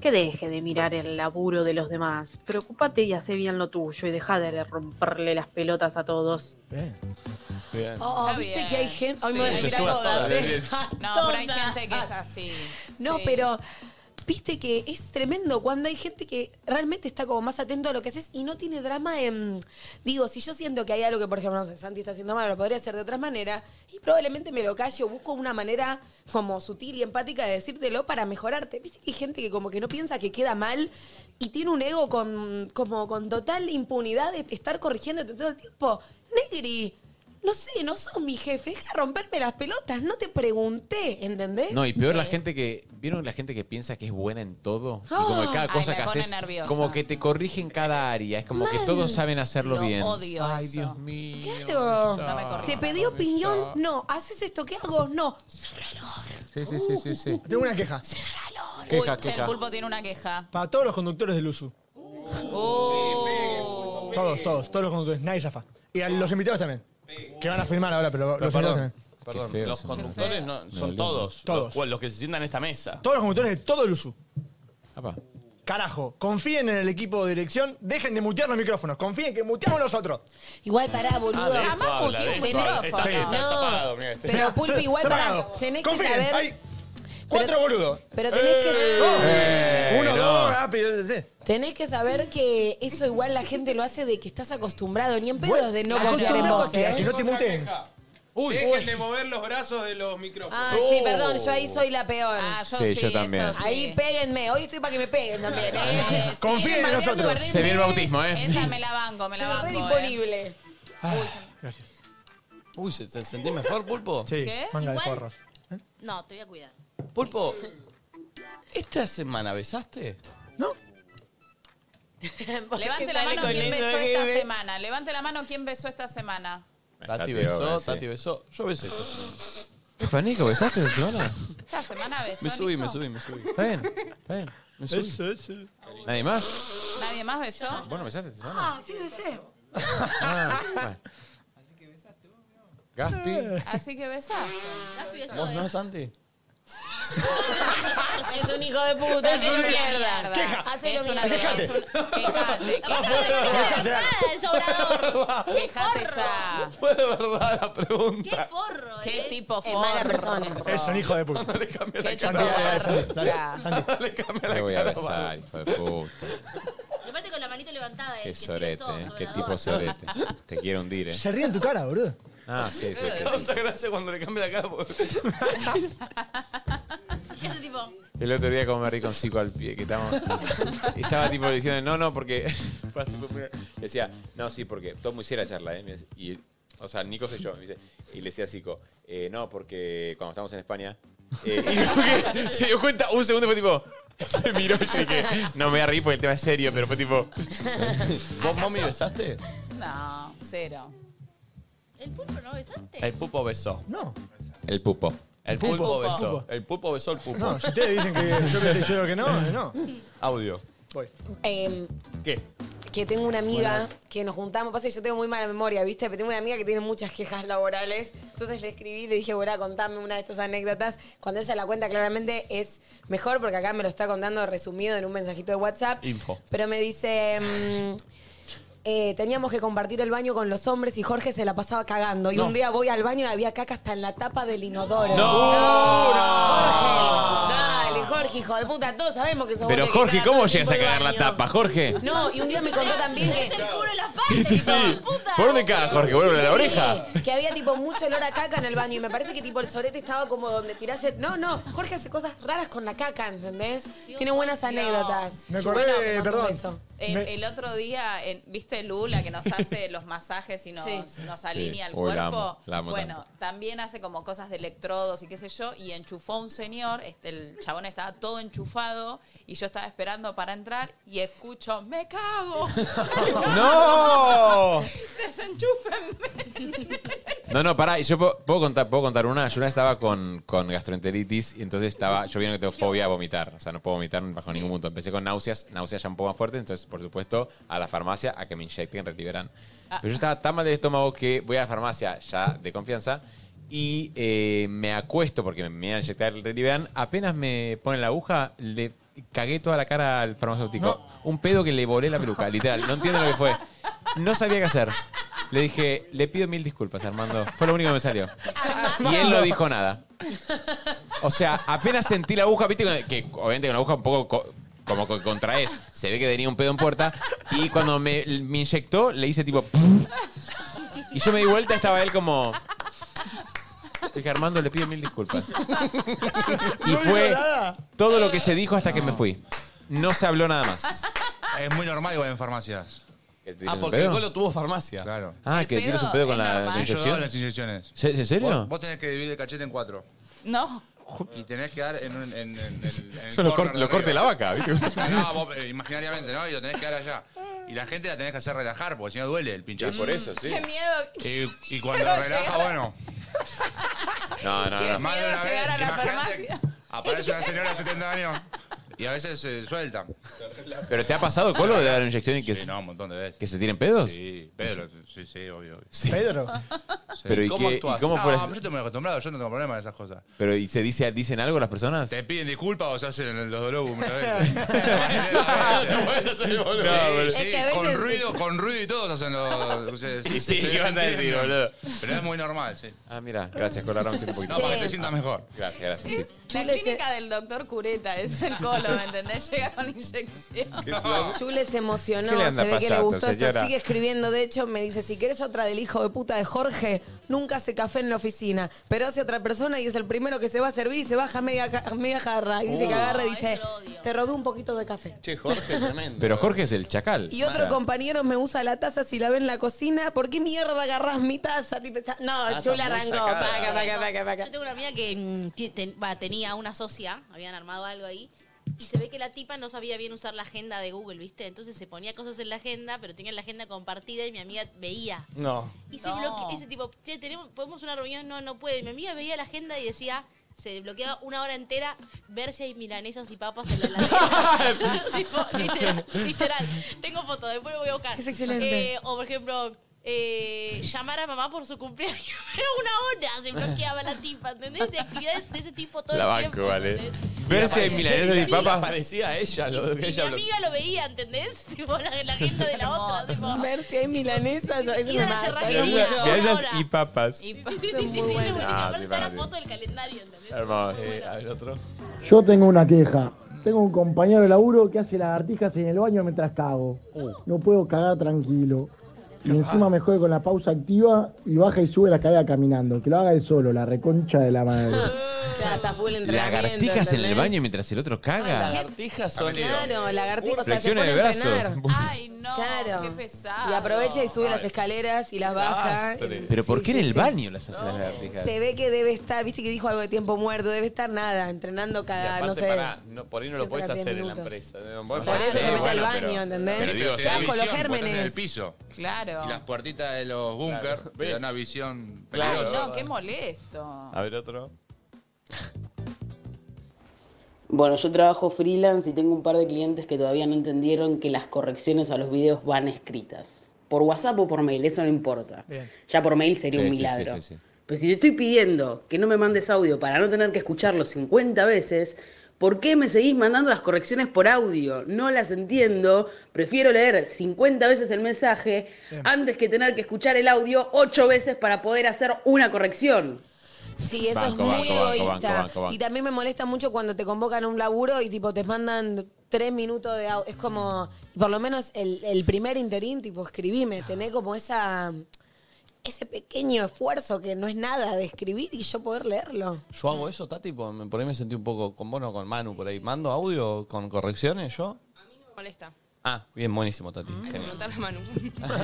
Que deje de mirar el laburo de los demás. Preocúpate y hace bien lo tuyo y deja de romperle las pelotas a todos.
Bien.
Oh,
Está
viste
bien.
que hay gente. Hoy me
Sí.
voy a
Se
decir a
sube a
todas.
todas.
¿eh?
Ah,
No, pero hay gente que
Ah.
es así.
No,
Sí.
pero viste que es tremendo cuando hay gente que realmente está como más atento a lo que haces y no tiene drama en. Digo, si yo siento que hay algo que, por ejemplo, no sé, Santi está haciendo mal, lo podría hacer de otra manera, y probablemente me lo callo, busco una manera como sutil y empática de decírtelo para mejorarte. Viste que hay gente que como que no piensa que queda mal y tiene un ego con, como con total impunidad de estar corrigiéndote todo el tiempo. Negri. No sé, no sos mi jefe, deja de romperme las pelotas, no te pregunté, ¿entendés?
No, y peor la
Sí.
gente que. ¿Vieron la gente que piensa que es buena en todo? Y
Oh.
como que cada
Ay,
cosa
me
que
pone
haces.
nerviosa.
Como que te corrigen cada área. Es como que
Mal.
todos saben hacerlo
Lo
bien.
odio
Ay,
eso.
Dios mío. No
Claro.
me corrijas,
Te pedí opinión, no. ¿Haces esto? ¿Qué hago? No.
Sí, sí, sí, sí, sí.
Tengo una queja.
Queja,
Che, el
queja.
pulpo tiene una queja.
Para todos los conductores del USU.
Uh.
Todos, todos, todos los conductores. Nadie zafa. Y a los invitados también. Que van a firmar ahora, pero,
Pero
los invitados
perdón,
también.
perdón,
Qué feo
los
eso, ¿no?
conductores no, son todos.
Todos.
Los, los que se sientan en esta mesa.
Todos los conductores de todo el USU. Carajo, confíen en el equipo de dirección, dejen de mutear los micrófonos, confíen que muteamos nosotros.
Igual pará, boludo.
Ah, de esto
Jamás
habla, de
muteé un
esto habla. Está-
micrófono.
está- está
No.
apagado, mirá, está-
Pero Pulpi,
está-
igual
está
pará.
apagado.
Tenés que
Confíen,
saber.
hay Cuatro boludos.
Pero tenés que
Eh,
saber.
Uno, dos, rápido. sí.
Tenés que saber que eso igual la gente lo hace de que estás acostumbrado, ni en pedos de no confiar en
Acostumbrado
vos.
a que, a
¿eh?
que no te muteen. Uy.
Dejen
Uy.
de mover los brazos de los micrófonos.
Ah, sí, perdón, yo ahí soy la peor. Ah,
yo Sí, sí, yo también. eso sí.
Ahí péguenme, hoy estoy para que me peguen también. ¿eh?
Confíen en nosotros. Se viene el bautismo, ¿eh?
Esa me la banco, me la banco.
Estoy
eh.
disponible.
Ah, Gracias.
Uy, ¿se, se sentís mejor, Pulpo?
Sí,
¿Qué?
manga
Igual-
de forros.
No, te voy a cuidar.
Pulpo, ¿esta semana besaste?
Levante la
sale
mano
con
quien
eso,
besó
que
esta
ve?
semana. Levante la mano quien besó esta semana.
Tati
Tati
besó,
Obra, sí.
Tati besó. Yo besé esta semana.
Fanico, ¿besaste de semana?
Esta semana besó.
Me subí,
Nico?
me subí, me subí.
Está bien, está bien.
Me subí.
¿Nadie más?
¿Nadie más besó?
¿Vos no besaste esta semana?
Ah, sí besé.
Ah, bueno. Gaspi.
Así que besá.
¿Vos no, Santi?
Es un hijo de puta, es una mierda.
Queja.
Hace lo
Es una
mismo.
quejate.
Es un-
Quejate,
quejate.
el sobrador.
Quejate ya.
Fue de verdad la pregunta.
¡Qué forro!
Qué tipo forro.
mala persona.
Es un hijo de puta.
Qué tipo
Santi, dale, dale,
forro.
Santi, dale. Santi.
Te voy a besar, hijo de puta.
Y aparte con la manito levantada.
Qué
eh, que
sorete,
sí lo sos,
¿eh? Qué
sobrador.
tipo sorete. Te quiero hundir, ¿eh?
Se ríe en tu cara, boludo.
Ah, sí, sí, sí.
Me causa gracia cuando le cambia la cara. porque-
Ese tipo...
El otro día como me rí con Zico al pie, que estábamos... Estaba tipo diciendo, no, no, porque... fue así, fue primero. Y decía, no, sí, porque... Todo muy seria la charla, ¿eh? Me dice- Y, o sea, Nico sé yo. me dice- y le decía a Zico, eh, no, porque cuando estábamos en España... eh, y dijo que se dio cuenta, un segundo fue tipo... Se miró y yo dije, no me voy a reír porque el tema es serio, pero fue tipo...
¿Vos, mami, besaste?
No, cero.
¿El pulpo no besaste?
El pulpo besó.
No.
El pupo.
El pulpo,
Pulpo.
besó.
Pulpo.
El pulpo besó el pulpo.
No, si ustedes dicen que yo que sé, yo que no, eh, no.
Audio.
Em,
¿Qué?
que tengo una amiga
Buenas.
que nos juntamos, pasa que yo tengo muy mala memoria, ¿viste? Pero tengo una amiga que tiene muchas quejas laborales. Entonces le escribí, le dije, bueno, contame una de estas anécdotas. Cuando ella la cuenta, claramente es mejor, porque acá me lo está contando resumido en un mensajito de WhatsApp.
Info.
Pero me dice. mm, eh, teníamos que compartir el baño con los hombres y Jorge se la pasaba cagando. Y
No.
un día voy al baño y había caca hasta en la tapa del inodoro.
¡No!
Dale, Jorge, hijo de puta, todos sabemos que sos
Pero
vos el que
Jorge,
caga todo
¿cómo
el
llegas
tiempo
a
el
cagar la
baño?
tapa, Jorge?
No, y un día me contó también que.
Sí, sí, sí. ¿Por dónde cagas, Jorge? ¿Vuelve a la
Sí,
oreja?
Que había tipo mucho olor a caca en el baño y me parece que tipo el sorete estaba como donde tirás el... No, no, Jorge hace cosas raras con la caca, ¿entendés? Tiene buenas anécdotas.
Me acordé,
Bueno, te mando un
perdón.
beso.
El,
Me-
el otro día, en- ¿viste Lula que nos hace los masajes y nos, nos alinea
Sí.
el
Uy,
cuerpo?
la amo, la amo
bueno, también hace como cosas de electrodos y qué sé yo, y enchufó un señor, este, el chabón estaba todo enchufado y yo estaba esperando para entrar y escucho, me cago.
¡No!
Desenchúfenme.
No, no, pará, y yo puedo, puedo contar, puedo contar una. Yo una vez estaba con, con gastroenteritis y entonces estaba, yo vieron que tengo fobia a vomitar. O sea, no puedo vomitar bajo ningún punto. Empecé con náuseas, náuseas ya un poco más fuertes, entonces, por supuesto, a la farmacia a que me inyecten Reliberan. Pero yo estaba tan mal del estómago que voy a la farmacia ya de confianza y eh, me acuesto porque me iban a inyectar el Reliberan. Apenas me ponen la aguja, le cagué toda la cara al farmacéutico. Un pedo que le volé la peluca, literal. No entiendo lo que fue. No sabía qué hacer. Le dije, le pido mil disculpas, Armando. Fue lo único que me salió. Y él no dijo nada. O sea, apenas sentí la aguja, viste, que- que obviamente con la aguja un poco co- como que contraes. Se ve que tenía un pedo en puerta. Y cuando me, me inyectó, le hice tipo. "Pum". Y yo me di vuelta, estaba él como. Le Dije, Armando, le pido mil disculpas. Y fue todo lo que se dijo hasta que me fui. No se habló nada más.
Es muy normal igual en farmacias.
Ah, un porque pedo? el
Golo tuvo farmacia.
Claro.
Ah, que tienes un pedo con la, la
Sí, yo daba
inyección.
las inyecciones.
¿Se- ¿En serio?
Vos, vos tenés que dividir el cachete en cuatro.
No.
Y tenés que dar en un. En, en, en, en el
Eso lo,
corner
cor-
de
lo corte la
arriba.
vaca, ¿viste?
No, vos, eh, imaginariamente, ¿no? Y lo tenés que dar allá. Y la gente la tenés que hacer relajar, porque si no duele el pinchazo.
Sí, por eso, sí.
mm, Qué miedo.
Y, y cuando
Pero
relaja,
llegar-
bueno,
No, no, no.
más de
Miedo
una vez,
llegar a la
imagínate,
farmacia.
aparece una señora de 70 años y a veces se suelta.
¿Pero te ha pasado, Colo, de dar inyección y que,
Sí, no, un montón de veces.
que se tiren pedos?
Sí, Pedro, sí, sí, obvio. obvio.
¿Pedro?
Pero ¿y,
¿Cómo
qué- y
actuás?
cómo
no,
fue la-
pero yo estoy muy acostumbrado, yo no tengo problema en esas cosas.
Pero ¿y se dice, dicen algo las personas?
¿Te piden disculpas o se hacen los dolobos una vez?
boludo.
Sí,
Es
sí,
que a veces-
con ruido, con ruido y todo se hacen los... se- se-
Y sí,
se-
¿qué
se
vas a decir,
entienden.
boludo?
Pero es muy normal, sí.
Ah, mira, gracias, colaboramos un poquito.
No, para que te sientas mejor.
Gracias, gracias. sí.
La clínica del doctor Cureta es el colo, ¿me entendés? Llega con inyección.
Chule se emocionó,
¿Qué le
se
anda
ve que le
pasando,
gustó esto.
señora?
Sigue escribiendo, de hecho, me dice, si quieres otra del hijo de puta de Jorge, nunca hace café en la oficina, pero hace otra persona y es el primero que se va a servir y se baja media, ca- media jarra. Y dice que
Uh.
agarra y dice, te rodó un poquito de café.
Che, Jorge, tremendo.
Pero Jorge es el chacal.
Y otro compañero me usa la taza si la ve en la cocina. ¿Por qué mierda agarrás mi taza? Tipo, está- No,
Ah,
chula
está muy
arrancó.
sacada.
Paca, paca, paca, paca.
Yo tengo una amiga que mm, ti- ten- va, tenía una socia, habían armado algo ahí, y se ve que la tipa no sabía bien usar la agenda de Google, ¿viste? Entonces se ponía cosas en la agenda, pero tenía la agenda compartida y mi amiga veía.
No.
Y se bloqueó, ese tipo, che, tenemos, podemos una reunión, no, no puede. Y mi amiga veía la agenda y decía, se bloqueaba una hora entera ver si hay milanesas y papas en la heladera. Tipo, literal, literal. Tengo fotos, después lo voy a buscar.
Es excelente.
Eh, o por ejemplo, eh, llamar a mamá por su cumpleaños. Era una hora, se bloqueaba la tipa, ¿entendés? De actividades de ese tipo todo
La
el tiempo.
banco, vale. Verse en milanesas y papas.
Parecía a ella lo que
Y mi
ella
amiga lo veía, ¿entendés? Tipo, la, la agenda de la otra. tipo.
Ver si hay milanesas. Eso es
Y de la
una marca,
serranía.
eso es mucho.
Milanesas y papas.
Y sí, sí, sí, sí,
Muy
sí,
bueno.
porque
Ah,
aparte
sí,
está la
para, sí.
foto del calendario, ¿entendés?
Hermoso.
a ver, otro.
Yo tengo una queja. Tengo un compañero de laburo que hace lagartijas en el baño mientras cago. No puedo cagar tranquilo. Y encima me jode con la pausa activa y baja y sube la escalera caminando. Que lo haga él solo, la reconcha de la madre.
Claro, está full entrenamiento.
Lagartijas en el
¿entendés?
baño mientras el otro caga.
Lagartijas
son-
Claro, lagartijas. O sea, se
Flexiones
pone
de
a
brazo.
entrenar.
Ay, no,
Claro.
qué pesado.
Y aprovecha y sube
Ay.
las escaleras y las baja.
Pero ¿por
Sí,
qué en
sí,
el
sí.
baño las hacen las lagartijas?
Se ve que debe estar, viste que dijo algo de tiempo muerto, debe estar nada, entrenando
Y
cada,
aparte,
Ah, no sé.
pará, no- por ahí no lo
siempre
podés
cada
hacer
10
en la
minutos.
empresa. No,
Por eso se mete al
bueno,
baño,
pero-
¿entendés?
pero digo,
Ya
te da
con
visión,
los
vos estás en el
gérmenes.
piso.
Claro.
Y las puertitas de los búnker te dan una visión
Ay,
peligrosa.
no, qué molesto.
A ver, otro.
Bueno, yo trabajo freelance y tengo un par de clientes que todavía no entendieron que las correcciones a los videos van escritas. Por WhatsApp o por mail, eso no importa. Ya por mail sería Sí, un sí, sí, milagro. sí, sí. Pero si te estoy pidiendo que no me mandes audio para no tener que escucharlo 50 veces, ¿por qué me seguís mandando las correcciones por audio? No las entiendo. Prefiero leer 50 veces el mensaje antes que tener que escuchar el audio 8 veces para poder hacer una corrección.
Sí, eso
Banco,
es
banco,
muy
banco,
egoísta.
banco, banco, banco.
Y también me molesta mucho cuando te convocan a un laburo y tipo te mandan tres minutos de au- Es como, por lo menos el, el primer interín, tipo, escribime, tené como esa ese pequeño esfuerzo que no es nada de escribir y yo poder leerlo.
Yo hago eso, Tati, por, por ahí me sentí un poco con Bono, con Manu, por ahí. ¿Mando audio con correcciones yo?
Me molesta.
Ah, bien, buenísimo, Tati.
Ah,
Genial.
Preguntarle a Manu.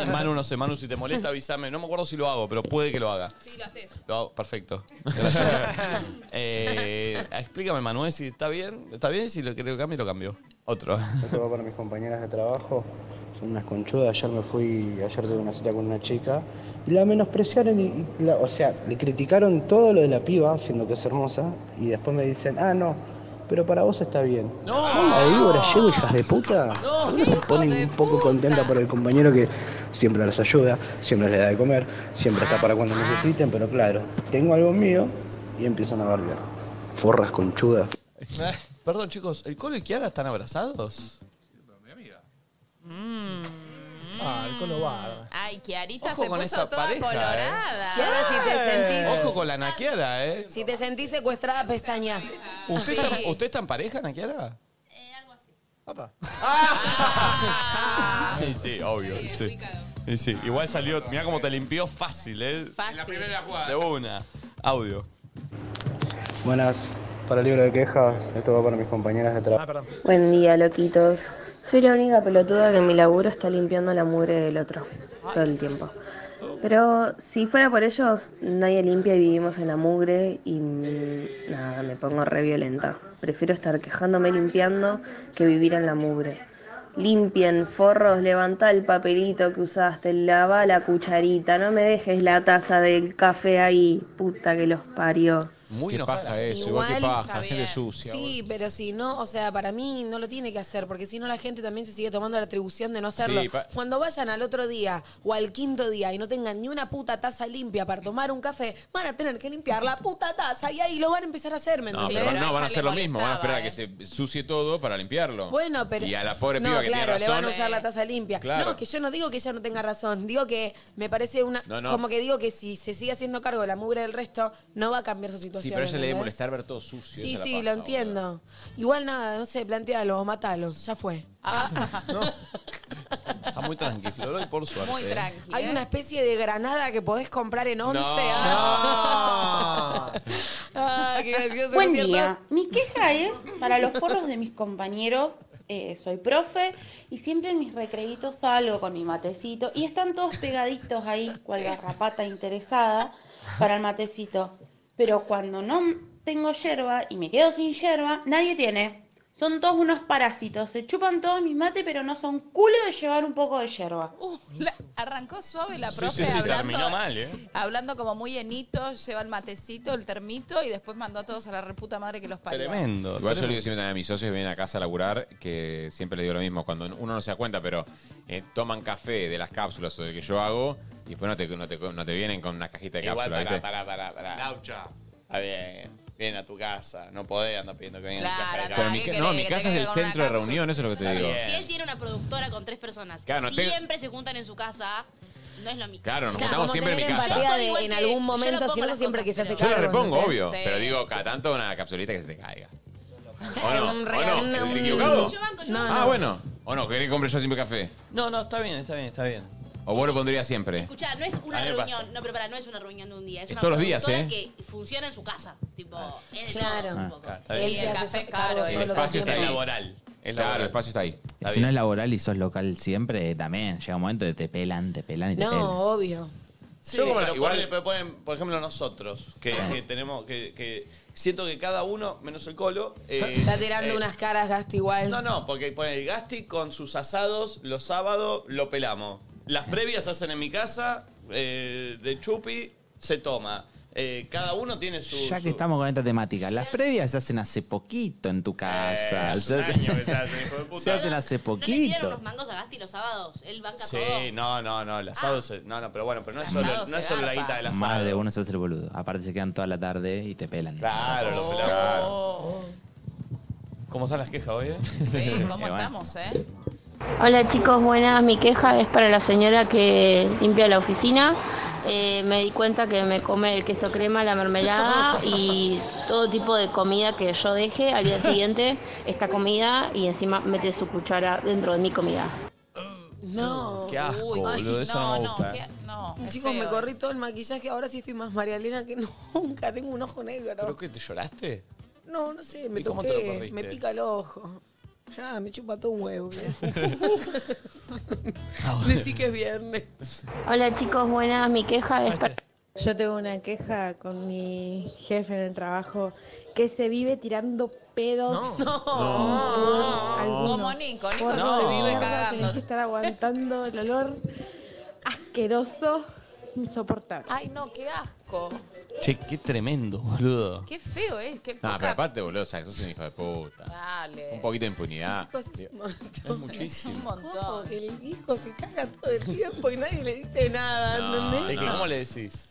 Ay, Manu, no sé, Manu, si te molesta, avísame. No me acuerdo si lo hago, pero puede que lo haga.
Sí, lo haces.
Lo hago, perfecto. Gracias. Eh, explícame, Manuel, si está bien. ¿Está bien? Si lo creo que cambie, lo cambio. Otro.
Esto va para mis compañeras de trabajo. Son unas conchudas. Ayer me fui, ayer tuve una cita con una chica. Y la menospreciaron y, y la- o sea, le criticaron todo lo de la piba, siendo que es hermosa. Y después me dicen, ah, no, pero para vos está bien.
No.
la víbora llevo, hijas de puta. ¿Por qué no se ponen un poco contenta por el compañero que siempre les ayuda, siempre les da de comer, siempre está para cuando necesiten? Pero claro, tengo algo mío y empiezan a verlo. Forras conchudas.
Perdón, chicos, ¿el Colo y Kiara están abrazados?
Ah, el colo va.
Ay, Kiarita
Ojo
se
con
puso
esa
toda
pareja, ¿eh?
colorada.
Y ahora si te sentís,
Ojo con la Nakiara, ¿eh?
si te sentís secuestrada, pestaña.
¿Usted,
Sí.
está, ¿Usted está en pareja, Nakiara?
Ah.
Sí, sí, obvio. Sí. Y sí, igual salió. Mirá cómo te limpió fácil, ¿eh?
Fácil. La primera
De una. Audio.
Buenas, para el libro de quejas, esto va para mis compañeras de trabajo.
Buen día, loquitos. Soy la única pelotuda que en mi laburo está limpiando la mugre del otro todo el tiempo. Pero si fuera por ellos, nadie limpia y vivimos en la mugre y mm, nada, me pongo re violenta. Prefiero estar quejándome limpiando que vivir en la mugre. Limpien, forros, levantá el papelito que usaste, lavá la cucharita, no me dejes la taza del café ahí, puta que los parió.
Muy
Qué
enojada.
paja eso, igual que paja, gente sucia.
Sí, pero si no, o sea, para mí no lo tiene que hacer, porque si no la gente también se sigue tomando la atribución de no hacerlo.
Sí, pa-
Cuando vayan al otro día o al quinto día y no tengan ni una puta taza limpia para tomar un café, van a tener que limpiar la puta taza y ahí lo van a empezar a hacer, ¿me
No,
entendés?
pero no, van a hacer lo mismo, van a esperar a que se sucie todo para limpiarlo.
¿eh? Bueno, pero.
Y a la pobre
no,
piba que
claro,
tiene
le van
razón.
a usar la taza limpia.
Claro.
No, que yo no digo que ella no tenga razón. Digo que me parece una.
No, no.
Como que digo que si se sigue haciendo cargo de la mugre del resto, no va a cambiar su situación.
Sí, pero a ella le debe
¿entendés?
molestar ver todo sucio.
Sí,
esa es
sí,
la
lo
paja,
entiendo. Igual nada, no sé, plantealo o matalo. Ya fue.
Está muy tranqui, Flor, hoy por suerte.
Hay una especie de granada que podés comprar en once. ¿eh? Ah, qué gracioso,
Buen
¿no es cierto?
día. Mi queja es para los forros de mis compañeros. eh, soy profe y siempre en mis recreitos salgo con mi matecito y están todos pegaditos ahí, cual garrapata interesada, para el matecito. Pero cuando no tengo yerba y me quedo sin yerba, nadie tiene. Son todos unos parásitos. Se chupan todos mis mates, pero no son culo de llevar un poco de yerba.
Arrancó suave la
Sí,
profe
sí, sí,
hablando,
terminó mal, ¿eh?
hablando como muy enito, lleva el matecito, el termito y después mandó a todos a la reputa madre que los parió.
Igual yo le digo siempre también a mis socios que vienen a casa a laburar, que siempre le digo lo mismo, cuando uno no se da cuenta, pero eh, toman café de las cápsulas o de que yo hago, y después no te, no te, no te vienen con una cajita de
Igual,
cápsulas,
pará, pará,
¿viste?
pará, pará. Laucha. Está bien. Vienen a tu casa. No podés andar pidiendo que vengan a tu casa. de
Pero mi, ca- no, mi casa es el centro de reunión, eso es lo que te digo.
Si él tiene una productora con tres personas,
Claro, no te-
siempre se juntan en su casa, no es lo mismo.
Claro, nos juntamos siempre en mi casa.
empatía de-
Igual
en
que-
algún
yo no
momento,
pongo
si no,
las
siempre que se hace
Yo
cargo.
la repongo,
¿entendés?
obvio,
Sí.
pero digo, cada tanto una capsulita que se te caiga. ¿O no?
Un
¿O
regal-
no?
un-
¿Estoy equivocado?
Yo banco, yo No, banco.
Ah,
no.
bueno. ¿O no? ¿Querés que compre yo siempre café?
No, no, está bien, está bien, está bien.
¿O vos lo pondrías siempre?
Escuchá, no es
A
una
mí me pasa.
reunión, no, pero pará, no es una reunión de un día, es,
Es
una
todos los días,
productora
¿eh?
que funciona en su casa, tipo, es de
Claro.
todos un
Ah,
poco.
está bien.
Y el café caro,
El espacio está ahí.
laboral.
Claro, el espacio está ahí.
Si no es laboral y sos local siempre, también llega un momento que te pelan, te pelan y te pelan.
No, obvio.
Sí,
Yo como la-
pero
igual-
ponele, pero ponen, por ejemplo, nosotros, que, que tenemos, que, que siento que cada uno, menos el colo, eh,
Está tirando
eh,
unas caras, Gasti, igual.
No, no, porque pone el Gasti con sus asados los sábados lo pelamos. Las previas se hacen en mi casa, eh, de Chupi se toma. Eh, cada uno tiene su.
Ya que
su-
estamos con esta temática, las previas se hacen hace poquito en tu casa.
Eh, hace un
se,
año que se hacen, hijo de puta.
se hacen hace
¿No le tiran
poquito.
unos mangos a Gasti los sábados? Él banca todo.
Sí, no, no, no, el asado se- No, no, pero bueno, pero no es solo,
asado
no es
se
solo la
garpa.
guita del
Más
asado.
de uno se hace el boludo. Aparte se quedan toda la tarde y te pelan.
Claro, lo pelamos. ¿Cómo están las quejas hoy? eh?
Sí,
Eh,
¿cómo
bueno.
estamos, eh?
Hola chicos, buenas. Mi queja es para la señora que limpia la oficina. Eh, me di cuenta que me come el queso crema, la mermelada y todo tipo de comida que yo deje al día siguiente esta comida y encima mete su cuchara dentro de mi comida.
No.
Qué asco,
Uy, ay,
boludo, eso no, me gusta.
Chicos, me
feo
corrí todo el maquillaje. Ahora sí estoy más María Elena que nunca. Tengo un ojo negro.
¿Pero qué, te lloraste?
No, no sé, me
¿Y cómo te lo
toqué.
corriste?
Me pica el ojo. Ya, me chupa todo un huevo. Decí que es viernes.
Hola chicos,
Ah,
buenas. Mi queja es para...
Yo tengo una queja con mi jefe en el trabajo que se vive tirando pedos. No.
Como Nico, Nico
Por
no se vive
mierda,
cagando.
tenés que estar aguantando el olor asqueroso, insoportable.
Ay, no, qué asco.
Che, qué tremendo, boludo.
Qué feo es, qué
Ah, pero
poca...
aparte, boludo, o sea, sos un hijo de puta.
Dale.
Un poquito de impunidad.
Chicos, es un montón.
Es muchísimo.
Es un
¿Cómo? Que el hijo se caga todo el tiempo y nadie le dice nada,
Es
¿entendés?
que, ¿Cómo le decís?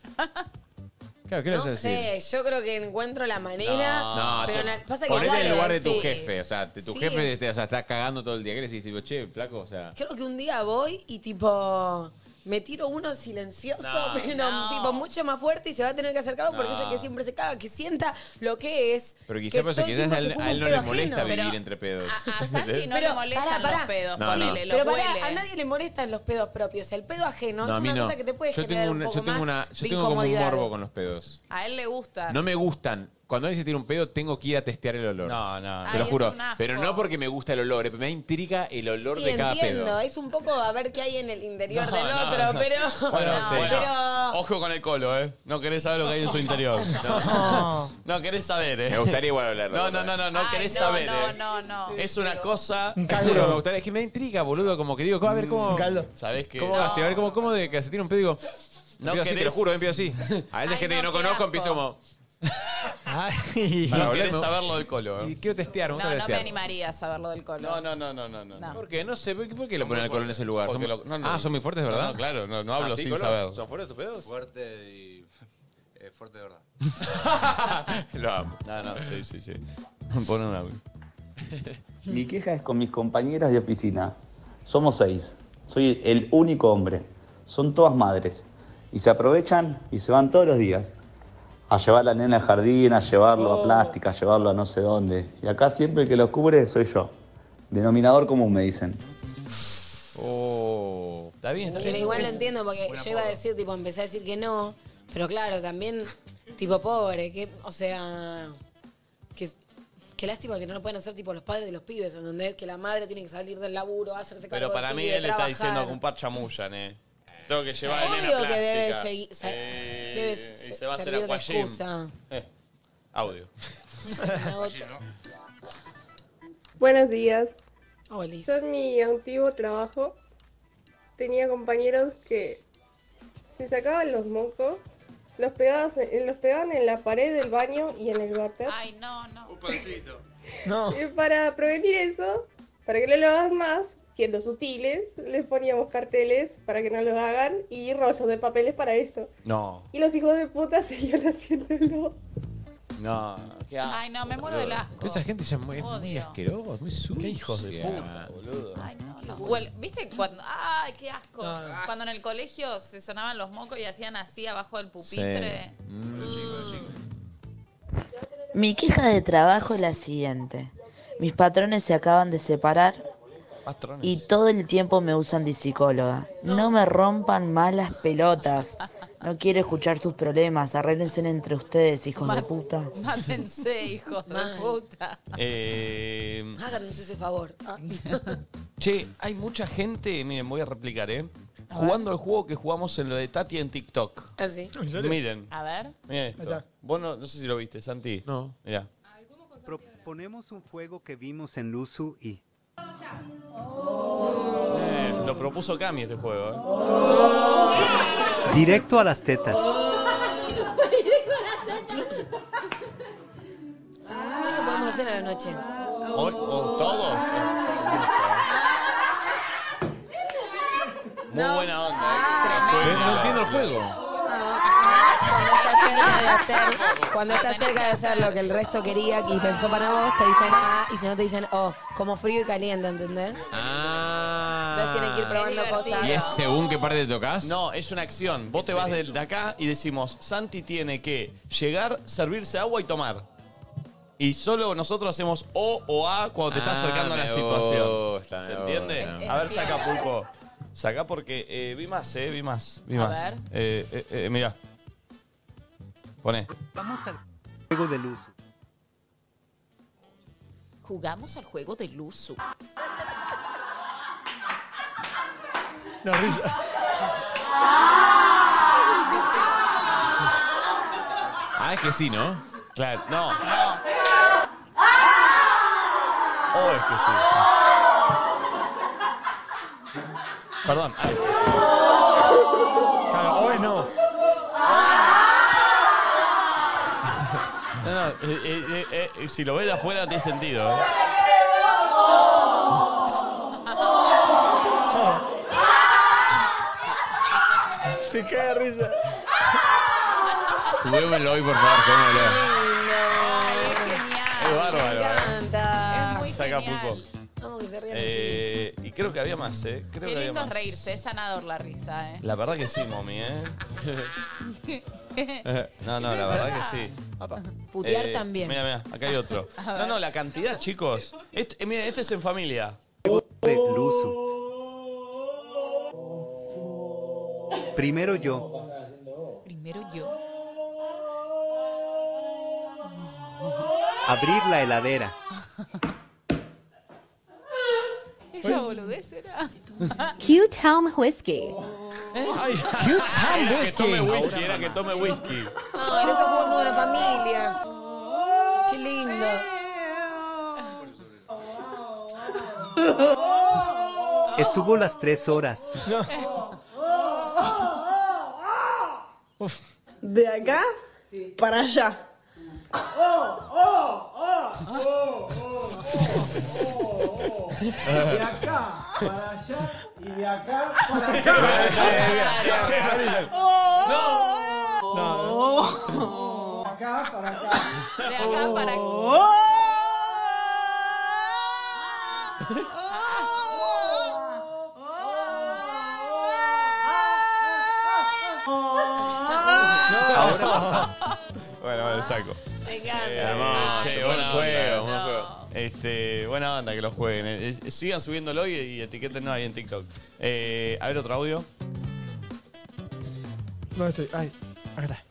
Claro, ¿qué le
No
vas a decir?
sé, yo creo que encuentro la manera.
No,
pero
te-
na- pasa que
ponete
no
en
le
el lugar de tu
decís.
jefe. O sea, te- tu
Sí.
jefe te, o sea, está cagando todo el día. ¿Qué le decís? Tipo, che, flaco, o sea.
Creo que un día voy y tipo. Me tiro uno silencioso,
No,
pero
no.
tipo mucho más fuerte y se va a tener que acercar porque es el
No.
que siempre se caga, que sienta lo que es.
Pero quizás,
que
pasa
todo
que
el
quizás
tiempo
a él,
se fuma
a él
un
no
pedo
le molesta
ajeno.
vivir entre pedos.
Santi no le molestan los pedos,
No, no.
ponele,
Pero
los
pará,
huele.
a nadie le molestan los pedos propios. El pedo ajeno
No, a
es
mí
una
no.
cosa que te puede
Yo
generar
tengo,
un
una-
poco
yo tengo,
más
una,
de
yo tengo como un
incomodidad.
morbo con los pedos.
A él le gusta.
No me gustan. Cuando alguien se tira un pedo, tengo que ir a testear el olor. No,
no.
Te lo
Ay,
juro.
es un asco.
Pero no porque me gusta el olor, eh, me intriga el olor
Sí,
de cada
entiendo.
pedo.
Es un poco a ver qué hay en el interior
No,
del
no,
otro,
no.
pero.
Bueno,
No,
bueno.
pero-
Ojo con el colo, ¿eh? No querés saber lo que hay en su interior. No, No querés saber, ¿eh?
Me gustaría igual hablarlo.
No, no, no, no, no
Ay,
querés
no,
saber,
no,
¿eh?
no, no.
Es una cosa.
Te juro, me gustaría- Es que me intriga, boludo. Como que digo, a ver cómo.
¿Sabés qué?
¿Cómo gasté? A ver cómo, cómo de que se tira un pedo y digo.
No
empiezo así, te lo
querés-
juro, empiezo así. A veces gente que no conozco empiezo como.
Para no querés saberlo del colo, ¿eh?
Y quiero testear, me
No,
gusta
no me
testear.
animaría a saberlo del color.
No, no, no, no, no. no.
¿Por qué? No sé, ¿por qué, por qué lo ponen al color en ese lugar?
Porque
Son-
lo- no, no.
ah, son muy fuertes, ¿verdad?
No, no, claro, no- no hablo
¿Ah, sí,
sin
Colo?
saber.
¿Son fuertes tus pedos?
Fuerte y. eh, fuerte de verdad.
Lo amo. No, no, sí, sí, sí. Pon un audio.
Mi queja es con mis compañeras de oficina. Somos seis. Soy el único hombre. Son todas madres. Y se aprovechan y se van todos los días. A llevar a la nena al jardín, a llevarlo
Oh.
a plástica, a llevarlo a no sé dónde. Y acá siempre el que los cubre soy yo. Denominador común, me dicen.
Oh.
Está bien, está
Pero
bien.
igual lo entiendo porque yo iba a decir, tipo, empecé a decir que no, pero claro, también, tipo, pobre, que, o sea, que, qué lástima que no lo pueden hacer, tipo, los padres de los pibes, ¿entendés? Que la madre tiene que salir del laburo, hacerse cargo
Pero para
del
mí
pibe,
él está
Este trabajar.
diciendo que un par chamullan, eh. Tengo que llevar a Elena
Obvio que debe,
plástica.
segui- sa-
Eh,
debe
y
se-
se va a hacer
servir de
aquagym.
excusa.
Eh, audio.
Una gota-
Buenos días.
Olis.
Yo en mi antiguo trabajo tenía compañeros que se sacaban los mocos, los, pegabas- eh, los pegaban en la pared del baño y en el váter.
Ay, no, no. Un pancito.
No. Y para prevenir eso, para que no lo hagas más, siendo sutiles, les poníamos carteles para que no lo hagan y rollos de papeles para eso.
No,
Y los hijos de puta seguían haciéndolo.
no. Qué asco,
Ay, no, me muero del
boludo.
asco.
Pero esa gente ya es muy, es muy
Odio.
asquerosa, muy sucia.
Qué hijos de puta, boludo.
No, huele- ¿Viste cuando.? ¡Ay, qué asco!
No.
Cuando en el colegio se sonaban los mocos y hacían así abajo del pupitre.
Mi queja de trabajo es la siguiente. Mis patrones se acaban de separar y todo el tiempo me usan de psicóloga. No me rompan malas pelotas. No quiero escuchar sus problemas. Arréglense entre ustedes, hijos de puta.
Mátense, hijos de puta.
Eh,
Háganos ese favor. Ah.
che, hay mucha gente, miren, voy a replicar, ¿eh? Jugando el juego que jugamos en lo de Tati en TikTok.
Ah, sí.
serio? Miren.
A ver.
Mira esto. Vos no, no sé si lo viste, Santi. No. Mira.
Proponemos un juego que vimos en Luzu y...
Eh, lo propuso Cami este juego, ¿eh?
Directo a las tetas.
Ah. Hoy lo podemos hacer a la noche.
O, o todos. Muy buena onda.
¿eh? No entiendo el juego.
Cuando estás cerca de hacer, cuando estás cerca de hacer lo que el resto quería y pensó para vos, te dicen ah, y si no te dicen oh, como frío y caliente, ¿entendés?
Ah.
Entonces tienen que ir probando cosas.
¿Y es según qué parte te tocas?
No, es una acción. Vos te vas del- de acá y decimos, Santi tiene que llegar, servirse agua y tomar. Y solo nosotros hacemos O o A cuando te estás
Ah,
acercando a la
me
situación.
gusta,
¿Se
me
entiende?
gusta.
A ver, saca Pulpo. Saca porque eh, vi más, eh, vi más. Vi
A
más.
ver.
Eh, eh, eh, mirá. Poné.
Vamos al juego de Luzu.
Jugamos al juego del uso.
No, risa.
Ah, es que sí, ¿no?
Claro, no. O Oh, es que sí. Perdón. ah, es que sí. Claro, o es no. No, no, eh, eh, eh, eh, si lo ves de afuera tiene sentido. ¿eh?
Te cae de risa.
Juguémoslo hoy, por favor, juguémoslo.
Es bárbaro. ¿eh?
encanta.
Saca pulpo.
Vamos que se rían
Eh, y creo que había más, ¿eh? Creo
Qué
que había
lindo
más.
es reírse, es sanador la risa, ¿eh?
La verdad que sí, mommy, ¿eh? No, no, la verdad que sí. Eh,
Putear también.
Mira, mira, acá hay otro.
A ver.
No, no, la cantidad, chicos. Este, eh, miren, este es en familia.
De Luzu. Primero yo.
Primero yo.
Abrir la heladera.
Esa boludez
Ah,
era.
Q-Town Whiskey.
Ay,
¿Eh?
Era que tome whisky, era que tome whisky.
Ay, no se juega toda la familia. Qué lindo.
Estuvo las tres horas.
De acá para allá.
De acá para allá y de acá para acá. ¡No! ¡No! De acá para acá. De
Oh.
acá para acá.
Bueno, bueno, saco.
Me encanta.
Eh, hermoso,
Ay,
che,
qué
buen
lindo.
juego, buen
No.
juego. Este, buena banda que lo jueguen. Eh, eh, sigan subiéndolo y, y etiquétenos ahí en TikTok. Eh, a ver otro audio.
No estoy. Ay, acá está.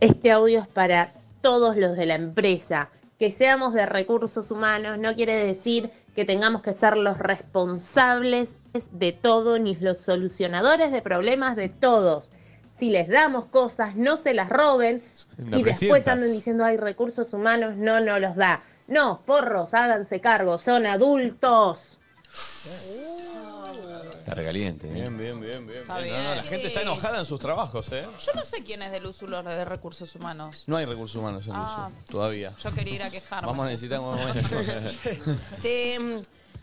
Este audio es para todos los de la empresa. Que seamos de recursos humanos no quiere decir que tengamos que ser los responsables de todo ni los solucionadores de problemas de todos. Si les damos cosas, no se las roben
Una
y después
presidenta.
andan diciendo, hay recursos humanos no nos los da. No, porros, háganse cargo, son adultos.
Está recaliente. ¿eh?
Bien, bien, bien, bien.
Está
bien. No, no, la
bien.
gente está enojada en sus trabajos, ¿eh?
Yo no sé quién es del uso de recursos humanos.
No hay recursos humanos en
Ah.
uso, todavía.
Yo quería ir a quejarme.
Vamos a necesitar un momento.
Te,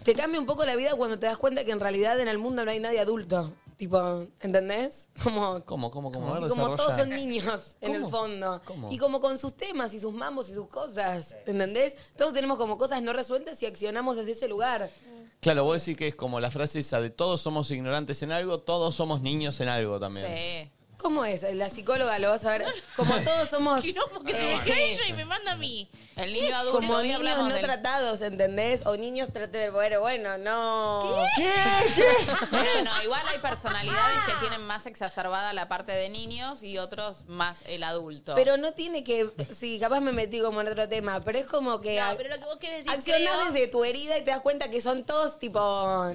te cambia un poco la vida cuando te das cuenta que en realidad en el mundo no hay nadie adulto. Tipo, ¿entendés? Como,
¿Cómo, cómo, cómo? A
y
ver,
como todos son
desarrolla.
niños en el fondo.
¿Cómo?
Y como con sus temas y sus mambos y sus cosas, ¿entendés? Todos tenemos como cosas no resueltas y accionamos desde ese lugar.
Claro, vos decís que es como la frase esa de todos somos ignorantes en algo, todos somos niños en algo también.
¿Cómo es? La psicóloga lo vas a ver. Como todos somos...
que se me cae ella y me manda a mí.
El
niño adulto,
Como
hoy
niños
hablamos
no
del-
tratados, ¿entendés? O niños tratados... Bueno, bueno, no...
Bueno, no, igual hay personalidades
Ah.
que tienen más exacerbada la parte de niños y otros más el adulto.
Pero no tiene que. Sí, capaz me metí como en otro tema, pero es como que.
No,
ac-
pero lo que vos querés decir,
Accionás
creo-
desde tu herida y te das cuenta que son todos tipo.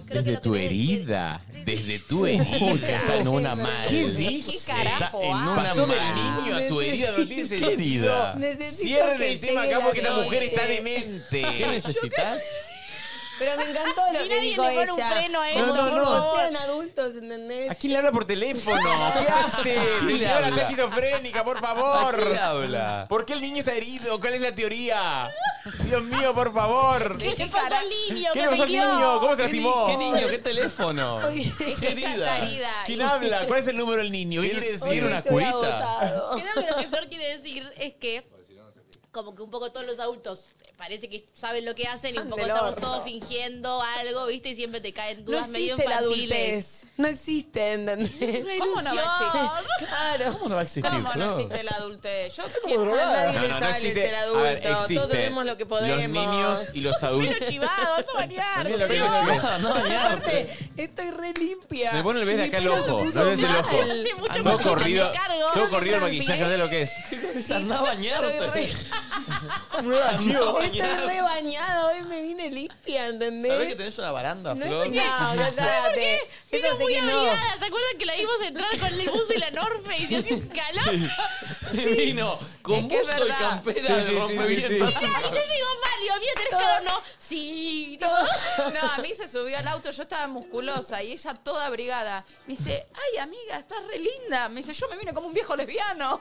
Desde tu herida. Desde tu herida.
Está en una mal.
¿Qué
dice?
dice? Está en una
Pasó del
mal.
niño a tu herida, no tiene
Necesito-
sentido.
Necesito
Cierren
que
el tema
llegue
acá porque
la
esta mujer
noche.
está demente.
¿Qué necesitas?
Pero me encantó lo
Si
que
nadie
dijo
le pone un
ella.
freno a
como
esto,
tipo,
no.
sean adultos, ¿entendés?
¿A quién le habla por teléfono? ¿Qué hace?
¿Quién le
Señora,
habla?
está esquizofrénica, por favor.
¿A quién le habla?
¿Por qué el niño está herido? ¿Cuál es la teoría? Dios mío, por favor.
¿Qué le pasó al niño?
¿Qué
que
le pasó al
rengueó?
niño? ¿Cómo se
¿Qué ni-
lastimó?
¿Qué niño? ¿Qué teléfono?
Ella está herida.
¿Quién habla? ¿Cuál es el número del niño? ¿Qué quiere decir?
¿Tiene una curita?
Creo que lo que Flor quiere decir es que, como que un poco todos los adultos eh, parece que saben lo que hacen y un poco
Del
estamos
horno.
todos fingiendo algo, ¿viste? Y siempre te caen
No
dudas medio
existe la
infantiles.
adultez. No existe, ¿entendés?
¿Cómo no va a existir?
Claro.
¿Cómo no va a existir?
¿Cómo no
Flor?
existe el adultez? Yo
como drogada.
nadie
No,
le
no, no
sale
existe.
ser
A
adulto.
ver,
existe.
Todos tenemos lo que podemos.
Los niños y los adultos.
chivado, no bañar.
Mira lo que
Pero-
es chivado, no bañar.
Aparte, estoy re limpia.
Me pone el bebé de
Mi
acá el
pelo se
ojo.
puso
No ves el
mal.
ojo.
Hace mucho
Todo
tiempo que
corrido,
me cargo.
todo
Creo que
corrido el
transpiré.
maquillaje, ¿sabes lo que es?
Anda a bañarte.
Nueva
chivo.
Estoy re bañada, hoy me vine limpia, ¿entendés?
¿Sabés que tenés una baranda,
No,
Flor?
no, cállate. Eso
Era
sé
muy
que no.
abrigada, ¿se acuerdan que la vimos entrar con el buzo y la Norfe y así calor?
Vino con
Es que es
buzo y
verdad.
campera
Sí, sí,
de
sí,
rompevientos.
Pará, y yo llegó Mario, bien tenés calor, no. Sí, todo.
No, a mí se subió al auto, yo estaba musculosa y ella toda abrigada. Me dice, ay amiga, estás re linda. Me dice, yo me vine como un viejo lesbiano.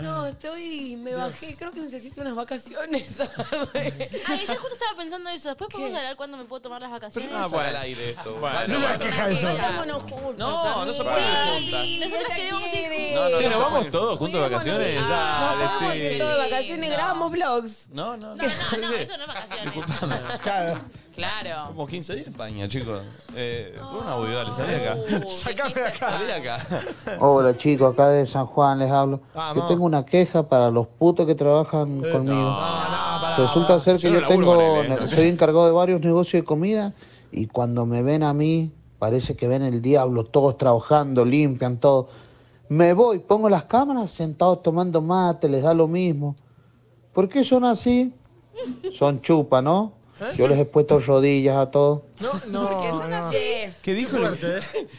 No, estoy. Me bajé. Creo que necesito unas vacaciones.
Ay, yo justo estaba pensando eso. Después podemos hablar cuándo me puedo tomar las vacaciones.
Ah, bueno. al aire esto. Bueno,
No
pasa nada.
me queja de eso.
Vámonos juntos.
No, no se puede juntas.
Sí, nosotros queremos que.
No, no,
Che,
no
¿nos
se
vamos
puede.
todos juntos de vacaciones? Dale,
Nos vamos
sí.
de todo de vacaciones, grabamos vlogs.
No, no,
No, no, no, eso no es vacaciones.
Claro.
Claro.
Como 15 días en España, chicos. Eh,
Oh,
un audio, dale, salí de acá. Sacame de acá. Salí de acá.
Hola chicos, acá de San Juan les hablo.
Vamos.
Yo tengo una queja para los putos que trabajan
Eh,
conmigo. Resulta ser que
Yo no
yo,
laburo
tengo,
con él, ¿eh?
soy encargado de varios negocios de comida y cuando me ven a mí, parece que ven el diablo, todos trabajando, limpian todo. Me voy, pongo las cámaras, sentados tomando mate, les da lo mismo. ¿Por qué son así? Son chupa, ¿no?
¿Eh?
Yo les he puesto rodillas a todos.
Porque son así.
¿Qué dijo el,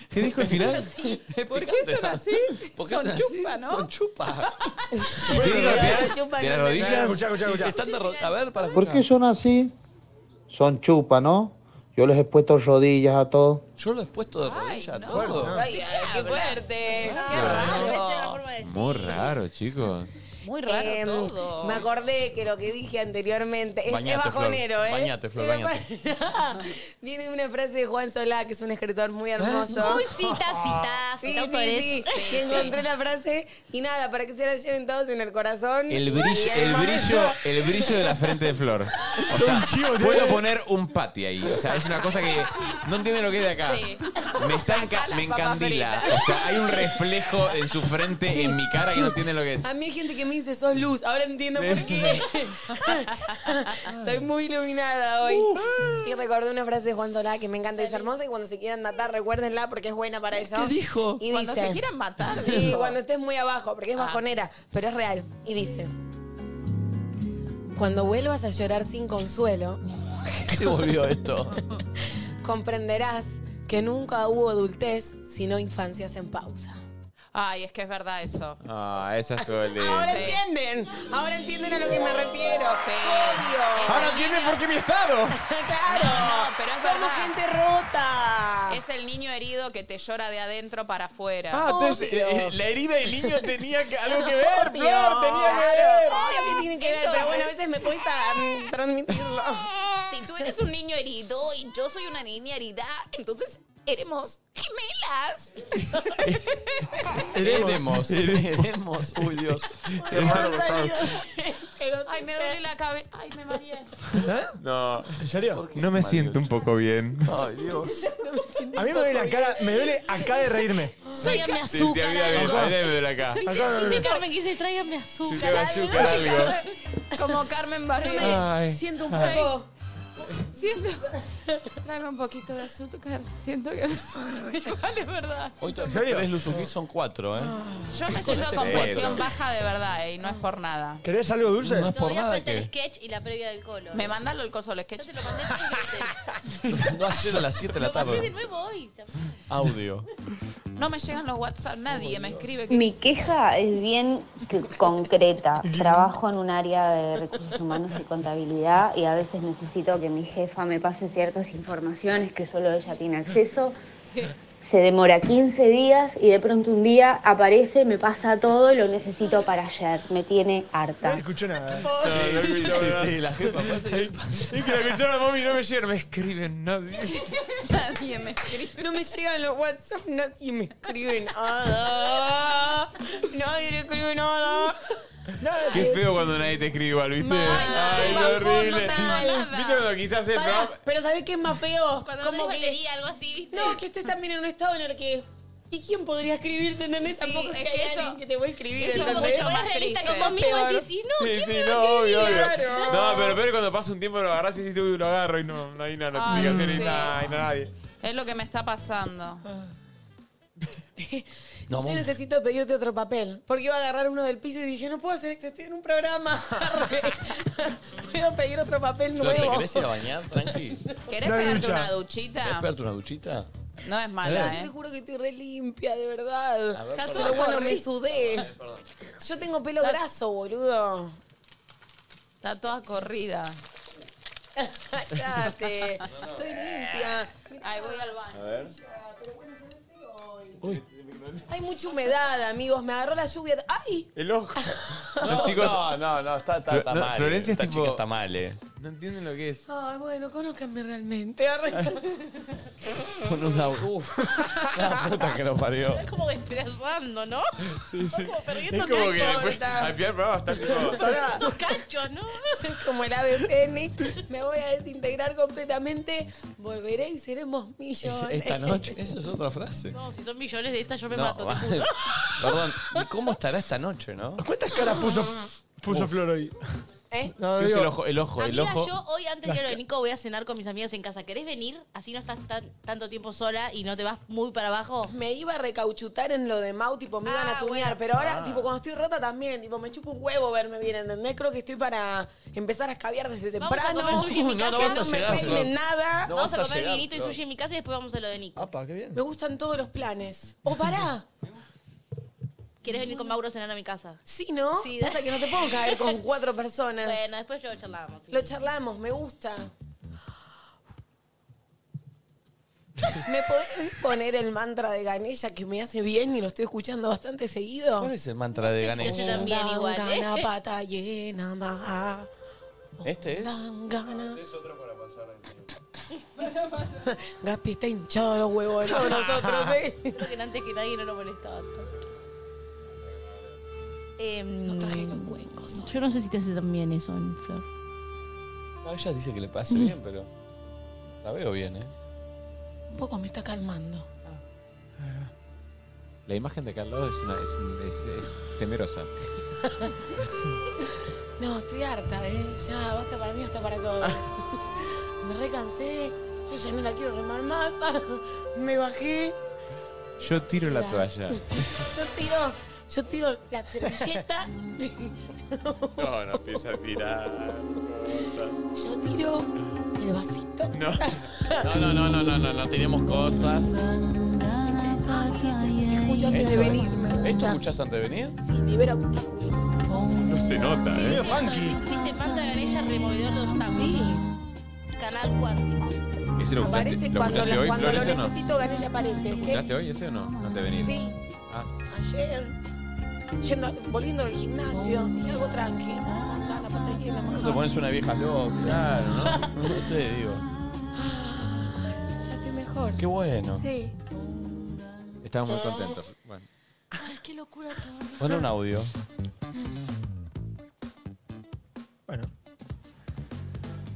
¿qué dijo el final?
¿Por qué son así?
¿Por qué son así?
chupa, ¿no?
Son chupa.
¿Qué dijo el final?
Chupa,
¿De las
no,
rodillas?
Escuchá, escuchá, escuchá. Están de ro- A ver, para
¿Por qué son así? Son chupa, ¿no? Yo les he puesto rodillas a todos.
Yo lo he puesto de rodilla a todo.
Ay, ay, qué fuerte.
Qué raro.
Muy raro, chicos.
Muy raro
Em,
todo.
Me acordé que lo que dije anteriormente es, es
Bañate, Flor.
bajonero, ¿eh?
Bañate, Flor, bañate.
Viene de una frase de Juan Solá, que es un escritor muy hermoso.
Ah, Muy cita, cita,
Sí,
cita
sí,
autores.
sí.
Sí,
Y
sí.
encontré la frase y nada, para que se la lleven todos en el corazón.
El brillo,
Y
el
además-
brillo, el brillo de la frente de Flor. O sea, puedo poner un pati ahí. O sea, es una cosa que no entiende lo que es de acá.
Sí.
Me, está enca- me encandila. O sea, hay un reflejo en su frente, en mi cara, que no entiende lo que es.
A mí hay gente que me dice, sos luz, ahora entiendo por qué. Estoy muy iluminada hoy. Y recordé una frase de Juan Solá que me encanta, es hermosa, y cuando se quieran matar, recuérdenla porque es buena para eso.
¿Qué dijo?
Y
Cuando
dice-
se quieran matar,
Sí,
dijo.
cuando estés muy abajo, porque es bajonera, pero es real. Y dice, cuando vuelvas a llorar sin consuelo,
se volvió esto?
comprenderás que nunca hubo adultez, sino infancias en pausa.
Ay, es que es verdad eso.
Ah, esa es todo el
Ahora entienden, ahora entienden a lo que me refiero. Obvio.
Ahora entienden por qué mi estado.
claro.
No, no, pero es
Somos
verdad.
gente rota.
Es el niño herido que te llora de adentro para afuera.
Ah, entonces eh, eh, la herida del niño tenía que- algo que ver, Flor,
Obvio.
tenía que ver.
Claro, obvio que tiene que ver, pero bueno, a veces me cuesta mm, transmitirlo.
Si tú eres un niño herido y yo soy una niña herida, entonces éremos gemelas.
Heremos. Heremos. Uy, Dios. Qué raro.
Ay, me duele la cabeza. Ay, me mareé.
No.
¿En serio?
No me siento un poco bien.
Ay, Dios.
A mí me duele la cara, me duele acá de reírme.
Tráigame azúcar. algo. Viste, Carmen que dice, tráigame azúcar.
azúcar, algo.
Como Carmen Barrio.
Ay.
Siento un
Ay.
poco.
Siento. Tráeme un poquito de azúcar. Siento que. Vale, verdad.
Hoy to- tres Luzuki son cuatro, ¿eh?
Ah.
Yo me
Con
siento
este
con
pelo.
presión baja de verdad, eh, y no es por nada.
¿Querés algo dulce?
No es por
Todavía
nada
falta el
que.
sketch y la previa del colo.
Me mandan el coso del sketch.
No ayer a las 7 de la
Mandé de
tarde.
nuevo hoy.
Audio.
No me llegan los WhatsApp, nadie me escribe. que-
Mi queja es bien c- concreta. Trabajo en un área de recursos humanos y contabilidad y a veces necesito que mi jefa me pase ciertas informaciones que solo ella tiene acceso. Se demora 15 días y de pronto un día aparece, me pasa todo y lo necesito para ayer. Me tiene harta.
escuché nada.
Sí, sí, sí, la jefa pasa y-
Es que la escucharon a mami no me llega, no me escriben nadie.
Nadie me escribe. No me llegan los WhatsApp, nadie me escribe nada. Nadie me escribe nada.
Qué feo cuando nadie te escribe igual, ¿viste? Ay,
bajón,
qué horrible.
no tengo nada.
¿Viste cuando quizás el
Pará,
programa-
pero ¿sabés qué es más feo?
Cuando
Como
tenés
que-
batería, algo así, ¿viste?
No, que estés también en un estado en el que. ¿Y quién podría escribirte? ¿Entendés? Tampoco es que hay alguien que te voy a escribir.
eso es
¿entendés?
mucho más triste.
Como vos mismo decís, sí, no,
Sí,
¿quién
sí,
me va
no,
a escribir?
obvio, obvio.
Claro.
No, pero peor es cuando pasa un tiempo lo agarras y dices, uy, lo agarro y no, no hay una
Ay,
notificación ni
sí.
nada, y no nadie.
Es lo que me está pasando.
Yo necesito pedirte otro papel. Porque iba a agarrar uno del piso y dije, no puedo hacer esto, estoy en un programa. Puedo pedir otro papel
Flor, ¿Te
nuevo.
querés ir a bañar, tranqui?
¿Querés
No hay
pegarte
ducha.
una
¿Querés
duchita?
pegarte una duchita?
No es
Yo
mala,
te
¿eh?
juro que estoy re limpia, de verdad.
A ver,
Pero
perdón.
bueno, me sudé.
Perdón.
Yo tengo pelo graso, boludo.
Está toda corrida.
Cállate. Estoy limpia.
Ay, voy al baño.
A ver.
Hay mucha humedad, amigos. Me agarró la lluvia. ¡Ay!
El ojo.
No, no, no, no, está, está, está
Flo- no,
mal.
Florencia es
Esta
tipo-
chica está mal, eh.
No entienden lo que es.
Ay, bueno, conózcanme realmente.
Con una. Uf. La puta que nos parió.
Estás como desplazando, ¿no?
Sí, sí.
Como perdiendo
Es como que
cancho.
después, al final del programa estás tipo.
Los canchos, ¿no?
Soy como el ave fénix. Me voy a desintegrar completamente. Volveré y seremos millones.
Esta noche. Esa es otra frase.
No, si son millones de estas, yo me
No,
mato, te
va-
juro.
Perdón, ¿y cómo estará esta noche, no?
¿Cuántas caras puso, puso Flor hoy?
¿Eh?
No,
Yo
digo-
hice el ojo, el ojo, el
Amiga,
ojo.
yo hoy antes de ir
Las
a Nico voy a cenar con mis amigas en casa. ¿Querés venir? Así no estás tan- tanto tiempo sola y no te vas muy para abajo.
Me iba a recauchutar en lo de Mau, tipo, me iban
Ah,
a tunear. Pero ahora,
Ah.
tipo, cuando estoy rota también, tipo, me chupa un huevo verme bien, ¿entendés? Creo que estoy para empezar a escabiar desde
Vamos a
temprano.
comer sushi en mi
no, no
casa.
vas a
no me
llegar, Flor.
peinen nada.
No
Vamos
vas
a
a
comer
llegar,
vinito y
Flor.
sushi en mi casa y después vamos a lo de Nico.
Apa, qué bien.
Me gustan todos los planes. O pará.
¿Quieres venir con Mauro a cenar a mi casa?
Sí, ¿no?
Sí,
Pasa que no te puedo caer con cuatro personas.
Bueno, después yo charlábamos.
Lo charlamos, me gusta. ¿Me podés poner el mantra de Ganella que me hace bien y lo estoy escuchando bastante seguido?
¿Cuál es el mantra de Ganesh?
Yo también igual, ¿eh? pata llena, ma.
¿Este es?
Langana.
Es otro para pasar al
Gaspi está hinchado los huevos de todos nosotros, ¿eh?
Creo que antes que nadie no lo molestaba tanto. Em, no traje los
cuencos.
Yo no sé si te hace tan bien eso, en Flor.
No, ella dice que le pase bien, pero. La veo bien, ¿eh?
Un poco me está calmando.
La imagen de Carlos es, una, es, es- es temerosa.
No, estoy harta, ¿eh? Ya, basta para mí, hasta para todos.
Ah.
Me recansé, yo ya no la quiero remar más. Me bajé,
Yo tiro la toalla.
yo tiro, yo tiro la servilleta.
No, no empieza a tirar.
Yo tiro el vasito.
No.
No, no, no, no, no, no, no tenemos cosas.
Escucho antes de
Esto es-
venirme.
¿Esto escuchás antes de venir?
Sí, libera obstáculos.
No se nota, ¿eh?
Eso, dice- Dice Panta Ganella, removedor de obstáculos. Canal cuántico.
¿Ese lo escuchaste-
Aparece
lo
cuando
escuchaste
lo,
hoy,
cuando lo
Flores, o no?
necesito, Ganella aparece.
¿Lo
¿ok?
escuchaste hoy ese o no? Antes de venir.
Sí.
Ah,
Ayer, yendo, volviendo del gimnasio, dije algo tranqui. Acá la pata llena,
No te
mamá.
pones una vieja loca, claro, ¿no? No sé, digo.
Ya estoy mejor.
Qué bueno.
Sí.
estaba muy contento. Bueno.
Ay, qué locura todo.
Pon un audio.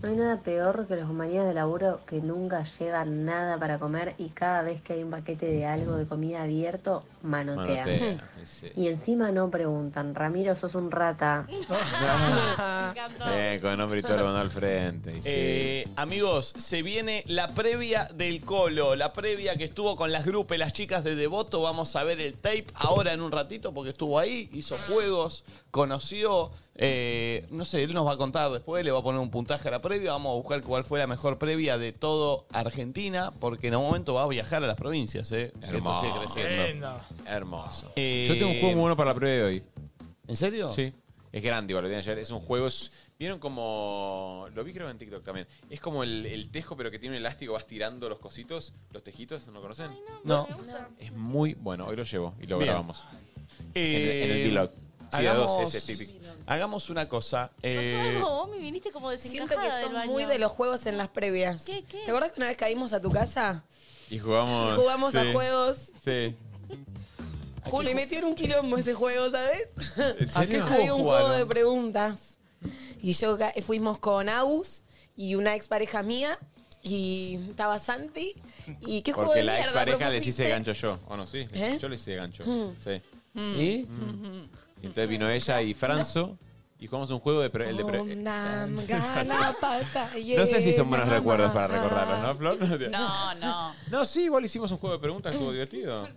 No hay nada peor que los compañeros de laburo que nunca llevan nada para comer y cada vez que hay un paquete de algo de comida abierto, manotean.
Manotean,
sí.
Y encima no preguntan, Ramiro, sos un rata.
Bien, con nombre y todo lo mandó al frente. y sí.
Eh, amigos, se viene la previa del Colo, la previa que estuvo con las grupes, las chicas de Devoto. Vamos a ver el tape ahora en un ratito porque estuvo ahí, hizo juegos, conoció. eh, no sé, él nos va a contar después, le va a poner un puntaje a la previa. Vamos a buscar cuál fue la mejor previa de todo Argentina porque en un momento va a viajar a las provincias. Eh, Si esto
Hermoso.
sigue creciendo.
Lindo. Hermoso.
Eh,
Yo tengo un juego muy bueno para la prueba de hoy.
¿En serio?
Sí. Es grande igual, lo tienen ayer. Es un juego. es- ¿Vieron como.? Lo vi creo en TikTok también. Es como el, el tejo, pero que tiene un elástico, vas tirando los cositos, los tejitos, ¿no lo conocen?
No.
Es muy bueno. Hoy lo llevo y lo
Bien.
grabamos.
Eh,
en el, en el vlog. Sí, de a dos,
hagamos,
ese, tic, tic.
hagamos una cosa. eh,
Algo, vos me viniste como
Siento que
desencajada del
son
baño.
muy de los juegos en las previas. ¿Te acuerdas que una vez caímos a tu casa?
Y jugamos.
Jugamos a
sí,
juegos.
Sí.
Julio, y metieron un quilombo ese juego, ¿sabes?
¿A qué
Había
juego
un juego de
jugaron?
preguntas. Y yo ga- fuimos con Agus y una expareja mía. Y estaba Santi. ¿Y qué juego
Porque
de
la
mierda
ex pareja les
propusiste?
hice gancho yo. ¿O no? Sí.
¿Eh?
Yo les hice gancho.
Mm.
Sí.
Mm.
¿Y?
Mm. Y Entonces vino ella y Franzo y jugamos un juego de. pre- el de pre-
Om Nam Gana Pata
No sé si son buenos
Yena.
recuerdos para recordarlos, ¿no, Flor?
No, no.
No, sí, igual hicimos un juego de preguntas, estuvo divertido.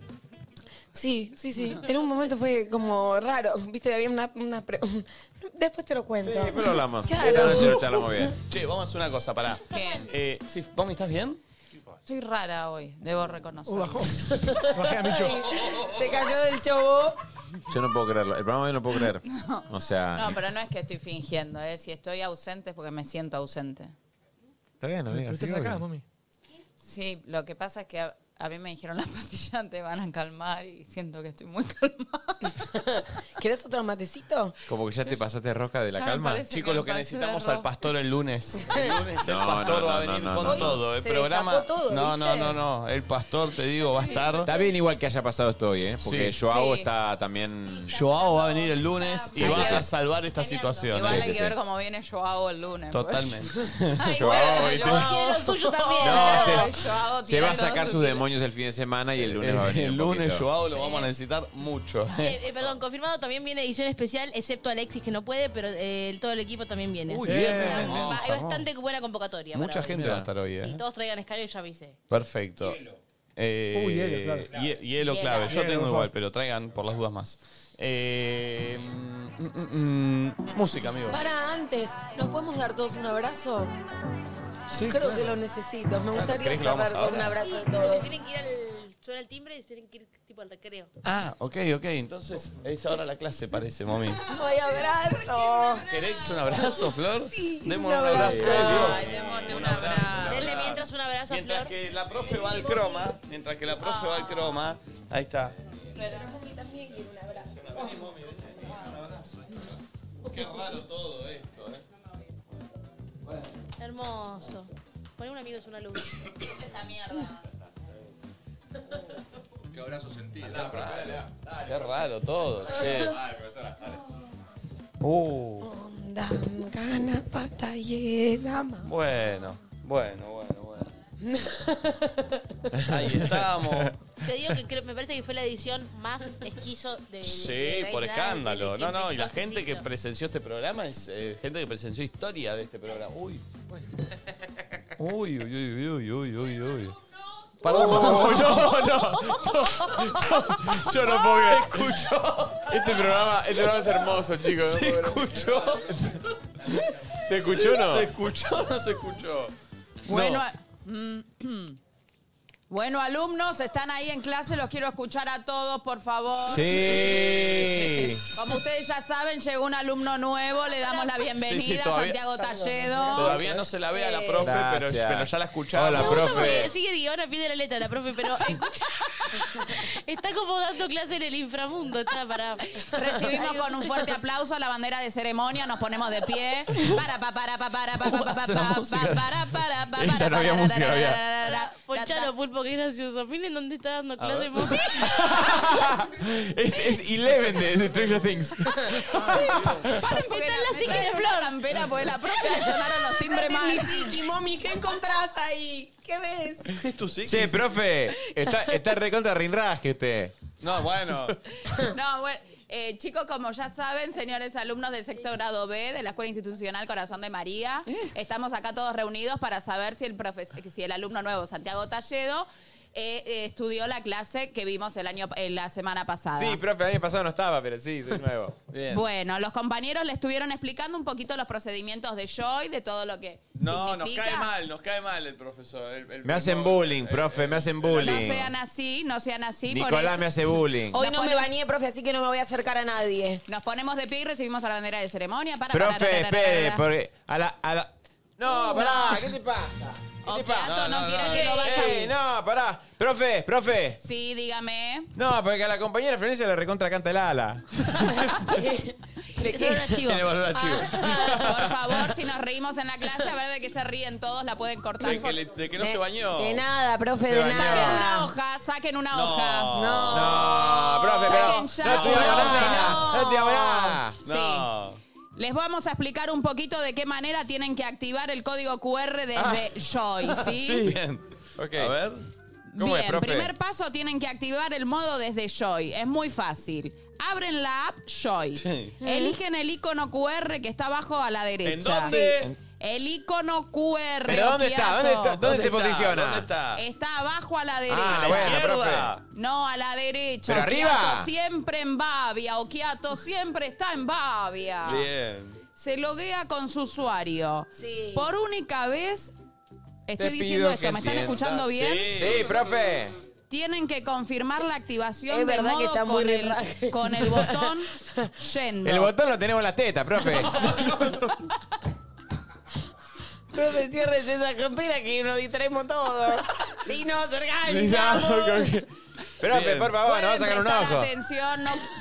Sí, sí, sí. En un momento fue como raro. Viste, había una. una pre- Después te lo cuento.
Después lo hablamos.
Claro.
Esta noche lo charlamos bien.
Che, vamos a hacer una cosa, pará. Eh, sí, Pomi, ¿estás bien?
Estoy rara hoy, debo reconocer.
Se cayó del chobo.
Yo no puedo creerlo. El programa de hoy no puedo creer. O sea,
No, pero no es que estoy fingiendo, ¿eh? si estoy ausente es porque me siento ausente.
está bien, amiga.
Pero
sí,
estás acá,
obvio.
mami.
Sí, lo que pasa es que a, a mí me dijeron las pastillas te van a calmar y siento que estoy muy calmada.
¿Querés otro matecito?
Como que ya te pasaste rosca de la
Ya me
calma.
parece
Chicos, lo que necesitamos al pastor el lunes. El lunes el
No,
pastor
no,
va a
no,
venir
no,
con
no.
todo. El
Se
programa.
destapó todo,
no, no,
¿viste?
no, no. El pastor, te digo, va a estar.
Está bien igual que haya pasado esto hoy, ¿eh? Porque
Sí.
Joao
Sí.
está también...
Joao va a venir el lunes y
Sí,
va
sí,
a
sí.
salvar esta situación.
Igual
¿eh?
hay que ver cómo viene Joao el lunes. pues.
Totalmente.
Joao,
Bueno,
¿viste?
Joao.
Quiero lo suyo también.
No,
Ay,
se,
Joao
se va a
tirando
sacar
su-
sus demonios el fin de semana y el lunes va a venir
El
un
lunes,
poquito.
Joao, lo vamos a necesitar mucho.
Eh, eh, perdón, confirmado también viene edición especial, excepto Alexis que no puede, pero eh, todo el equipo también viene.
Uy,
así que
bien,
está-
bien,
va-
hermoso,
Hay bastante buena convocatoria. para
Mucha
hoy.
gente va a estar hoy,
Sí,
¿eh?
todos traigan escala y yo avisé.
Perfecto. Eh,
Uy, hielo, claro.
hie- hielo, clave. Yo
Hielo,
tengo
por
igual,
favor.
pero traigan por las dudas más. Eh, mm, mm, mm, música, amigo.
Para antes, ¿nos podemos dar todos un abrazo?
Sí,
Creo
claro.
que lo necesito. Me gustaría
¿querés que lo hagamos
cerrar con
ahora?
un abrazo de
Porque
todos.
Tienen que ir al. Suena el timbre y tienen que ir tipo al recreo.
Ah, ok, ok. Entonces es ahora la clase, parece, mami.
No hay abrazo.
¿Querés un abrazo, Flor?
Sí,
Démosle
un
un abrazo.
abrazo.
Ay, Dios.
Denle mientras un abrazo. beso,
Mientras
Flor.
que la profe va al croma, mientras que la profe va al croma, ahí está. Qué raro todo esto, ¿eh?
Hermoso. Poner un amigo es una luz. Esta mierda.
Qué abrazo sentido.
Qué raro todo, che.
Dale, profesora, dale.
Uh,
Dan ganas patallera, ma.
bueno, bueno, bueno, bueno. Ahí estamos.
Te digo que creo- me parece que fue la edición más esquizo de. de- de
Sí,
Grey's
por
Anatomy,
escándalo.
que
No, no, y
empezó
la
este
gente que
ciclo.
presenció este programa es eh, gente que presenció historia de este programa. Uy. Uy, uy, uy, uy, uy, uy, uy. Perdón,
Oh.
no, no, no. Yo no puedo creer. escuchó.
Este
Ah,
programa, este programa es hermoso, chicos.
Se escuchó.
¿Se escuchó o no?
¿Se escuchó o no se escuchó?
Bueno, a- bueno, alumnos, están ahí en clase, los quiero escuchar a todos, por favor.
Sí.
Como ustedes ya saben, llegó un alumno nuevo, le damos la bienvenida
Sí, sí, todavía-
Santiago Talledo.
Todavía no se la ve a la
Eh,
profe, pero,
Gracias.
pero ya la escuchaba.
Hola,
la
Porque sigue el guión a pie de la letra, la profe, pero escucha. está como dando clase en el inframundo, está para.
Recibimos con un fuerte aplauso a la bandera de ceremonia, nos ponemos de pie. Para, pa, para, pa, para, pa, pa, pa, pa, pa, pa, para, para, pa, para.
Ya no había música, había.
Ponchalo, pulpo, qué gracioso. Miren dónde está dando clase, mojo.
Es, es Eleven de, de Stranger Things.
Paren, porque
Está
la
la psique
de
de
flor. Campera, pues la profe le sonaron los timbres
Estás en mi
más.
psiqui, mami, ¿qué encontrás ahí? ¿Qué ves?
¿Es tu psiquis?
Che, profe, está, está este. re contra Rinraje usted.
No, bueno.
No, bueno. eh, chicos, como ya saben, señores alumnos del sexto grado B de la Escuela Institucional Corazón de María,
Eh.
estamos acá todos reunidos para saber si el, profes- si el alumno nuevo, Santiago Talledo, eh, eh, estudió la clase que vimos el año, eh, la semana pasada.
Sí, profe, el año pasado no estaba, pero sí, soy nuevo. Bien.
Bueno, los compañeros le estuvieron explicando un poquito los procedimientos de Joy, de todo lo que.
No, nos
significa.
cae mal, nos cae mal el profesor. el- el-
Me hacen bullying, profe, me hacen
No
bullying.
sean así, no sean así. por
Nicolás
eso-
me hace bullying.
Hoy no me
ponemos-
bañé, profe, así que no me voy a acercar a nadie.
Nos ponemos de pie y recibimos a la bandera de ceremonia para. para, para,
Profe,
para, para,
espere,
para.
porque a la, a la... No, pará, ¿qué te
pasa?
O Beato, Ah. no, quiera que lo vaya.
Ey, no, pará. Profe, profe.
Sí, dígame.
No, porque a la compañera Florencia le recontra canta el ala.
Eso era un archivo. Ah,
Tiene valor archivo.
Por favor, si nos reímos en la clase, a ver de qué se ríen todos, la pueden cortar.
De que, le- de que no se bañó.
De nada, profe,
Se
de
bañó.
Saquen
nada.
una hoja, saquen una hoja.
No. No, profe, pero.
Saquen ya.
No
No,
estudiamos nada. No estudiamos nada.
No. Les vamos a explicar un poquito de qué manera tienen que activar el código QR desde
Ah.
Ah.
Joy, ¿sí?
Bien. A ver.
¿Cómo
Bien,
es, profe?
primer paso tienen que activar el modo desde Joy. Es muy fácil. Abren la app Joy.
Sí.
Eligen el icono QR que está abajo a la derecha.
¿En dónde?
Sí. El icono QR.
¿Pero dónde está? ¿Dónde está?
Okiato.
¿Dónde se posiciona?
¿Dónde está?
Está abajo a la derecha.
Ah, bueno, profe.
No, a la derecha.
¿Pero
Okiato
arriba?
Siempre en Babia. Okiato siempre está en Babia.
Bien.
Se loguea con su usuario. Por única vez. Estoy
Te
diciendo
pido
esto,
que
¿me están
entiendas.
escuchando bien?
Sí, sí, profe.
Tienen que confirmar la activación de
Es verdad
modo
que está
con,
muy
el, con el botón yendo.
El botón lo tenemos en las tetas, profe.
Profe, cierres esa campera que nos distraemos todos. Si nos organizamos.
Profe,
Bien.
por favor,
Pueden
nos va a sacar un
prestar
ojo.
atención, no-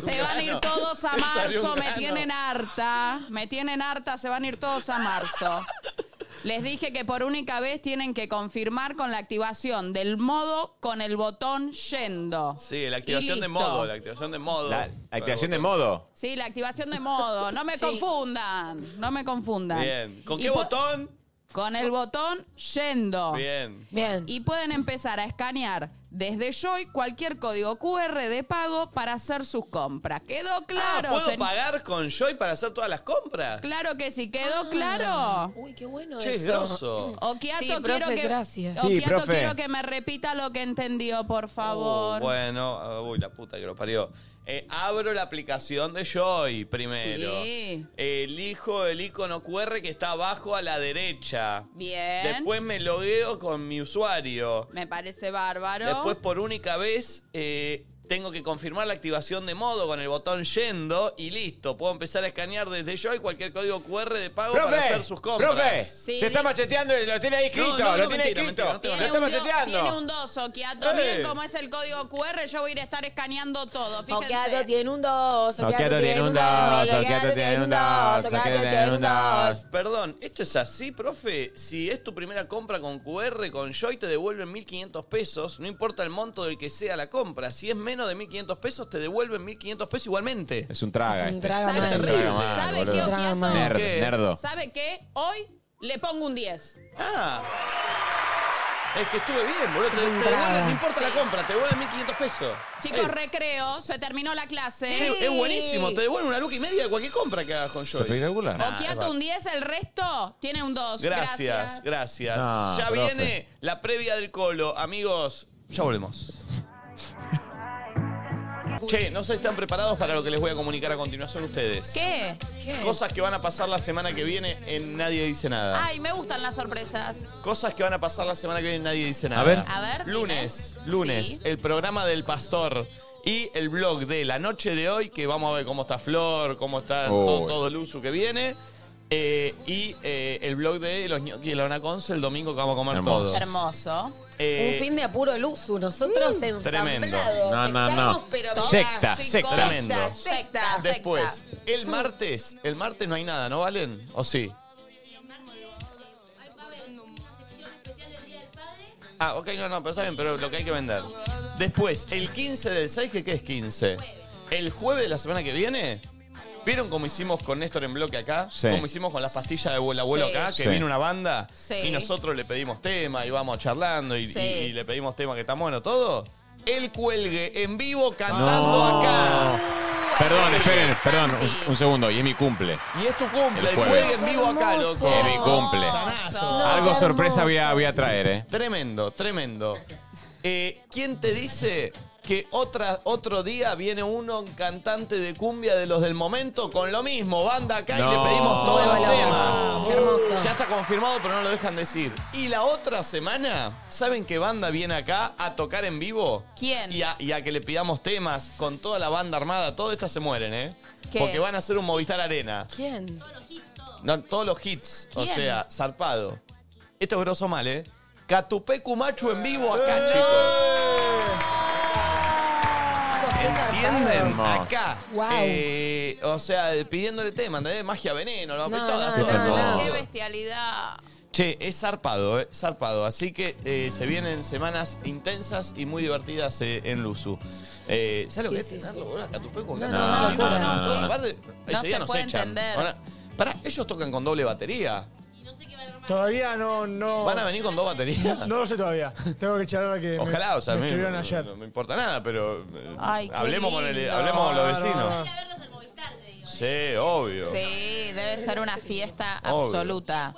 se van a ir todos a marzo, me tienen harta. Me tienen harta, se van a ir todos a marzo. Les dije que por única vez tienen que confirmar con la activación del modo con el botón yendo.
Sí, la activación
Y
de
listo.
modo, la activación de modo.
La activación de modo.
Sí, la activación de modo. No me confundan. No me confundan.
Bien. ¿Con
Y
qué
po-
botón?
Con el botón yendo.
Bien.
Bien.
Y pueden empezar a escanear desde Joy cualquier código QR de pago para hacer sus compras. ¿Quedó claro?
Ah, ¿Puedo
señ-
pagar con Joy para hacer todas las compras?
Claro que sí, quedó claro.
Ah. Uy, qué bueno
Che, es grosso.
Okiato,
Sí, profe,
quiero que,
gracias.
Okiato,
Sí, profe.
quiero que me repita lo que entendió, por favor.
Oh, Uh, Bueno, ah, uy, la puta que lo parió. Eh, abro la aplicación de Joy primero.
Sí.
Elijo el icono QR que está abajo a la derecha.
Bien.
Después me logueo con mi usuario.
me parece bárbaro.
Después, por única vez, eh, Tengo que confirmar la activación de modo con el botón yendo y listo. Puedo empezar a escanear desde yo y cualquier código QR de pago
¡Profe!
para hacer sus compras.
¡Profe! Sí. Se está macheteando, lo tiene ahí escrito, lo tiene ahí escrito.
Tiene
Lo está
un do-
macheteando.
Tiene un doso, Kiato.
¡Eh!
Miren cómo es el código QR. Yo voy a ir a estar escaneando todo. Fíjense.
Oqueato tiene un dos,
Oqueato tiene un dos, Oqueato tiene un dos, Oqueato tiene un dos.
Perdón, ¿esto es así, profe? Si es tu primera compra con QR, con Joy te devuelven 1.500 pesos, no importa el monto del que sea la compra. Si es menos de 1.500 pesos, te devuelven 1.500 pesos igualmente.
Es un traga.
Es un
este.
traga
Es
mal.
un traga
¿Sabe-
mal,
sabe
boludo.
qué, Oquiato?
Nerd,
¿Qué?
nerdo.
¿Sabe qué? Hoy le pongo un 10.
Ah. Es que estuve bien, boludo. Te,
Es un
te devuelven,
traga.
no importa la compra, te devuelven 1.500 pesos.
Chicos,
Eh,
recreo. Se terminó la clase.
che, es buenísimo, te devuelven una luca y media de cualquier compra que hagas con Joy.
Espectacular.
Oquiato un 10, el resto tiene un 2.
Gracias, gracias.
No,
ya
profe.
viene la previa del colo, amigos. Ya volvemos. Che, no sé si están preparados para lo que les voy a comunicar a continuación ustedes.
¿Qué? ¿Qué?
Cosas que van a pasar la semana que viene en Nadie Dice Nada.
Ay, me gustan las sorpresas.
Cosas que van a pasar la semana que viene en Nadie Dice Nada.
A ver.
A ver, dime.
Lunes, lunes, el programa del pastor y el blog de la noche de hoy, que vamos a ver cómo está Flor, cómo está
Uy.
todo, todo el uso que viene. Eh, y eh, el blog de los ñoquis de la Ona Conce el domingo que vamos a comer
Hermoso.
todos.
Hermoso.
Eh,
Un fin de apuro luz, nosotros
Tremendo.
ensamblados.
No, no,
Estamos,
no.
pero
Secta,
mira,
secta.
Tremendo.
secta, secta.
Después, el martes, el martes no hay nada, ¿no valen? ¿O sí? Ah, ok, no, no, pero está bien, pero lo que hay que vender. Después, el 15 del 6, ¿qué, qué es 15? El jueves de la semana que viene, ¿vieron cómo hicimos con Néstor en bloque acá?
Sí.
¿Cómo hicimos con las pastillas de abuelo abuelo
Sí.
acá? Que
Sí.
vino una banda
Sí.
y nosotros le pedimos tema y vamos charlando y,
Sí.
y- y le pedimos tema que está bueno, todo. El cuelgue en vivo cantando acá.
Perdón, esperen, perdón, un, un segundo. Y es mi cumple.
Y es tu cumple,
El
el
jueves.
juegue en vivo acá, loco.
Es mi cumple. Algo sorpresa voy a, voy a traer, ¿eh?
Tremendo, tremendo. Eh, ¿Quién te dice que otra, otro día viene uno, un cantante de cumbia de los del momento, con lo mismo? Banda acá y
No.
le pedimos todos los
Vuelvo
temas.
loco. Qué hermoso.
Ya está confirmado, pero no lo dejan decir. Y la otra semana, ¿saben qué banda viene acá a tocar en vivo?
¿Quién?
Y a, y a que le pidamos temas con toda la banda armada. Todas estas se mueren, ¿eh?
¿Qué?
Porque van a hacer un Movistar Arena.
¿Quién?
No, todos los hits. O
¿Quién?
sea, zarpado. Esto es grosso mal, ¿eh? Catupé Cumacho en vivo acá, chicos. ¿Entienden?
zarpado.
Acá.
Wow.
Eh, o sea, pidiéndole tema, ¿entendés? Magia veneno, lo
No,
todas,
no,
todas,
no,
todas.
Qué bestialidad.
Che, es zarpado, eh, zarpado. Así que eh, se vienen semanas intensas y muy divertidas eh, en Luzu. Eh, ¿Sabes lo que es tenerlo, boludo? Acá tu peco, acá
No,
tu
no,
peco.
una locura.
no,
No, no.
Aparte, ese
No
día
se
nos
puede
echan.
entender.
Ahora, pará, ellos tocan con doble batería.
Todavía no, no.
¿Van a venir con dos baterías?
No lo sé todavía. Tengo que charlar que. me-
Ojalá, o sea, a
me
mí
escribieron
no,
ayer.
no me importa nada, pero eh,
Ay, qué
hablemos, con el,
lindo.
hablemos con los vecinos.
No, no, no.
Sí, obvio.
Sí, debe ser una fiesta
Obvio.
absoluta.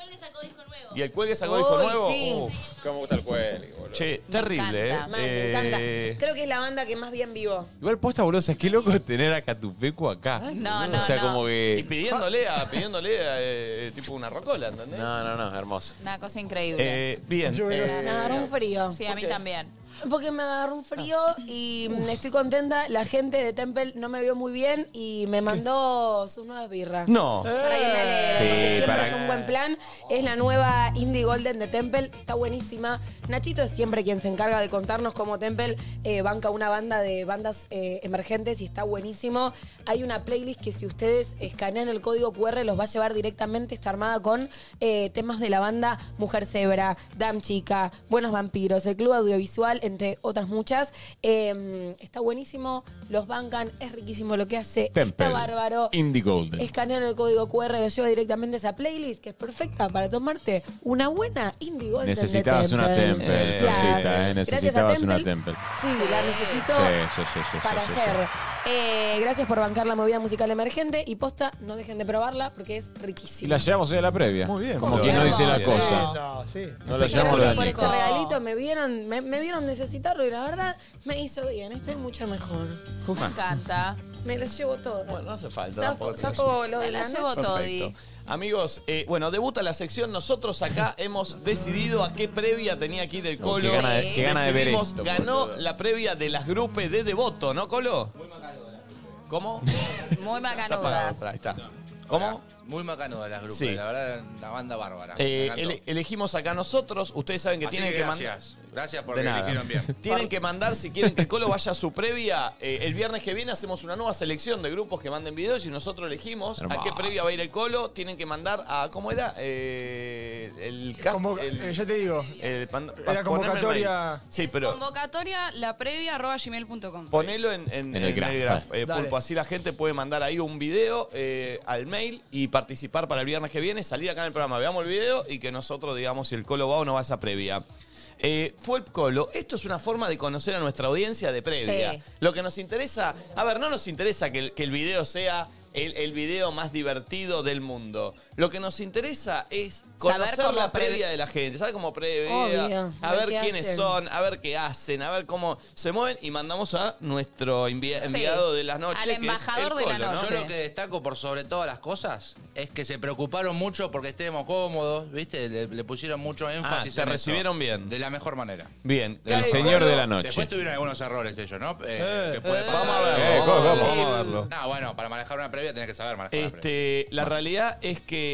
¿Y el cuelgue sacó disco
Uy,
nuevo?
sí.
¿Cómo gusta el cuelgue, boludo?
Che, terrible,
encanta,
¿eh?
mal, me encanta.
Eh,
Creo que es la banda que más bien vivo.
Igual posta, boludo, es qué loco tener a Catupecu acá.
no, no,
O sea,
no.
como
Y
que...
pidiéndole a, pidiéndole a, eh, tipo una rocola, ¿entendés?
No, no, no, hermoso.
Una cosa increíble.
Eh, bien. eh,
Me agarró un frío.
sí, a mí también.
Porque me agarró un frío y mm, estoy contenta. La gente de Temple no me vio muy bien y me mandó sus nuevas birras.
No.
Eh,
Para que me alegre,
Sí,
porque siempre
para-
es un buen plan. Es la nueva Indie Golden de Temple. Está buenísima. Nachito es siempre quien se encarga de contarnos cómo Temple eh, banca una banda de bandas eh, emergentes y está buenísimo. Hay una playlist que si ustedes escanean el código QR los va a llevar directamente. Está armada con eh, temas de la banda Mujer Zebra, Dam Chica, Buenos Vampiros, el Club Audiovisual, entre otras muchas. Eh, está buenísimo. Los bancan. Es riquísimo lo que hace.
Temple.
Está bárbaro.
Indie Golden.
Escanean el código QR, lo lleva directamente a esa playlist que es perfecta para tomarte una buena Indie Golden. de
Necesitabas una
Temple.
Temple,
Gracias.
Rosita, ¿eh?
Gracias a
Necesitabas una
Temple.
Temple.
Sí, la necesito
Sí, sí, sí, sí,
para
sí, sí.
ayer. Eh, gracias por bancar la movida musical emergente y posta, no dejen de probarla porque es
Y
riquísima.
la llevamos hoy a la previa.
Muy bien,
Como
boludo.
quien no dice la
Sí,
cosa.
No, sí.
No la llevamos
Gracias por
a
este
la
regalito, me vieron, me, me vieron necesitarlo y la verdad me hizo bien, estoy mucho mejor.
Me encanta.
Me los llevo todas.
Bueno, no hace falta.
Saco,
tampoco.
saco lo de la, noche.
Perfecto. Amigos, eh, bueno, debuta la sección. Nosotros acá hemos decidido a qué previa tenía aquí del Colo.
qué gana de- qué gana de ver
Decidimos,
esto,
Ganó
boludo.
la previa de las grupes de Devoto, ¿no, Colo? ¿Cómo?
Muy
Está apagado,
macanudas.
pará, ahí está. ¿Cómo?
Muy macanuda las grupos,
Sí.
la verdad, la banda bárbara.
Eh,
Me encantó.
ele- elegimos acá nosotros. Ustedes saben que
Así
tienen
que
que, mandar.
gracias. Gracias porque eligieron bien.
Tienen que mandar si quieren que el Colo vaya a su previa. Eh, el viernes que viene hacemos una nueva selección de grupos que manden videos y nosotros elegimos a qué
Hermoso.
previa va a ir el Colo. Tienen que mandar a. ¿Cómo era? Eh, el, ca- el-
Eh, ya te digo.
el pan-
Era
pas- poneme el
convocatoria-
mail. Sí, pero
Convocatoria la previa arroba gmail.com.
ponelo en, en-
En el
en
graph.
eh,
Dale.
Pulpo. Así la gente puede mandar ahí un video eh, al mail y participar para el viernes que viene, salir acá en el programa. Veamos el video y que nosotros digamos si el Colo va o no va a esa previa. Eh, fue el Colo. Esto es una forma de conocer a nuestra audiencia de previa.
Sí.
Lo que nos interesa, a ver, no nos interesa que el, que el video sea el, el video más divertido del mundo. Lo que nos interesa es
Saber
conocer
cómo
la
preve-
previa de la gente, saber cómo previa,
Obvio,
a
ver
ver
qué
quiénes
hacen.
son, a ver qué hacen, a ver cómo se mueven y mandamos a nuestro envi-
Sí,
enviado de las noches. que es el Colo, ¿no?
Yo lo que destaco por sobre todas las cosas es que se preocuparon mucho porque estemos cómodos, ¿viste? Le, le pusieron mucho énfasis.
Ah, te
en eso.
recibieron bien.
De la mejor manera.
Bien.
De la
El
mejor
señor
manera.
de la noche.
Después tuvieron algunos errores ellos, ¿no? Eh,
Eh,
que puede
eh,
pasar.
vamos a verlo, Eh, vamos a ¿cómo? verlo. Vamos a verlo.
No, bueno, para manejar una previa tenés que saber manejar una previa.
Este, la realidad es que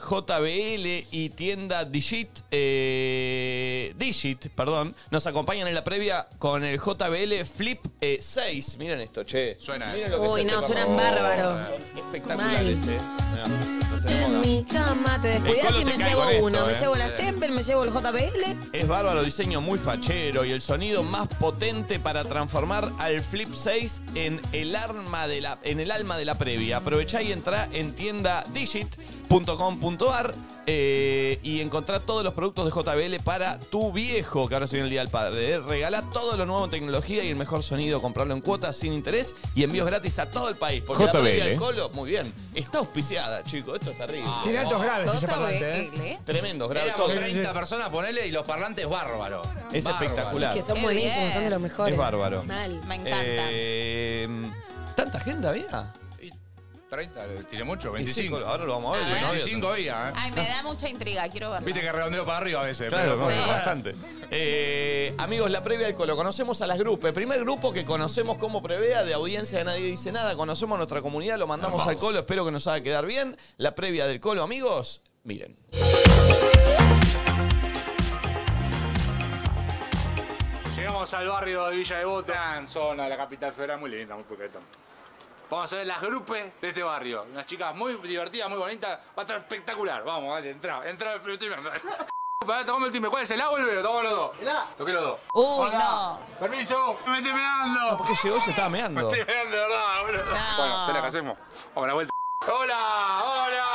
JBL y tienda Digit, eh, Digit, perdón, nos acompañan en la previa con el JBL Flip eh, 6. Miren esto, che.
Suena.
Miren lo que
Uy,
es
no,
este,
suenan
por favor.
bárbaros.
Espectacular
Mal.
ese. eh. Mirá, lo tenemos
En
acá.
mi cama te
El
descuidas
Colo
y
te
me
cae
llevo
con esto,
uno.
eh.
Me llevo
Sí.
las Temple, me llevo el JBL.
Es bárbaro, diseño muy fachero y el sonido más potente para transformar al Flip 6 en el, arma de la, en el alma de la previa. Aprovechá y entrá en tiendadigit.com.ar eh, y encontrá todos los productos de JBL para tu viejo, que ahora se viene el Día del Padre. eh. Regalá todo lo nuevo en tecnología y el mejor sonido, comprarlo en cuotas sin interés y envíos gratis a todo el país. Porque la previa
JBL.
del Colo, muy bien, está auspiciada, chicos, esto es terrible.
Tiene
Ah.
altos graves ese parlante, ¿eh?
Tremendos graves.
Éramos
todo.
30 personas, ponele, y los parlantes bárbaros.
Es espectacular.
Que son
Qué
buenísimos, son de los mejores.
Es bárbaro.
Mal.
Me
Eh, ¿Tanta agenda había?
30, le tiré eh, mucho,
Y sí,
25.
ahora lo vamos a ver, no había
25
tanto.
había, ¿eh?
Ay, me da mucha intriga, quiero verlo.
Viste que redondeo para arriba a veces.
Claro,
pero-
no, bastante. Eh, amigos, la previa del Colo. Conocemos a las grupos. El primer grupo que conocemos como previa de audiencia de Nadie Dice Nada. Conocemos nuestra comunidad, lo mandamos
Vamos.
al Colo. Espero que nos haga quedar bien. La previa del Colo, amigos, miren.
Llegamos al barrio de Villa Devoto.
Gran zona, la capital federal, muy linda, muy coqueta.
Vamos a ver las grupes de este barrio. Unas chicas muy divertidas, muy bonitas. Va a estar espectacular. Vamos, dale, entra, entra. me estoy mirando. Eh, Pará, tocame el timbre. ¿Cuál es el A o el B? Tocamos los dos. ¿El A? Toqué los dos.
Uy,
Hola. Permiso, me estoy mirando.
¿Por qué llegó? Se estaba
Me
meando.
estoy mirando, de verdad, boludo. Bueno, se la que hacemos. Vamos a la vuelta. Hola, hola.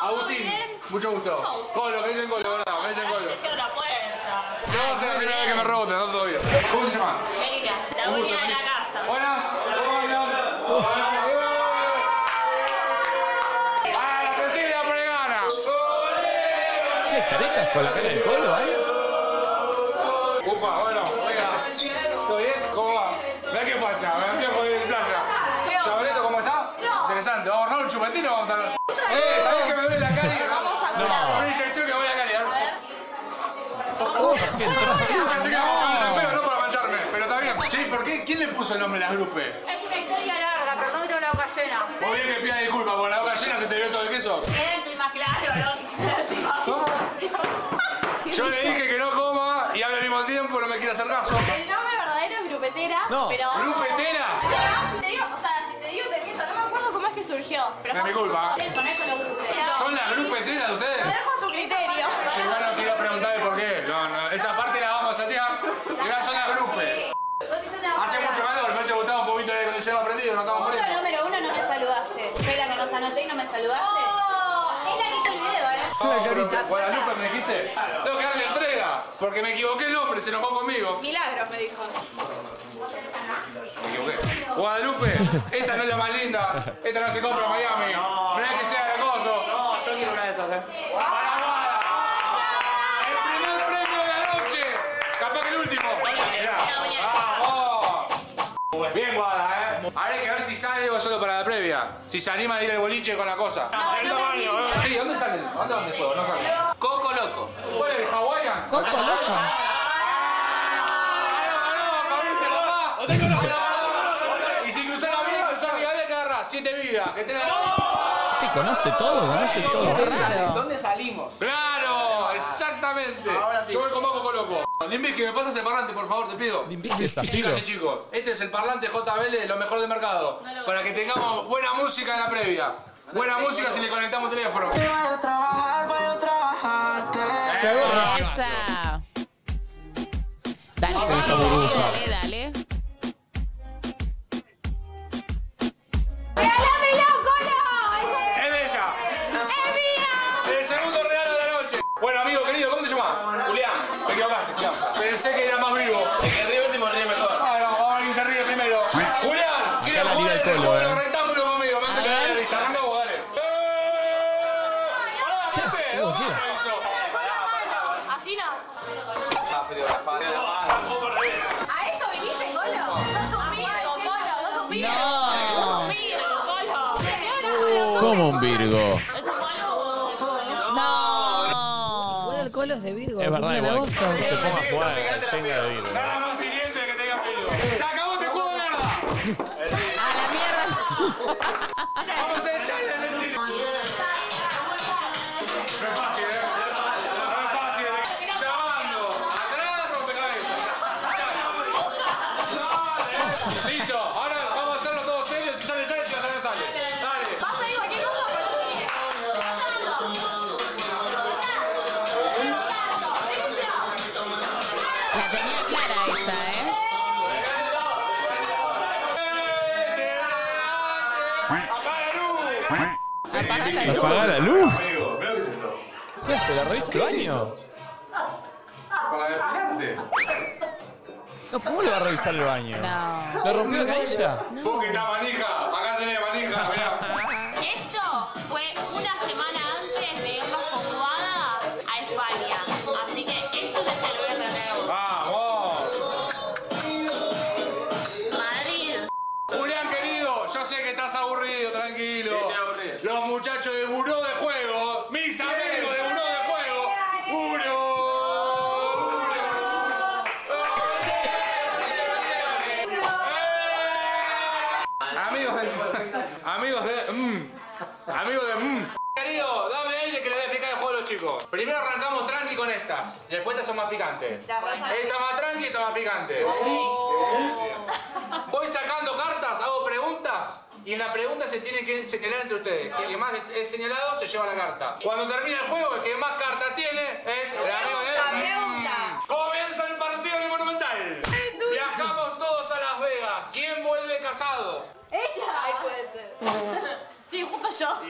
Ah,
Agustín, mucho gusto. Colo, me dicen Colo, ¿verdad? Me dicen Colo. No, es la primera vez que me rebote, no todavía. ¿Cómo te llamas?
la dueña de la casa.
Buenas. Hola. Hola. Ah, la Cecilia por ahí gana.
¿Qué caretas con la cara del Colo eh? ahí?
Ufa, bueno, oiga. ¿Todo bien? ¿Cómo va? Mirá qué facha, me da tiempo de ir de playa. Chaboleto, ¿cómo está? Interesante, vamos a armar un chupetino, vamos a estar. Eh, ¿sabés que me ve la cara? Vamos a no. Una inyección que voy a cariar. ¿Qué entró así? Pensé que vamos a ponerse pedo, no para mancharme, pero está bien. Che, ¿por qué? ¿Quién le puso el nombre a las grupes?
Es una historia larga, perdón, tengo la boca llena.
Vos bien que pidas disculpas, porque la boca llena se te vio todo el queso.
Quédate más claro, ¿no?
Yo le dije que no coma y habla al mismo tiempo, no me quiere hacer caso.
El nombre verdadero es Grupetera,
No,
pero...
¿Grupetera?
No, si te digo, o sea, si te digo, te miento, no me acuerdo cómo es que surgió. Pero
No es mi culpa.
El conejo lo grupetera.
¿Son las grupeteras de ustedes?
Lo dejo a tu criterio.
Yo igual no quiero preguntarle por qué. No, no, esa parte la vamos a tirar. Y ahora son las grupes.
Vos te- yo te la voy a
Hace
pagar.
mucho calor, me parece que gustaba un poquito el aire acondicionado prendido, no estamos
Vos la
prendidos.
número uno no me saludaste. Fue la que nos anoté y no me saludaste.
Oh.
Es la que hizo el video, ¿eh? ¿verdad?
No, pero- Bueno, Lupe, ¿me dijiste? Tengo que darle entrega, porque me equivoqué el nombre, se enojó conmigo.
Milagros, me dijo.
Me equivoqué. Guadalupe, esta no es la más linda, esta no se compra en Miami. No es que sea el coso. No, yo quiero una de esas, eh. ¡El primer premio de la noche! Capaz que el último. Mirá. ¡Vamos! Bien, Guada, eh. Ahora hay que ver si sale algo solo para la previa. Si se anima a ir al boliche con la cosa.
El tamaño, ¿eh?
Sí, ¿dónde sale? ¿Dónde van después? No sale. Coco Loco. ¿Cuál es? ¿Hawaiian?
Coco Loco.
este, Y si cruzás la vida, cruzás Rivadavia, que agarrás siete vidas. Que tenés
Te conoce todo, conoce todo.
¿Dónde salimos? ¡Claro! ¡Exactamente! Yo voy con Coco Coloco. Limbiski, me pasas el parlante, por favor, te pido.
Limbiski es
Chicas y chicos, este es el parlante JBL, lo mejor del mercado. Para que tengamos buena música en la previa. Buena música si le conectamos teléfono.
Esa. Dale,
Sí,
dale,
esa burbuja.
dale, dale.
¡Es de ella! ¡Es mía! El segundo regalo de la noche. Bueno, amigo querido, ¿cómo te llamas? Julián. Me equivocaste, Julián. Pensé que era más vivo. El que ríe último ríe mejor. Ah, no, vamos a ver quién se ríe primero. Julián, ¿quieres
la liga
jugar
del
el
colo,
juego de
eh.
los rectángulos conmigo? Me hace caer de risa. Arranca vos, dale.
¿Qué hace? Oh,
Así no.
¿A esto viniste, Colo? No conmigo, Colo, no conmigo.
No.
No conmigo, Colo.
¿Cómo un Virgo?
No. Igual el colo es de Virgo.
Es verdad,
cumple en
igual.
agosto.
Que se ponga a jugar al Jenga de Virgo.
Nada más siguiente que tengas pelo. ¡Se acabó este juego de mierda!
A la mierda.
¡Vamos a hacer challenge del tiro! No es fácil, ¿eh? No es fácil. Llamando. Atrás, rompecabezas. Dale. Listo. Ahora vamos a hacerlo todo serio. Si sale, sale. Si no sale, no sale. Dale.
La tenía clara ella, ¿eh?
Apaga
la
luz. Apaga la luz.
Amigo, veo que se entró.
¿Qué hace? ¿La revista
¿Qué
del
es
baño?
Para despirarte.
¿Cómo le va a revisar el baño?
No.
¿Le rompió la canilla?
Vos que estás manija. Acá tenés manija. Mirá.
Esto fue una semana antes de irnos con Guada a España. Así que esto te sirve de nuevo.
¡Vamos!
Madrid.
Julián querido, yo sé que estás aburrido, tranquilo. Los muchachos de Buró de Juego, mis amigos de Buró de Juego, Buró. Amigos de. Amigos de. mm, amigos de. mm. Querido, dame aire que le voy a explicar el juego a los chicos. Primero arrancamos tranqui con estas. y Después estas son más picantes.
La rosa.
Esta más tranqui y esta más picante. Voy sacando cartas, hago preguntas. Y en la pregunta se tienen que señalar entre ustedes. El que más es señalado se lleva la carta. Cuando termina el juego, el que más cartas tiene es el amigo de. Mm.
Pregunta,
Comienza el partido del Monumental. Viajamos todos a Las Vegas. ¿Quién vuelve casado?
Ella. Ay, puede ser. Sí, justo yo.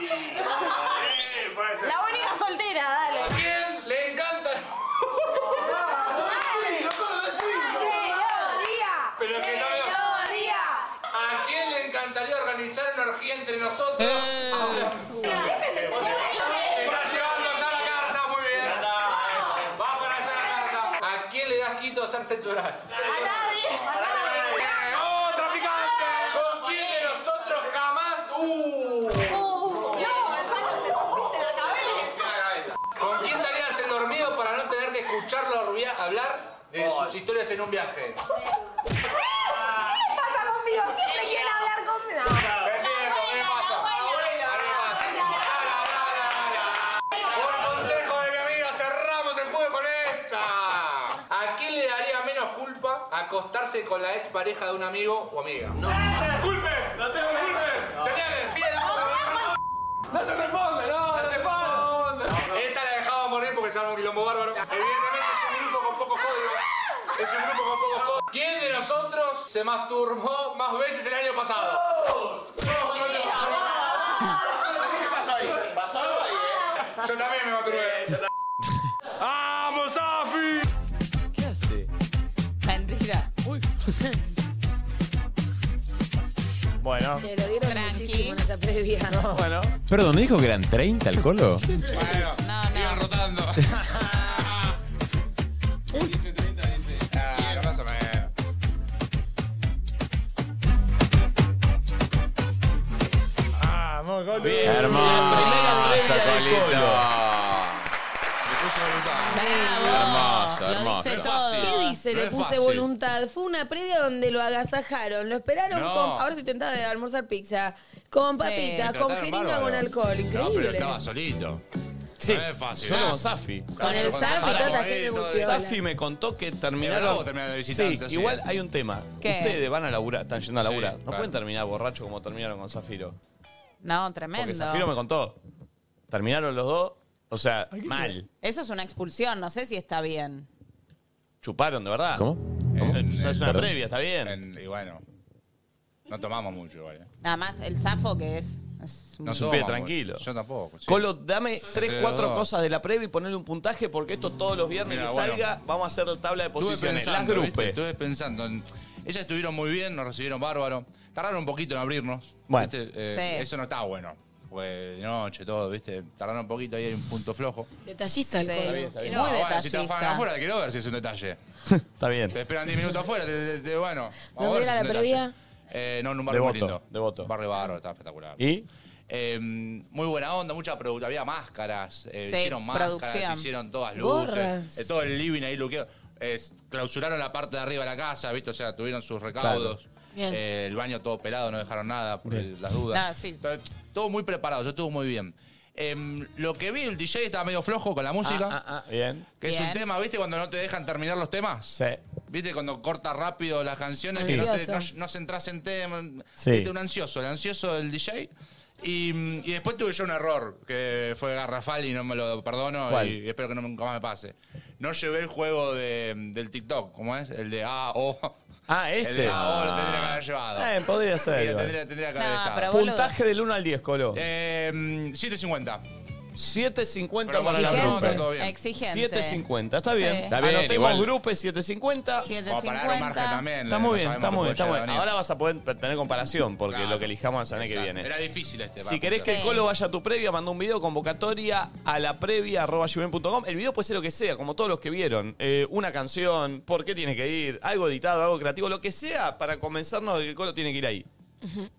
La única soltera, dale.
¿A quién le encanta? Pero que no veo. ¿A quién le encantaría organizar una orgía entre nosotros? Se está llevando ya la carta, muy bien. Va para allá la carta. ¿A quién le das quito hacer sexo oral? Eh, ¡Otra picante! ¿Con quién de nosotros jamás? ¡Uh! ¿Con quién darías el dormido para no tener que escucharlo hormia- hablar de sus historias en un viaje? Por consejo de mi amiga, cerramos el juego con esta. ¿A quién le daría menos culpa acostarse con la expareja de un amigo o amiga? ¡No! ¡Culpen! ¡No te culpen! ¡Señalen! ¡No se responde! ¡No! ¡No se responde! Esta la dejaba morir porque se llama un quilombo bárbaro. Evidentemente es un grupo con pocos códigos. Es un grupo con pocos códigos. ¿Quién de nosotros se masturbó más veces el año pasado? Yo también me masturbé. ¡Vamos, Safi!
¿Qué hace?
Mentira.
Bueno.
Che, lo dieron muchísimo en esa previa.
Bueno.
Perdón, ¿me dijo que eran 30 al colo?
No, no.
Iban rotando. Dice 30, dice. Ah, no pasa nada. puse voluntad.
Bravo.
Hermosa, hermosa.
diste
No es
todo.
fácil.
¿Qué dice?
No
le
es
puse
fácil.
voluntad. Fue una previa donde lo agasajaron. Lo esperaron
No.
con. Ahora estoy tentada de almorzar pizza. Con papitas,
Me
con
trataron
jeringa,
bárbaro.
con alcohol.
No, pero
Increíble.
estaba Ah, solito.
Sí.
No es fácil.
Solo
¿eh?
con Safi.
Con el Safi,
Safi,
toda esa
ahí,
gente
todo
buqueola.
eso.
Safi me contó que terminaron.
bravo terminar de visitante,
sí,
sí.
igual hay un tema.
¿Qué?
Ustedes van a laburar, están yendo a
Sí,
laburar. no
claro.
pueden terminar borracho como terminaron con Zafiro.
No,
Porque
tremendo.
Zafiro me contó. Terminaron los dos, o sea, mal.
Eso es una expulsión, no sé si está bien.
Chuparon, de verdad. ¿Cómo? Eh, es una
Eh, perdón.
previa, está bien.
Y bueno, no tomamos mucho igual. ¿eh?
Nada más el zafo que es. es un-
No
Es un pie
tomamos
tranquilo.
mucho. Yo tampoco. sí.
Colo, dame tres,
Pero
cuatro
no.
cosas de la previa y ponerle un puntaje porque esto todos los viernes
Mira,
que
bueno.
salga vamos a hacer la tabla de
Estuve
posiciones.
pensando,
las
¿viste?
grupes.
Estuve pensando. en- Ellas estuvieron muy bien, nos recibieron bárbaro. Tardaron un poquito en abrirnos.
Bueno.
¿viste? Eh,
Sí.
Eso no estaba bueno. Porque de noche, todo, ¿viste? Tardaron un poquito, ahí hay un punto flojo.
Detallista el
Sí.
código.
Está bien, está bien.
Muy
No, bueno, si
detallista.
te afanan afuera, te quiero ver si es un detalle.
Está bien.
Te esperan 10 minutos afuera, te, te- te- bueno. a
¿Dónde
ver si es
era
un
la
detalle.
previa?
Eh, no, en un barrio muy
Devoto,
lindo. Barrio bárbaro, está espectacular.
¿Y?
Eh, muy buena onda, mucha producción. Había máscaras, eh,
Sí,
hicieron máscaras,
producción.
hicieron todas
Gorras.
luces. eh, todo el living ahí luqueado. Eh, clausuraron la parte de arriba de la casa, ¿viste? O sea, tuvieron sus recaudos.
Bien.
Eh, el baño todo pelado, no dejaron nada por el- las dudas.
Nada, sí.
Todo- Todo muy preparado, yo estuvo muy bien. Em, lo que vi, el DJ estaba medio flojo con la música.
Ah, Bien.
Que es
Bien.
un tema, ¿viste? Cuando no te dejan terminar los temas.
Sí.
¿Viste? Cuando corta rápido las canciones,
Sí.
que no, te-
Ansioso.
no- no centrás en tema.
Sí.
¿Viste? Un ansioso, el ansioso del DJ. Y, mm, y después tuve yo un error, que fue garrafal y no me lo perdono
¿Cuál?
y espero que no- nunca más me pase. No llevé el juego de- del TikTok, ¿cómo es? El de AO.
Ah, ese.
El de AO lo tendría que haber llevado.
Eh, podría ser.
Sí, lo
igual.
tendría, tendría que haber estado.
Puntaje del 1 al 10, Colo.
Eh, mm, 7.50.
7.50
Pero
para la
exigente,
grupe.
está todo bien.
exigente.
7.50, está bien.
Sí.
Está bien,
Anotemos
igual.
grupe 7.50.
Vamos a parar un margen también,
Está
eh,
muy
no
bien,
sabemos
está muy
cómo
bien, está muy
puede
bien.
llegar
Ahora vas a poder tener comparación porque lo que elijamos la semana que
Exacto.
viene.
Era difícil este.
Si
para
querés que el
pensar.
Colo vaya a tu previa, manda un video convocatoria a la previa arroba gmail.com. El video puede ser lo que sea, como todos los que vieron. Eh, una canción, por qué tiene que ir, algo editado, algo creativo, lo que sea para convencernos de que el Colo tiene que ir ahí.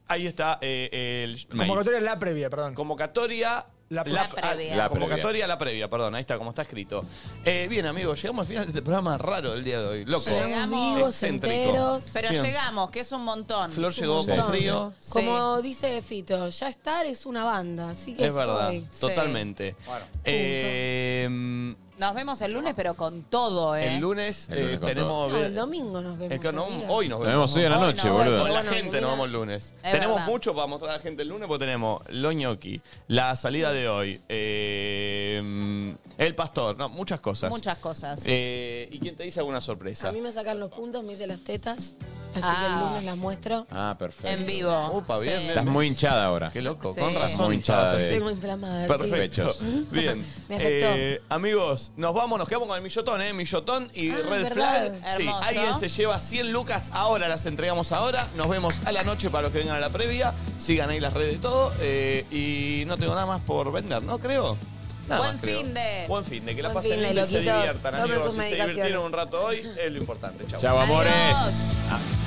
Ahí está eh, el mail.
Convocatoria la previa, perdón.
Convocatoria
la,
La-
previa.
ah, convocatoria a la previa, perdón, ahí está como está escrito. Eh, bien, amigos, llegamos al final de este programa raro del día de hoy. Loco.
Llegamos vivos,
Excéntrico.
enteros.
Pero
Bien.
llegamos, que es un montón.
Flor llegó con
montón.
frío.
Como dice Fito, ya estar es una banda, así que
Es verdad,
estoy.
totalmente. Eh,
Nos vemos el lunes, pero con todo, ¿eh?
el lunes,
El lunes
eh,
con
tenemos.
No, el domingo nos vemos.
Es que no-
amiga.
hoy nos
Nos vemos hoy a la
Hoy
noche,
nos
boludo.
vemos. Con la
Bueno,
gente nos vemos el lunes.
Es
tenemos
verdad.
mucho para mostrar a la gente el lunes porque tenemos los ñoqui, la salida de hoy, eh, el pastor, no, muchas cosas.
Muchas cosas.
Eh, ¿Y quién te dice alguna sorpresa?
A mí me sacan los puntos, me hice las tetas, así que
Ah.
el lunes las muestro.
Ah, perfecto.
En vivo.
Upa, bien, bien,
Estás
bien.
muy hinchada ahora.
Qué loco,
Sí.
con razón.
Muy hinchada
hinchadas
de-
así.
Tengo inflamada, sí.
Perfecto. Bien.
Me afectó.
Eh, amigos, nos vamos, nos quedamos con el millotón, ¿eh? Millotón y
Ah,
Red
verdad.
Flag. Sí,
Hermoso.
alguien se lleva 100 lucas ahora, las entregamos ahora. Nos vemos a la noche para los que vengan a la previa. Sigan ahí las redes de todo. eh, y no tengo nada más por vender, ¿no? Creo. Nada
Buen
más, creo.
fin de.
Buen fin de. Que la
Buen
pasen
fin de,
bien y se
loquitos.
diviertan,
Tomen
amigos.
sus
Si se
medicaciones.
divirtieron un rato hoy, es lo importante. Chau.
Chau, amores.
Adiós.
Ah.